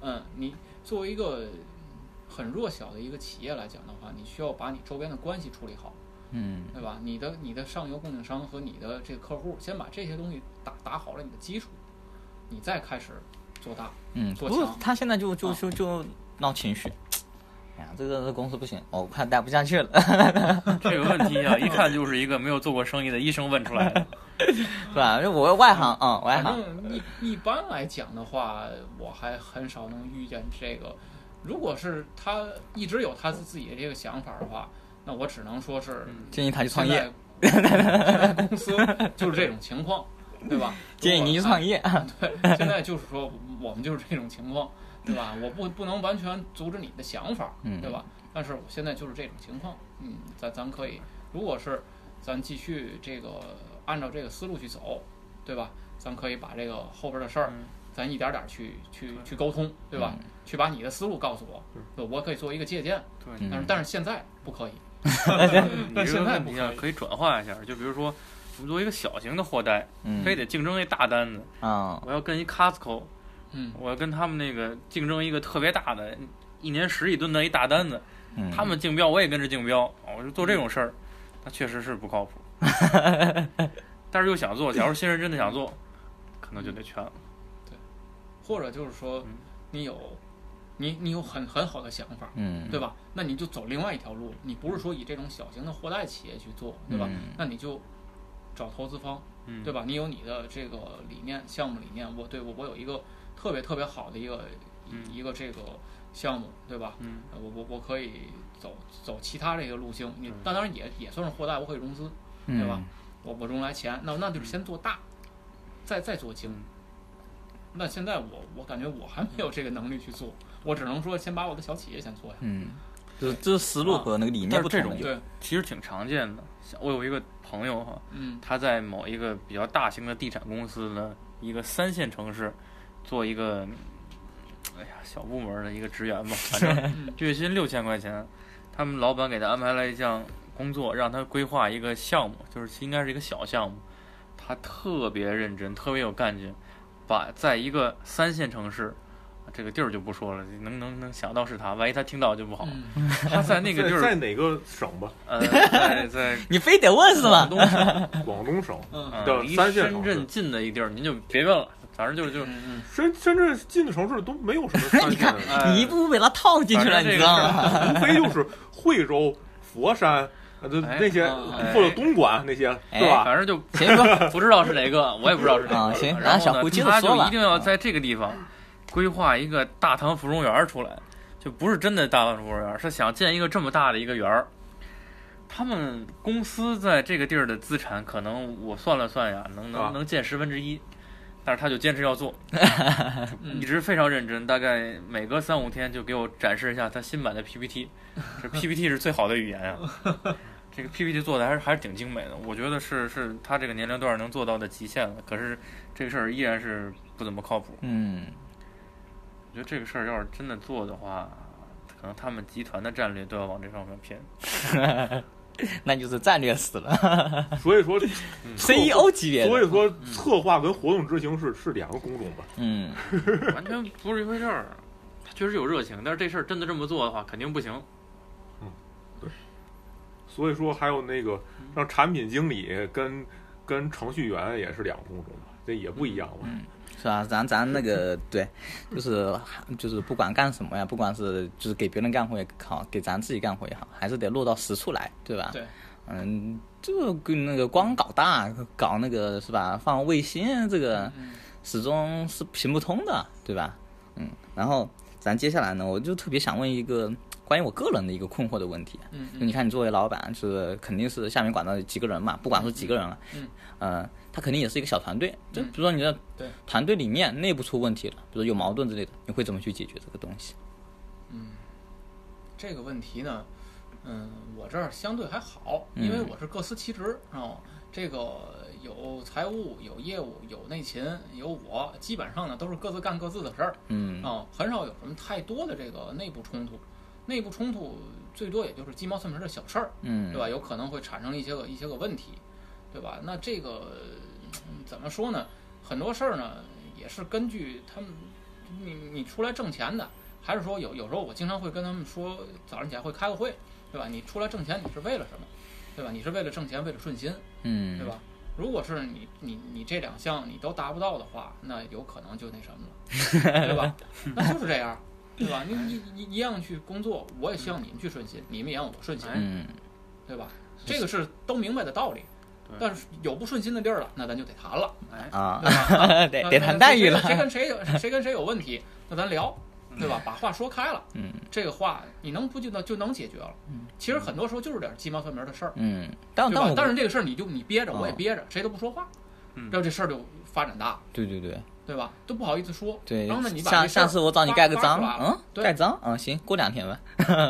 C: 嗯，你作为一个很弱小的一个企业来讲的话，你需要把你周边的关系处理好，
A: 嗯
C: 对吧？你的你的上游供应商和你的这个客户，先把这些东西打打好了你的基础，你再开始做大。
A: 嗯，不
C: 做
A: 过
C: 强
A: 他现在就就
C: 啊
A: 就就闹情绪，哎呀，这个这公司不行，我快待不下去了。
B: 这个问题 啊，一看就是一个没有做过生意的医生问出来 的。
A: 是吧？就我外行啊、嗯外
C: 反
A: 行。
C: 正一一般来讲的话，我还很少能遇见这个。如果是他一直有他自己的这个想法的话，那我只能说是
A: 建议嗯他去创业，
C: 现在。现在公司就是这种情况，对吧？
A: 建议你去创
C: 业。
A: 业。
C: 对，现在就是说我们就是这种情况，对吧？我不不能完全阻止你的想法，
A: 嗯
C: 对吧？但是我现在就是这种情况，嗯，咱咱可以，如果是咱继续这个按照这个思路去走，对吧？咱可以把这个后边的事儿，
B: 嗯
C: 咱一点点儿去去去沟通，对吧？
A: 嗯
C: 去把你的思路告诉我，对我可以做一个借鉴，
B: 对，
A: 嗯
C: 但是但是现在不可以，
B: 你
C: 但
B: 这个
C: 现在
B: 问
C: 不
B: 题啊
C: 可，以
B: 可以转化一下，就比如说，我们作为一个小型的货代，
A: 嗯，
B: 非得竞争一大单子，
A: 啊，
B: 我要跟一 Costco，
C: 嗯，
B: 我要跟他们那个竞争一个特别大的，一年十亿吨的一大单子，
A: 嗯
B: 他们竞标我也跟着竞标，我就做这种事儿，那确实是不靠谱。 但是又想做，假如新人真的想做，可能就得全了。
C: 或者就是说
B: 嗯
C: 你有你你有很很好的想法，
A: 嗯，
C: 对吧？那你就走另外一条路，你不是说以这种小型的货代企业去做，对吧？
A: 嗯
C: 那你就找投资方，
B: 嗯，
C: 对吧？你有你的这个理念、项目理念，我对我我有一个特别特别好的一个、
B: 嗯
C: 一个这个项目，对吧？
B: 嗯
C: 呃我我我可以走走其他这个路径，你
B: 嗯
C: 但当然也也算是货代，我可以融资，
A: 嗯
C: 对吧？我我融来钱，那那就是先做大，再再做精
B: 嗯。
C: 那现在我我感觉我还没有这个能力去做，我只能说先把我的小企业先做呀。
A: 嗯，就是这是思路和那个理念不同
B: 嗯但是这种
A: 的。
C: 对，
B: 其实挺常见的。像我有一个朋友哈，
C: 嗯
B: 他在某一个比较大型的地产公司的一个三线城市做一个，哎呀，小部门的一个职员吧，反正
C: 嗯
B: 月薪六千块钱。他们老板给他安排了一项工作，让他规划一个项目，就是应该是一个小项目。他特别认真，特别有干劲，把在一个三线城市，这个地儿就不说了，能能能想到是他，万一他听到就不好。
C: 嗯。
B: 他在那个地
D: 在在
B: 儿，
D: 哪个省吧？
B: 呃，在在
A: 你非得问是
B: 广
A: 吗？
B: 东 省
D: 广东省。
C: 嗯
B: 啊
D: 到
B: 离
D: 三线
B: 深
D: 城市
B: 圳近的一地儿，您就别问了，反正就是就是，
C: 嗯
D: 深深圳近的城市都没有什 么三线的，
B: 哎
A: 你一步步被他套进去了，
B: 反
A: 你
B: 正这个
A: 知道吗？
D: 无非就是惠州、佛山，呃，就
B: 哎
D: 那些
C: 哎
D: 或者东莞那些，
A: 哎
D: 是吧？
B: 反正就
A: 行 哥，
B: 不知道是哪个，我也不知道是哪个。
A: 啊行
B: 然
A: 那小
B: 后
A: 胡
B: 呢，
A: 接着
B: 他
A: 说
B: 就
A: 吧啊
B: 一定要在这个地方规划一个大唐芙蓉园儿出来，就不是真的大唐芙蓉园儿，是想建一个这么大的一个园儿。他们公司在这个地儿的资产，可能我算了算呀，能
D: 啊
B: 能能建十分之一，但是他就坚持要做，
C: 嗯
B: 一直非常认真，大概每隔三五天就给我展示一下他新版的 PPT。这 PPT 是最好的语言啊，这个 PPT 做的还是还是挺精美的，我觉得是是他这个年龄段能做到的极限了。可是这个事儿依然是不怎么靠谱。
A: 嗯
B: 我觉得这个事儿要是真的做的话，可能他们集团的战略都要往这上面偏。
A: 那就是战略死了
D: 所以说，
A: 嗯
B: 嗯
A: ，CEO 级别
D: 所
A: E 的，
D: 以说策划跟活动执行是是两个工种吧？
A: 嗯
B: 完全不是一回事儿。他确实有热情，但是这事儿真的这么做的话，肯定不行。
D: 所以说还有那个让产品经理跟跟程序员也是两个工种吧，这也不一样吧？
A: 是吧？咱咱那个对，就是就是不管干什么呀，不管是就是给别人干活也好，给咱自己干活也好，还是得落到实处来，对吧？
C: 对，
A: 嗯，就跟那个光搞大搞那个是吧？放卫星啊这个
C: 嗯
A: 始终是行不通的，对吧？嗯，然后咱接下来呢，我就特别想问一个关于我个人的一个困惑的问题。
C: 嗯
A: 就你看，你作为老板，是肯定是下面管到几个人嘛，不管说几个人了，
C: 嗯，
A: 呃，他肯定也是一个小团队。就
C: 嗯
A: 比如说你的
C: 对
A: 团队里面内部出问题了，比如说有矛盾之类的，你会怎么去解决这个东西？
C: 这个问题呢，嗯，我这儿相对还好，
A: 嗯
C: 因为我是各司其职啊、这个有财务，有业务，有内勤，有我，基本上呢都是各自干各自的事儿
A: 嗯
C: 啊、很少有什么太多的这个内部冲突。内部冲突最多也就是鸡毛蒜皮儿的小事儿，
A: 嗯，
C: 对吧？有可能会产生一些个一些个问题，对吧？那这个嗯怎么说呢？很多事儿呢也是根据他们，你你出来挣钱的，还是说有有时候我经常会跟他们说，早上起来会开个会，对吧？你出来挣钱你是为了什么？对吧？你是为了挣钱，为了顺心，
A: 嗯，
C: 对吧？如果是你你你这两项你都达不到的话，那有可能就那什么了，对吧？那就是这样，对吧？你你你一样去工作，我也希望你们去顺心，你们也让我顺心，
A: 嗯，
C: 对吧？这个是都明白的道理
B: 对。
C: 但是有不顺心的地儿了，那咱就得谈了，
B: 哎，
A: 啊，
C: 对吧？
A: 得
C: 那
A: 得
C: 那
A: 谈待遇了，
C: 谁跟谁有谁跟谁有问题，那咱聊，对吧？把话说开了，
A: 嗯
C: 这个话你能不就能就能解决了？其实很多时候就是点儿鸡毛蒜皮儿的事儿，
A: 嗯，但
C: 对
A: 但
C: 吧？
A: 我
C: 但是这个事儿你就你憋着，我也
A: 嗯
C: 憋着，谁都不说话，
B: 嗯
C: 然后这事儿就发展大了，
A: 对对对
C: 对吧？都不好意思说。
A: 对
C: 然后呢，你，把
A: 下
C: 这事
A: 下
C: 儿
A: 次我找你
C: 发
A: 盖个
C: 发
A: 章
C: 出来，了
A: 嗯，
C: 对
A: 盖章，嗯，行，过两天吧。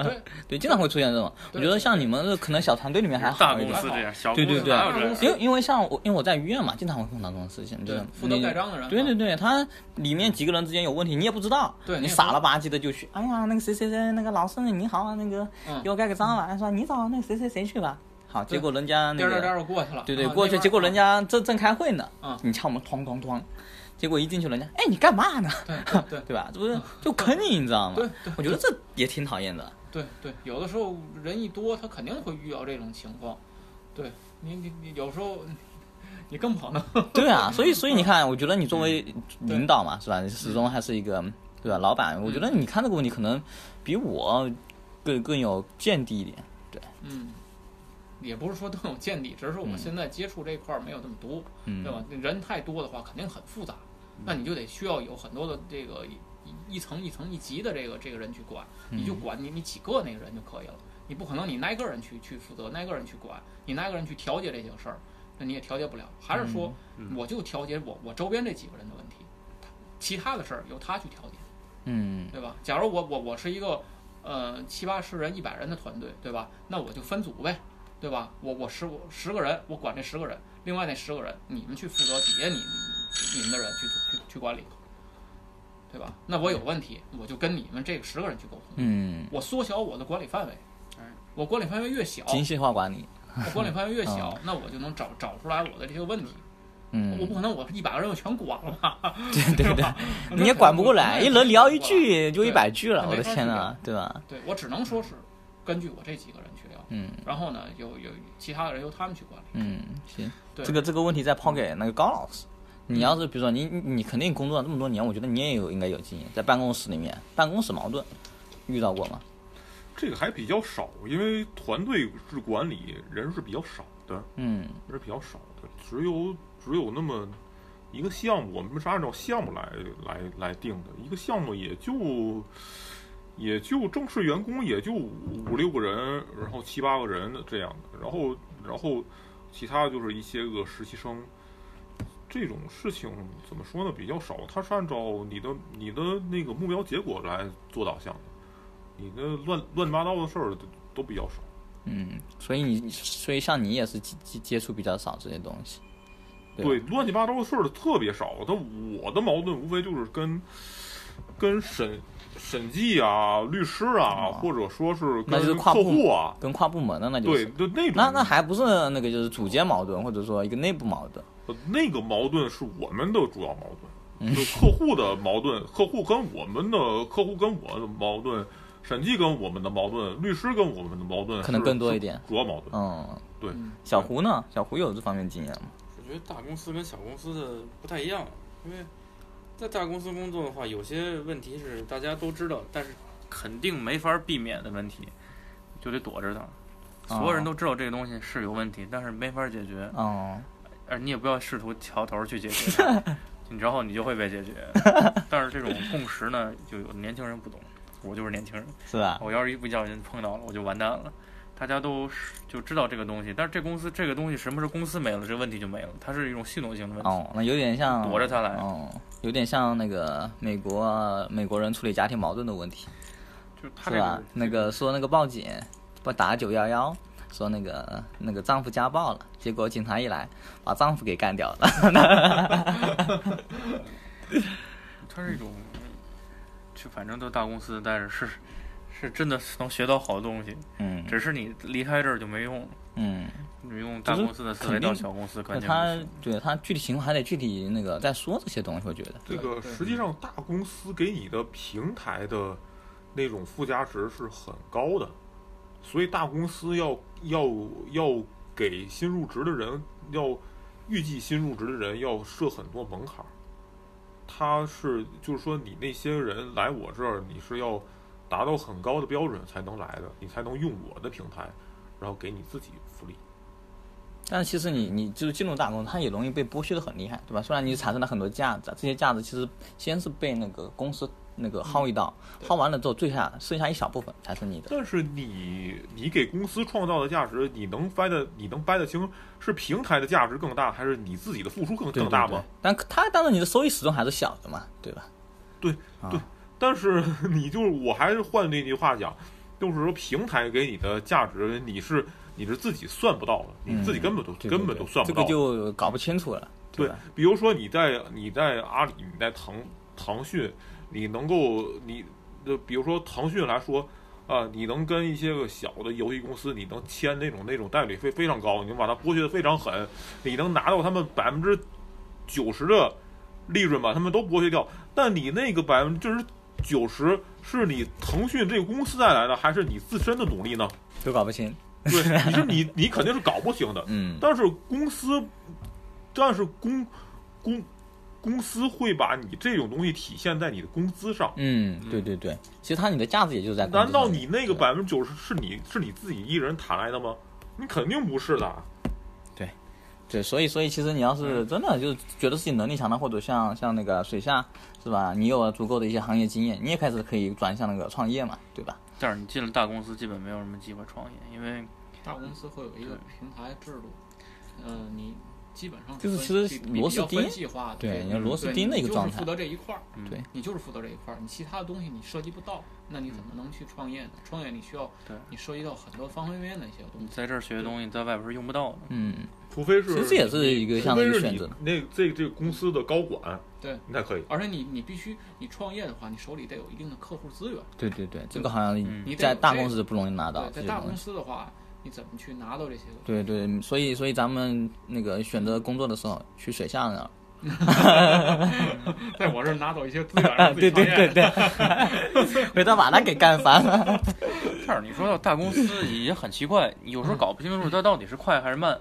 C: 对，
A: 对，经常会出现这种。我
C: 对
A: 觉得像你们这可能小团队里面还
B: 大
A: 好一
B: 公
A: 点，
B: 司这样，小
A: 对
B: 公
A: 对
B: 司
A: 对
B: 哪有这样？
A: 因为因为像我，因为我在医院嘛，经常会碰到这种事情，就
C: 对
A: 是
C: 负责
A: 你
C: 盖章的人
A: 对
C: 啊
A: 对对，他里面几个人之间有问题，你也不知道，
C: 对
A: 你
C: 你也不
A: 傻了吧唧的就去，哎呀，那个谁谁谁，那个老孙你好啊，那个
C: 嗯
A: 给我盖个章吧，哎说你找那个谁谁谁去吧，好，结
C: 对
A: 果人家那
C: 颠儿颠儿颠
A: 个，
C: 儿就过去了。
A: 对对，
C: 啊
A: 过去，
C: 那边儿
A: 结果人家正正开会呢
C: 嗯，
A: 你敲门，哐哐哐，结果一进去人家，哎，你干嘛呢？
C: 啊对对对
A: 对吧？这不是就坑你，你知道吗
C: 嗯对？对
A: 我觉得这也挺讨 厌的。
C: 对对，有的时候人一多，他肯定会遇到这种情况。对你你你有时候你更不好弄。
A: 对啊，所以所以你看，我觉得你作为
C: 嗯
A: 领导嘛，是吧？始终还是一个对吧？老板，我觉
C: 嗯
A: 得你看这个问题可能比我更更有见地一点。
C: 嗯，也不是说都有见底，只是说我
A: 嗯
C: 现在接触这块儿没有那么多，
A: 嗯
C: 对吧？人太多的话，肯定很复杂，那你就得需要有很多的这个一一层一层一级的这个这个人去管，你就管你你几个那个人就可以了，你不可能你挨个人去去负责，挨个人去管，你挨个人去调节这些事儿，那你也调节不了。还是说，我就调节我我周边这几个人的问题，其他的事儿由他去调节。
A: 嗯
C: 对吧？假如我我我是一个呃七八十人、一百人的团队，对吧？那我就分组呗，对吧？我我十我十个人，我管这十个人，另外那十个人你们去负责底下你你们的人去去去管理，对吧？那我有问题，我就跟你们这个十个人去沟通，
A: 嗯，
C: 我缩小我的管理范围
B: 哎。
C: 我管理范围越小，
A: 精细化管理。
C: 我管理范围越小，那我就能找找出来我的这些问题。
A: 啊嗯
C: 我，不可能我一百个人我全管了吧？
A: 对对
C: 是
A: 对
C: 吧，
A: 你也管不过来，一人聊一。
C: 我也
A: 句就一百句了，
C: 对
A: 我的天
C: 没法
A: 呐，对吧？
C: 对我只能说是根据我这几个人去聊，
A: 嗯
C: 然后呢，有有其他的人由他们去管理。
A: 嗯，行，
C: 对
A: 这个这个问题再抛给那个高老师。你要是比如说你你你肯定工作了这么多年，我觉得你也有应该有经验，在办公室里面办公室矛盾遇到过吗？
D: 这个还比较少，因为团队制管理人是比较少的，
A: 嗯
D: 人是比较少的，只有只有那么一个项目，我们是按照项目来来来定的，一个项目也就也就正式员工也就五五六个人，然后七八个人的这样的，然后然后其他就是一些个实习生。这种事情怎么说呢？比较少，它是按照你的你的那个目标结果来做导向的，你的乱乱七八糟的事儿都都比较少。
A: 嗯，所以你所以像你也是接接接触比较少这些东西，
D: 对
A: 对，啊
D: 乱七八糟的事儿特别少。但我的矛盾无非就是跟跟审审计啊、律师啊，
A: 啊
D: 或者说是
A: 那就是
D: 跟
A: 跨
D: 客
A: 部
D: 户啊，
A: 跟跨部门的那就
D: 对，
A: 是。
D: 就那种
A: 那那还不是那个就是组间矛盾，或者说一个内部矛盾。
D: 呃那个矛盾是我们的主要矛
A: 嗯
D: 盾，就客户的矛盾，客户跟我们的客户跟我的矛盾，审计跟我们的矛盾，律师跟我们的矛盾
A: 可能
D: 是
A: 更多
D: 是
A: 一点
D: 主要矛盾。
A: 嗯，
D: 对，
A: 小胡呢？小胡有这方面经验吗？
B: 我觉得大公司跟小公司的不太一样，因为在大公司工作的话，有些问题是大家都知道，但是肯定没法避免的问题，就得躲着它。所有人都知道这个东西是有问题，但是没法解决，
A: 哦，
B: 而呃你也不要试图桥头去解决 它，你然后你就会被解决。但是这种共识呢，就有年轻人不懂，我就是啊年轻人，
A: 是吧？
B: 我要是一不小心碰到了，我就完蛋了。大家都是就知道这个东西，但是这公司这个东西什么时候公司没了，这个问题就没了，它是一种系统性的问题。
A: 哦，那有点像
B: 躲着他来
A: 哦，有点像那个美国美国人处理家庭矛盾的问题，
B: 就是他
A: 是
B: 这
A: 吧
B: 个？
A: 那个说那个报警，不打九幺幺，说那个那个丈夫家暴了，结果警察一来，把丈夫给干掉 了。
B: 它是一种，就反正都大公司，但是是是是真的能学到好东西，
A: 嗯
B: 只是你离开这儿就没用了。
A: 嗯，
B: 你用大公司的思维到小公司
A: 那
B: 看见
A: 他对他具体情况还得具体那个再说这些东西，我觉得。
D: 这个
C: 对
D: 实际上大公司给你的平台的那种附加值是很高的，所以大公司要要要给新入职的人，要预计新入职的人要设很多门槛儿。他是就是说，你那些人来我这儿，你是要达到很高的标准才能来的，你才能用我的平台，然后给你自己福利。
A: 但是其实你你就是进入大公司，他也容易被剥削的很厉害，对吧？虽然你产生了很多价值啊，这些价值其实先是被那个公司那
B: 嗯
A: 个薅一刀，薅完了之后，最下剩下一小部分才是你的。
D: 但是你你给公司创造的价值，你能掰的你能掰得清是平台的价值更大，还是你自己的付出更
A: 对
D: 更大
A: 对对
D: 吗？
A: 但他当然你的收益始终还是小的嘛，对吧？
D: 对
A: 啊
D: 对但是 你就是我还是换那句话讲，就是说平台给你的价值，你是你是自己算不到的，你自己根本都、
A: 嗯对对
D: 根本
A: 对
D: 都算不
A: 这
D: 到
A: 个
D: 的。
A: 就搞不清楚了，
D: 对
A: 吧？，
D: 比如说你在你在阿里，你在腾腾讯，你能够你就比如说腾讯来说啊，你能跟一些个小的游戏公司，你能签那种那种代理费非常高，你能把它剥削的非常狠，你能拿到他们百分之九十的利润吧，他们都剥削掉。但你那个百分之九十是你腾讯这个公司带来的，还是你自身的努力呢？
A: 都搞不清，
D: 对，你是你你肯定是搞不清的。
A: 嗯，
D: 但是公司，但是公公公司会把你这种东西体现在你的工资上。
A: 嗯，对对对，其实它你的价值也就是在工资上面。
D: 难道你那
A: 对
D: 个
A: 吧
D: 百分之九十是你是你自己一人谈来的吗？你肯定不是的。
A: 对，所以所以其实你要
D: 嗯
A: 是真的就是觉得自己能力强的，或者像像那个水下是吧？你有了足够的一些行业经验，你也开始可以转向那个创业嘛，对吧？
B: 但是你进了大公司，基本没有什么机会创业，因为
C: 大公司会有一个平台制度，呃，你基本上
A: 就是
C: 分
A: 其实
C: 比
A: 螺丝
C: 比较
A: 钉
C: 分细化的，
A: 对
C: 对，
A: 你要螺丝钉的一个状态
C: 你就是负责这一块儿，
B: 嗯
A: 对
C: 你就是负责这一块儿，你其他的东西你涉及不到，那你怎么能去创业呢？创业你需要
B: 对
C: 你涉及到很多方方面面的一些东
B: 你
C: 西，
B: 在这儿学的东西，你在外边是用不到的。
A: 嗯，
D: 除非
A: 其
D: 是，
A: 实这也是一个
D: 除
A: 像一
D: 非
A: 个
D: 是
A: 选
D: 你
A: 择，
D: 那这这个公司的高管，
C: 对，
D: 你才可以。
C: 而且你你必须你创业的话，你手里得有一定的客户资源，
A: 对对对，这个好像
B: 嗯
C: 你得
A: 在
C: 有
A: 大
C: 这
A: 公
C: 个
A: 司是不容易拿到
C: 对，
A: 这
C: 在
A: 些
C: 大
A: 东
C: 公
A: 西。
C: 司的话，你怎么去拿到这些？
A: 对对，所以所以咱们那个选择工作的时候，去水下那儿，
C: 在我这儿拿走一些 资源，让自己
A: 对对
C: 创业
A: 对对，回头把他给干翻了。
B: 但是你说到大公司也很奇怪，有时候搞不清楚它到底是快还是慢。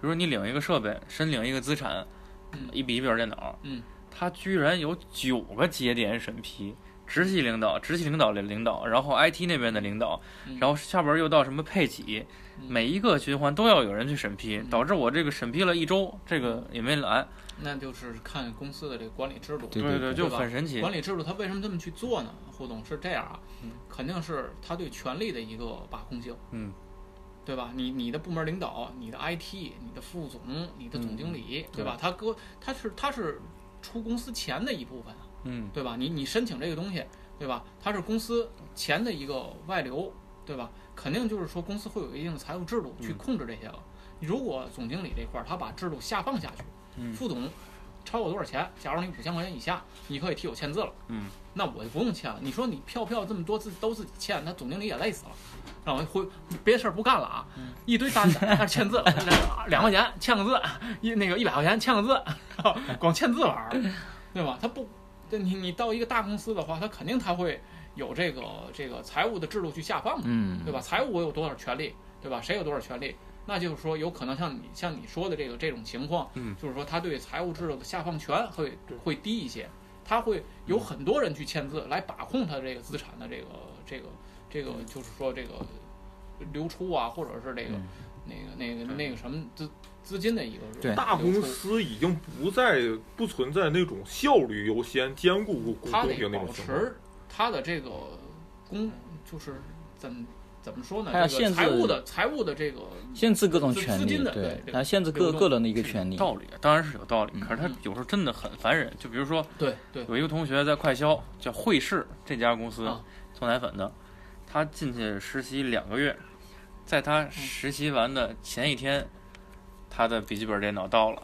B: 比如说你领一个设备，申领一个资产
C: 嗯，
B: 一笔一本电脑，
C: 嗯，
B: 它居然有九个节点审批，直系领导、直系领导的领导，然后 IT 那边的领导，
C: 嗯
B: 然后下边又到什么配给，
C: 嗯
B: 每一个循环都要有人去审批，导致我这个审批了一周，这个也没来。
C: 那就是看公司的这个管理制度。
A: 对
B: 对
A: 对
B: 就
C: 对吧
B: 很神奇
C: 管。理制度它为什么这么去做呢？胡总是这样啊
B: 嗯，
C: 肯定是他对权力的一个把控性，
B: 嗯，
C: 对吧？你你的部门领导、你的 IT、你的副总、你的总经理，对吧？他搁他是他是出公司钱的一部分啊，
B: 嗯，
C: 对吧？你你申请这个东西，对吧？它是公司钱的一个外流，对吧？肯定就是说公司会有一定的财务制度去控制这些了。如果总经理这块儿他把制度下放下去，
B: 嗯
C: 副总超过多少钱？假如你五千块钱以下，你可以替我签字了。
B: 嗯，
C: 那我就不用签了。你说你票票这么多次都自己签，那总经理也累死了。让我回别的事儿不干了啊，一堆单子，那签字，两块钱签个字，一那个一百块钱签个字，光签字玩儿，对吧？他不对你你到一个大公司的话，他肯定他会有这个这个财务的制度去下放的，
A: 嗯
C: 对，吧？财务我有多少权利，对吧？谁有多少权利？那就是说，有可能像你像你说的这个这种情况，
B: 嗯
C: 就是说他对财务制度的下放权会会低一些，他会有很多人去签字来把控他这个资产的这个这个这个，就是说这个流出啊，或者是这个、
B: 嗯
C: 那个那个那个什么资资金的一个
A: 对
D: 大
C: 流出
D: 公司已经不再不存在那种效率优先、兼顾公公
C: 他
D: 公
C: 得
D: 平那
C: 保
D: 种情况。
C: 持他的这个公，就是怎么怎么说呢？
A: 还有
C: 这
A: 限制
C: 个财务的财务的这个，
A: 限制各种
C: 资
A: 权
C: 资
A: 利，
C: 金的
A: 对
C: 对，对
A: 然后限制
C: 流
A: 各
C: 动
A: 个人的一个权利。
B: 道理当然是有道理，可是他
C: 嗯
B: 有时候真的很烦人。就比如说，
C: 对对，
B: 有一个同学在快销叫汇市这家公司
C: 啊
B: 做奶粉的，他进去实习两个月，在他实习完的前一天，他的笔记本电脑到了，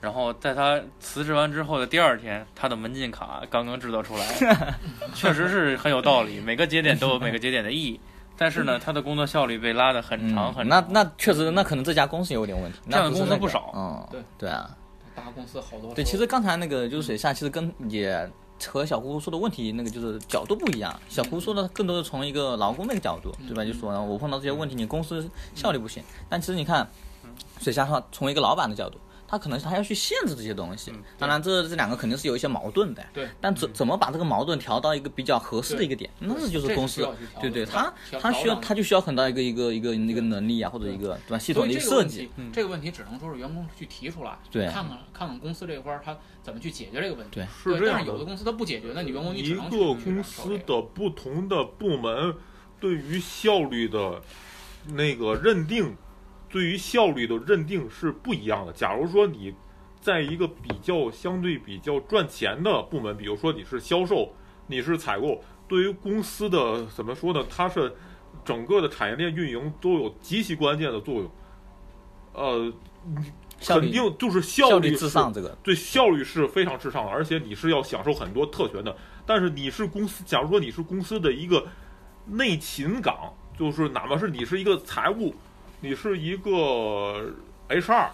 B: 然后在他辞职完之后的第二天，他的门禁卡刚刚制作出来，确实是很有道理。每个节点都有每个节点的意义，但是呢，他的工作效率被拉得很长很
A: 嗯，
B: 长。
A: 那那确实，那可能这家公司有点问题。
B: 这样的
A: 那是
B: 公司
A: 那个
B: 不少
A: 嗯，
C: 对
A: 对啊，
C: 大公司好多
A: 对，其实刚才那个就是水下，其实跟也和小胡说的问题那个就是角度不一样。小胡说的更多是从一个劳工那个角度，对吧？就说我碰到这些问题，你公司效率不行。但其实你看，水下的话，从一个老板的角度，他可能是他要去限制这些东西
B: 嗯。
A: 当然，这这两个肯定是有一些矛盾的。
C: 对
A: 但怎怎么把这个矛盾调到一个比较合适的一个点，那这就是公司
C: 这是需要去调。
A: 对
C: 整
A: 对，
C: 的
A: 他
C: 需
A: 他需要
C: 要调整的
A: 他就需要很大一个一个一个一个能力啊，或者一个对吧系统
C: 所
A: 的
C: 以
A: 一个
C: 这个
A: 设
C: 问
A: 计嗯
C: 题。，这个问题只能说是员工去提出来，
A: 对
C: 看看看看公司这块儿他怎么去解决这个问题。
A: 对
D: 是这样
C: 但是有的公司他不解决，那你员工你
D: 一
C: 只能去
D: 个
C: 去
D: 公
C: 忍受
D: 司
C: 这个
D: 的不同的部门对于效率的那个认定，对于效率的认定是不一样的。假如说你在一个比较相对比较赚钱的部门，比如说你是销售，你是采购，对于公司的怎么说呢？它是整个的产业链运营都有极其关键的作用。呃，
A: 效率
D: 肯定就是
A: 效
D: 效率
A: 率至上
D: 是
A: 这个。
D: 对效率是非常至上的，而且你是要享受很多特权的。但是你是公司，假如说你是公司的一个内勤岗，就是哪怕是你是一个财务，你是一个 HR，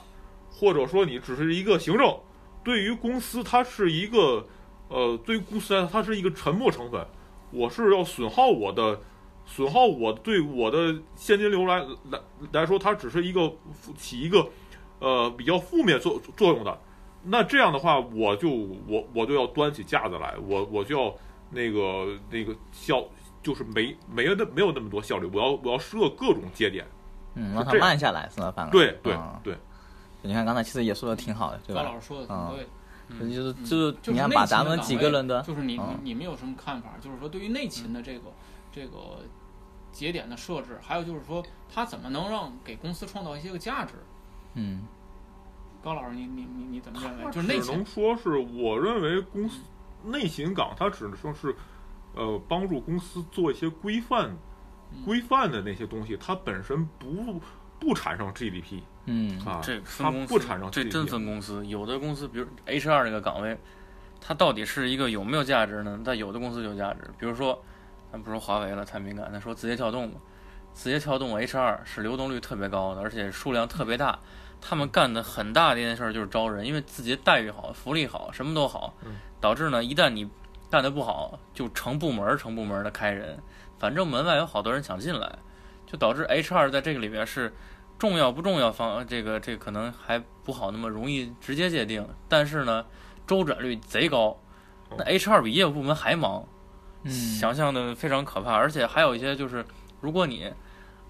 D: 或者说你只是一个行政，对于公司它是一个呃，对于公司来说它是一个沉没成本。我是要损耗我的，损耗我对我的现金流来来来说，它只是一个起一个呃比较负面作作用的。那这样的话，我就我我就要端起架子来，我我就要那个那个效，就是没没有那没有那么多效率，我要我要设各种节点。
A: 嗯，让
D: 是
A: 它
D: 这样
A: 慢下来是吧？反而
D: 对对
A: 嗯
D: 对，
A: 你看刚才其实也说的挺好的，对
C: 高
A: 吧
C: 老？师说的挺对的。
B: 嗯
A: 就是
C: 嗯
A: 就是
C: 就是
A: 你看
C: 内
A: 把
C: 勤
A: 咱
C: 的
A: 们
C: 岗
A: 几
C: 位
A: 个人的，
C: 就是你你
A: 嗯
C: 你们有什么看法？就是说对于内勤的这个这个节点的设置，还有就是说他怎么能让给公司创造一些个价值？
A: 嗯，
C: 高老师，你你你你怎么认为？就是
D: 只
C: 内
D: 能
C: 勤，
D: 说是我认为公司内勤岗，它只能说是呃帮助公司做一些规范
C: 嗯
D: 规范的那些东西，它本身不不产生 GDP
A: 嗯，
D: 啊，
B: 这
D: 它
B: 分公司
D: 不产生
B: 这
D: GDP，
B: 真分公司。有的公司，比如 HR 这个岗位，它到底是一个有没有价值呢？但有的公司有价值，比如说，咱不说华为了太敏感，咱说字节跳动吧。字节跳动 HR 是流动率特别高的，而且数量特别大。他们干的很大的一件事儿就是招人，因为字节待遇好、福利好，什么都好
D: 嗯，
B: 导致呢，一旦你干的不好，就成部门儿成部门的开人，反正门外有好多人想进来，就导致 HR 在这个里边是重要不重要方这个这个可能还不好那么容易直接界定，但是呢，周转率贼高，那 HR 比业务部门还忙，
A: 嗯
B: 想象的非常可怕，而且还有一些就是，如果你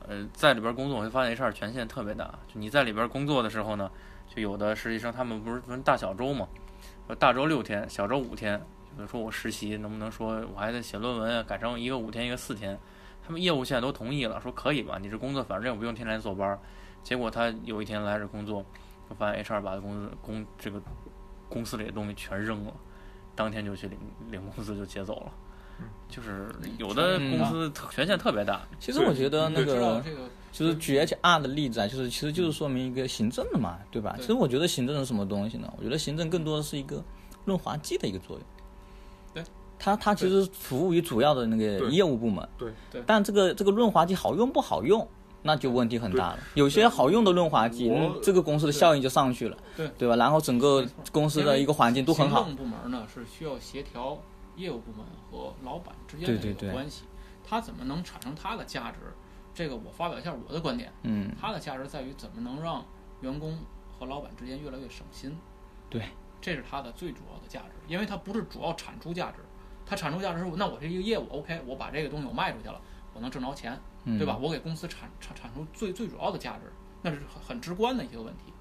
B: 呃在里边工作，会发现 HR 权限特别大，就你在里边工作的时候呢，就有的实习生他们不是分大小周嘛，说大周六天，小周五天，比如说我实习能不能说我还得写论文啊，改成一个五天一个四天，他们业务现在都同意了，说可以吧，你这工作反正也不用天天坐班儿，结果他有一天来这工作，就发现 HR 把公司公这个公司里的东西全扔了，当天就去领领工资就接走了。就是有的
A: 嗯
B: 公司特权限特别大，
A: 其实我觉得那
D: 对
C: 嗯知道
A: 个
C: 这个
A: 就是举 HR 的例子啊，就是其实就是说明一个行政的嘛，对吧？
C: 对
A: 其实我觉得行政是什么东西呢？我觉得行政更多的是一个润滑剂的一个作用。
C: 对，
A: 它它其实服务于主要的那个
D: 对
A: 业务部门。
D: 对
C: 对
A: 但这个这个润滑剂好用不好用，那就问题很大了。有些好用的润滑剂，
D: 我
A: 嗯这个公司的效应就上去了，
C: 对
A: 对吧？然后整个
C: 没错
A: 公司的一个环境都很好
C: 行。政部门呢是需要协调业务部门和老板之间
A: 对
C: 的
A: 对
C: 这
A: 对
C: 个关系，它怎么能产生它的价值？这个我发表一下我的观点，
A: 嗯，
C: 它的价值在于怎么能让员工和老板之间越来越省心。
A: 对，
C: 这是它的最主要的价值，因为它不是主要产出价值，它产出价值是那我这一个业务 OK，我把这个东西我卖出去了，我能挣着钱，
A: 嗯
C: 对吧？？我给公司产产产出最最主要的价值，那是很很直观的一个问题，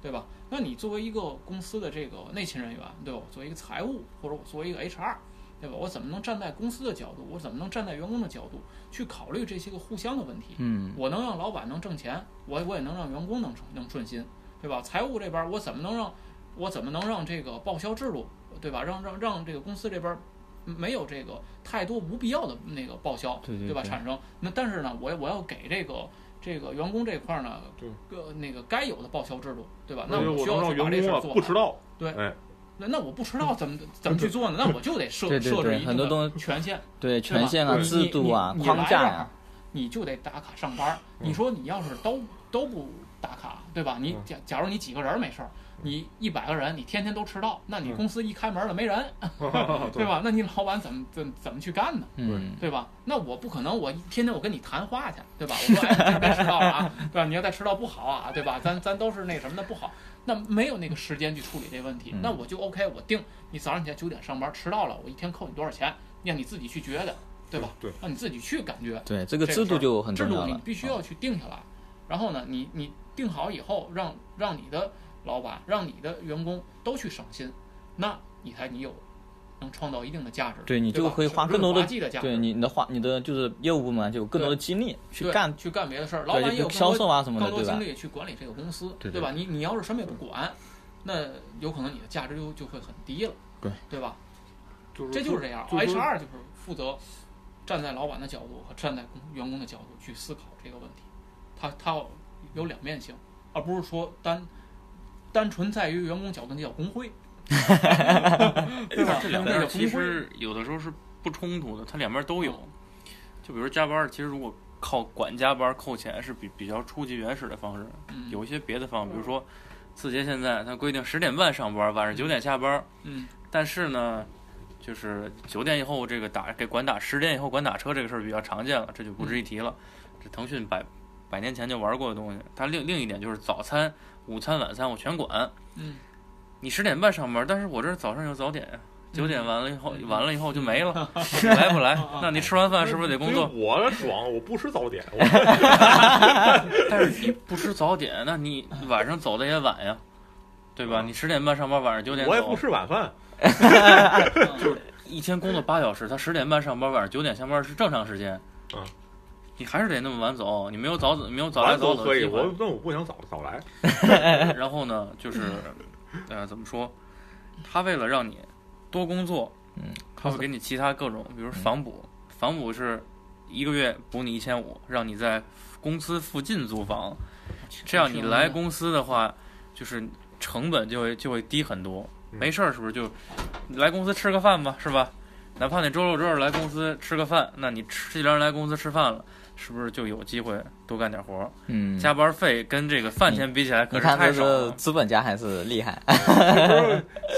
C: 对吧？那你作为一个公司的这个内勤人员，对吧？我作为一个财务或者我作为一个 HR，对吧？我怎么能站在公司的角度，我怎么能站在员工的角度去考虑这些个互相的问题？
A: 嗯，
C: 我能让老板能挣钱，我我也能让员工能能顺心，对吧？财务这边儿我怎么能让，我怎么能让这个报销制度，对吧？让让让这个公司这边儿没有这个太多无必要的那个报销，
A: 嗯对对
C: 吧？
A: 对
C: 产生那但是呢，我我要给这个这个员工这块儿呢
D: 对，
C: 呃，那个该有的报销制度，对吧？那
D: 而且
C: 我
D: 啊我
C: 需
D: 能
C: 要
D: 让
C: 去把这
D: 员
C: 事
D: 工
C: 儿
D: 啊
C: 做
D: 不迟
C: 好
D: 到，
C: 对
D: 哎，
C: 那那我不迟到怎么怎么去做呢？那我就得设
A: 对对
C: 设置
A: 对
C: 一
A: 很多
C: 定
A: 东
C: 的
A: 西
C: 权限，
A: 对
C: 对吧
A: 权限啊、
D: 对
A: 制度啊、
C: 你你你
A: 框架
C: 来这
A: 呀
C: 儿、你就得打卡上班儿。你说你要是都都不打卡，对吧？你
D: 嗯
C: 假假如你几个人儿没事儿，你一百个人，你天天都迟到，那你公司一开门了没人，
D: 哦
C: 对吧？那你老板怎么怎怎么去干呢？
A: 嗯，
C: 对吧？那我不可能，我一天天我跟你谈话去，对吧？我说哎，别迟到了啊，对吧？你要再迟到不好啊，对吧？咱咱都是那什么的不好，那没有那个时间去处理这问题
A: 嗯，
C: 那我就 OK，我定你早上起来九点上班，迟到了我一天扣你多少钱，让你自己去觉得，对吧？
D: 对，
C: 让你自己去感觉，
A: 对，这个
C: 这
A: 制
C: 事
A: 度
C: 儿
A: 就很
C: 制
A: 重
C: 度
A: 要啊
C: 你
A: 了。
C: 必须要去定下来，然后呢，你你定好以后，让让你的老板、让你的员工都去省心，那你才你有能创造一定的价值，
A: 对你就
C: 吧
A: 会
C: 是
A: 花更多的
C: 润滑剂的价值，
A: 对你你的话，你的就是业务部门啊就有更多的精力去
C: 对
A: 干，
C: 去干别的事儿，老
A: 对，
C: 板也有
A: 就
C: 更
A: 销
C: 多
A: 售啊什么的，
C: 更多
A: 对吧
C: 精？力去管理这个公司，
A: 对对
C: 吧？你你要是什么也不管，那有可能你的价值就就会很低了，
A: 对
C: 对吧？
D: 就是
C: 这就是这样
D: 就是
C: ，HR 就是负责站在老板的角度和站在公员工的角度去思考这个问题，他他要有两面性，而不是说单单纯在于员工角度那叫工会，对吧？
B: 这两
C: 那
B: 边
C: 叫
B: 其
C: 工会，
B: 实有的时候是不冲突的，它两边都有。就比如加班儿，其实如果靠管加班儿扣钱是比比较初级原始的方式，
C: 嗯
B: 有一些别的方法，比如说字节现在它规定十点半上班，晚上九点下班，
C: 嗯
B: 但是呢，就是九点以后这个打给管打，十点以后管打车这个事儿比较常见了，这就不值一提了。这腾讯百百年前就玩过的东西。它另另一点就是早餐、午餐、晚餐我全管。
C: 嗯，
B: 你十点半上班，但是我这儿早上有早点，九点完了以后、
C: 嗯
B: 完了以后就没了，你来不来
C: 啊啊？
B: 那你吃完饭是不是得工作
D: 所？以我爽，我不吃 早点，我
B: 但是你不吃早点，那你晚上走的也晚呀，对吧？
D: 嗯
B: 你十点半上班，晚上九点
D: 我也不
B: 走，
D: 吃晚饭，
C: 就是
B: 一天工作八小时，他十点半上班，晚上九点下班是正常时间。
D: 嗯
B: 你还是得那么晚走，你没有早走，没有早来
D: 晚
B: 早
D: 都
B: 走
D: 可
B: 的
D: 以。
B: 机会
D: 我。那我不想早 早来，
B: 然后呢，就是，呃，怎么说？他为了让你多工作，
A: 嗯，
B: 他会给你其他各种，比如房补，房补是一个月补你一千五，让你在公司附近租房。这样你来公司的话，就是成本就会就会低很多。
D: 嗯
B: 没事儿，是不是就你来公司吃个饭吧，是吧？哪怕你周六周日来公司吃个饭，那你吃既然来公司吃饭了，是不是就有机会多干点活儿？
A: 嗯，
B: 加班费跟这个饭钱比起来，可
A: 你
B: 是
A: 看
B: 太
A: 这
B: 少
A: 是
B: 了。
A: 资本家还是厉害，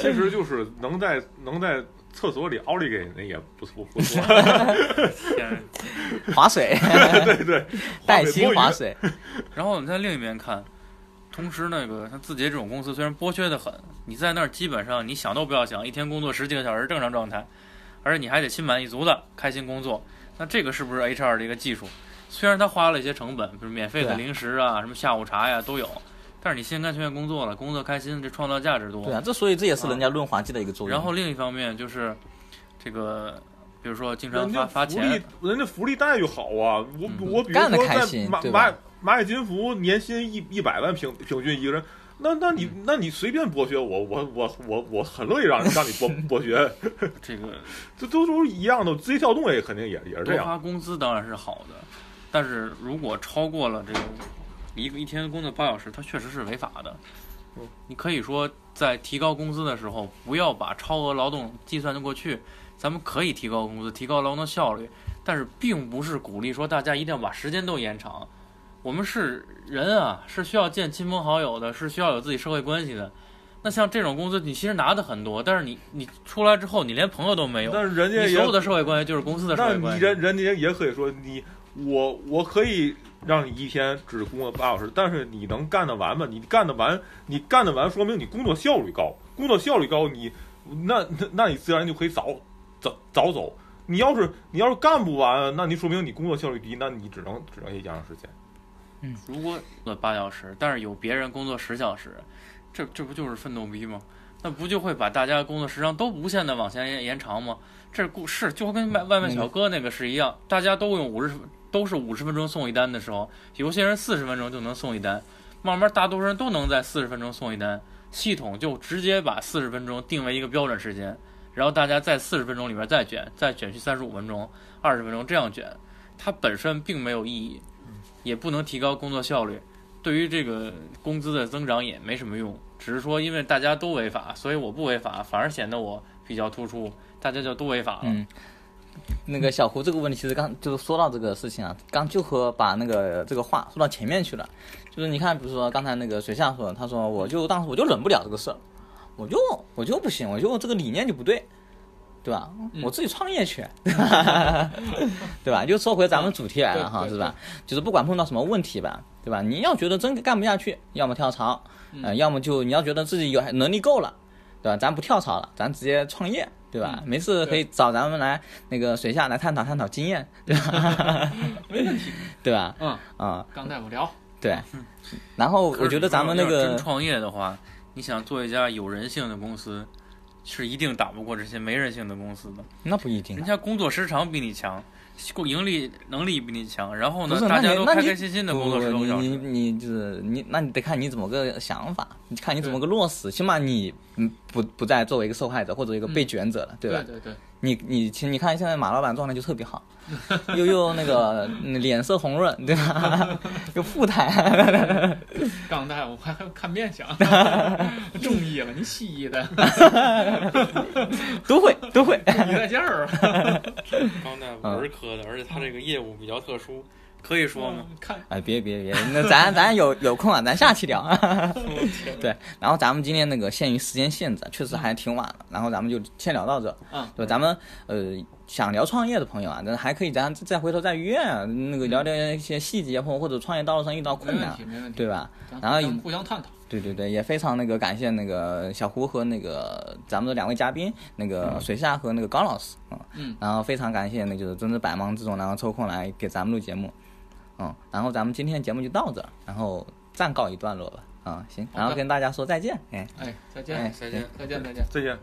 D: 其实其实就是能在能在厕所里奥利给那也不错不 错，
B: 天
A: 划 水，
D: 对对，
A: 带薪
D: 划
A: 划
D: 水
A: 水，
B: 然后你在另一边看，同时那个像字节这种公司，虽然剥削的很，你在那儿基本上你想都不要想，一天工作十几个小时正常状态，而且你还得心满意足的开心工作。那这个是不是 HR 的一个技术？虽然他花了一些成本，比如免费的
A: 对
B: 零食啊、什么下午茶呀、都有，但是你心甘情愿工作了，工作开心，这创造价值多。
A: 对啊，这所以这也是人家润滑剂的一个作用。
B: 然后另一方面就是这个，比如说经常
D: 人
B: 发
D: 家
B: 发
D: 福
B: 钱
D: 利，人家福利待遇好啊！我
B: 嗯
D: 我比如
A: 干得
D: 说
A: 开
D: 在
A: 心
D: 马
A: 对
D: 马
A: 吧
D: 蚂蚁金服年薪一一百万平平均一个人，那那你
B: 嗯
D: 那你随便剥削我，我我我我很乐意让让你剥剥削，
B: 这个
D: 这都都是一样的。字节跳动也肯定也也是这
B: 多
D: 样，
B: 发工资当然是好的，但是如果超过了这个一个一天工作八小时，它确实是违法的
D: 嗯。
B: 你可以说在提高工资的时候，不要把超额劳动计算得过去，咱们可以提高工资，提高劳动效率，但是并不是鼓励说大家一定要把时间都延长。我们是人啊，是需要见亲朋好友的，是需要有自己社会关系的。那像这种工资，你其实拿的很多，但是你你出来之后，你连朋友都没有，
D: 但是人家
B: 你
D: 也
B: 所有的社会关系就是公司的社
D: 那
B: 会关
D: 你
B: 系。
D: 人人家也可以说你我我可以让你一天只工作八小时，但是你能干得完吗？你干得完，你干得完，说明你工作效率高，工作效率高，你那那那你自然就可以早早早走。你要是你要是干不完，那你说明你工作效率低，那你只能只能一样时间。
B: 如果工作八小时，但是有别人工作十小时，这这不就是奋斗逼吗？那不就会把大家工作时长都无限的往前延延长吗？这故事就跟外外卖小哥那个是一样，大家都用五十都是五十分钟送一单的时候，有些人四十分钟就能送一单，慢慢大多数人都能在四十分钟送一单，系统就直接把四十分钟定为一个标准时间，然后大家在四十分钟里面再卷，再卷去三十五分钟、二十分钟这样卷，它本身并没有意义。也不能提高工作效率，对于这个工资的增长也没什么用。只是说，因为大家都违法，所以我不违法，反而显得我比较突出，大家就都违法了。
A: 嗯，那个小胡这个问题，其实刚就是说到这个事情啊，刚就和把那个这个话说到前面去了，就是你看，比如说刚才那个水下说的，他说我就当时我就忍不了这个事儿，我就我就不行，我就这个理念就不对，对吧？
C: 嗯
A: 我自己创业去， 对吧？就说回咱们主题来了哈，
C: 对对
A: 是吧？就是不管碰到什么问题吧，对吧？你要觉得真干不下去，要么跳槽，
B: 嗯
C: 嗯
A: 呃，要么就你要觉得自己有能力够了，对吧？咱不跳槽了，咱直接创业，对吧？
B: 嗯
A: 没事可以找咱们来那个水下来探讨探讨经验，对吧？对吧？
C: 嗯，
A: 啊、
C: 刚大夫聊，
A: 对。 然后
B: 嗯可是
A: 我觉得咱们那
B: 你说要
A: 个
B: 真创业的话，你想做一家有人性的公司，是一定打不过这些没人性的公司的。
A: 那不一定
B: 人
A: 啊，
B: 家工作时长比你强，盈利能力比你强，然后
A: 不
B: 呢，
A: 是？
B: 大
A: 那
B: 家
A: 你
B: 都
A: 那
B: 开
A: 你
B: 开心心的
A: 不
B: 工作十多
A: 不
B: 个小
A: 你
B: 时。
A: 你就是你，那你得看你怎么个想法，你看你怎么个落实。起码你嗯不不再作为一个受害者或者一个
B: 嗯
A: 被卷者了，对吧？
C: 对对，
A: 你你其实你看现在马老板状态就特别 好，又又那个嗯脸色红润，对吧？ 又富态，
C: 刚大夫还还看面相，中医了，你西医的，
A: 都会都会。
C: 你在这 儿啊，
B: 高大
A: 嗯
B: 文科的，而且他这个业务比较特殊，可以说吗？
C: 看
A: 哎，别别别，那咱咱有有空啊，咱 下期聊。对，然后咱们今天那个限于时间限制啊，确实还挺晚了，然后咱们就先聊到这。
C: 嗯，
A: 对，咱们呃想聊创业的朋友啊，咱还可以咱再回头再约啊，那个聊聊一些细节，或或者创业道路上遇到
C: 没
A: 困
C: 问
A: 难
C: 题，没问题，
A: 对吧？
C: 咱
A: 然后
C: 咱们互相探讨，
A: 对对对，也非常那个感谢那个小胡和那个咱们的两位嘉宾，那个水下和那个高老师，嗯，
C: 嗯
A: 然后非常感谢那就是真是百忙之中，然后抽空来给咱们录节目，嗯，然后咱们今天节目就到这儿，然后暂告一段落吧，啊、行，然后跟大家说再见，哎，
C: 哎，再
A: 哎
C: 见，
B: 再见。
C: 再见，再见。
D: 再见。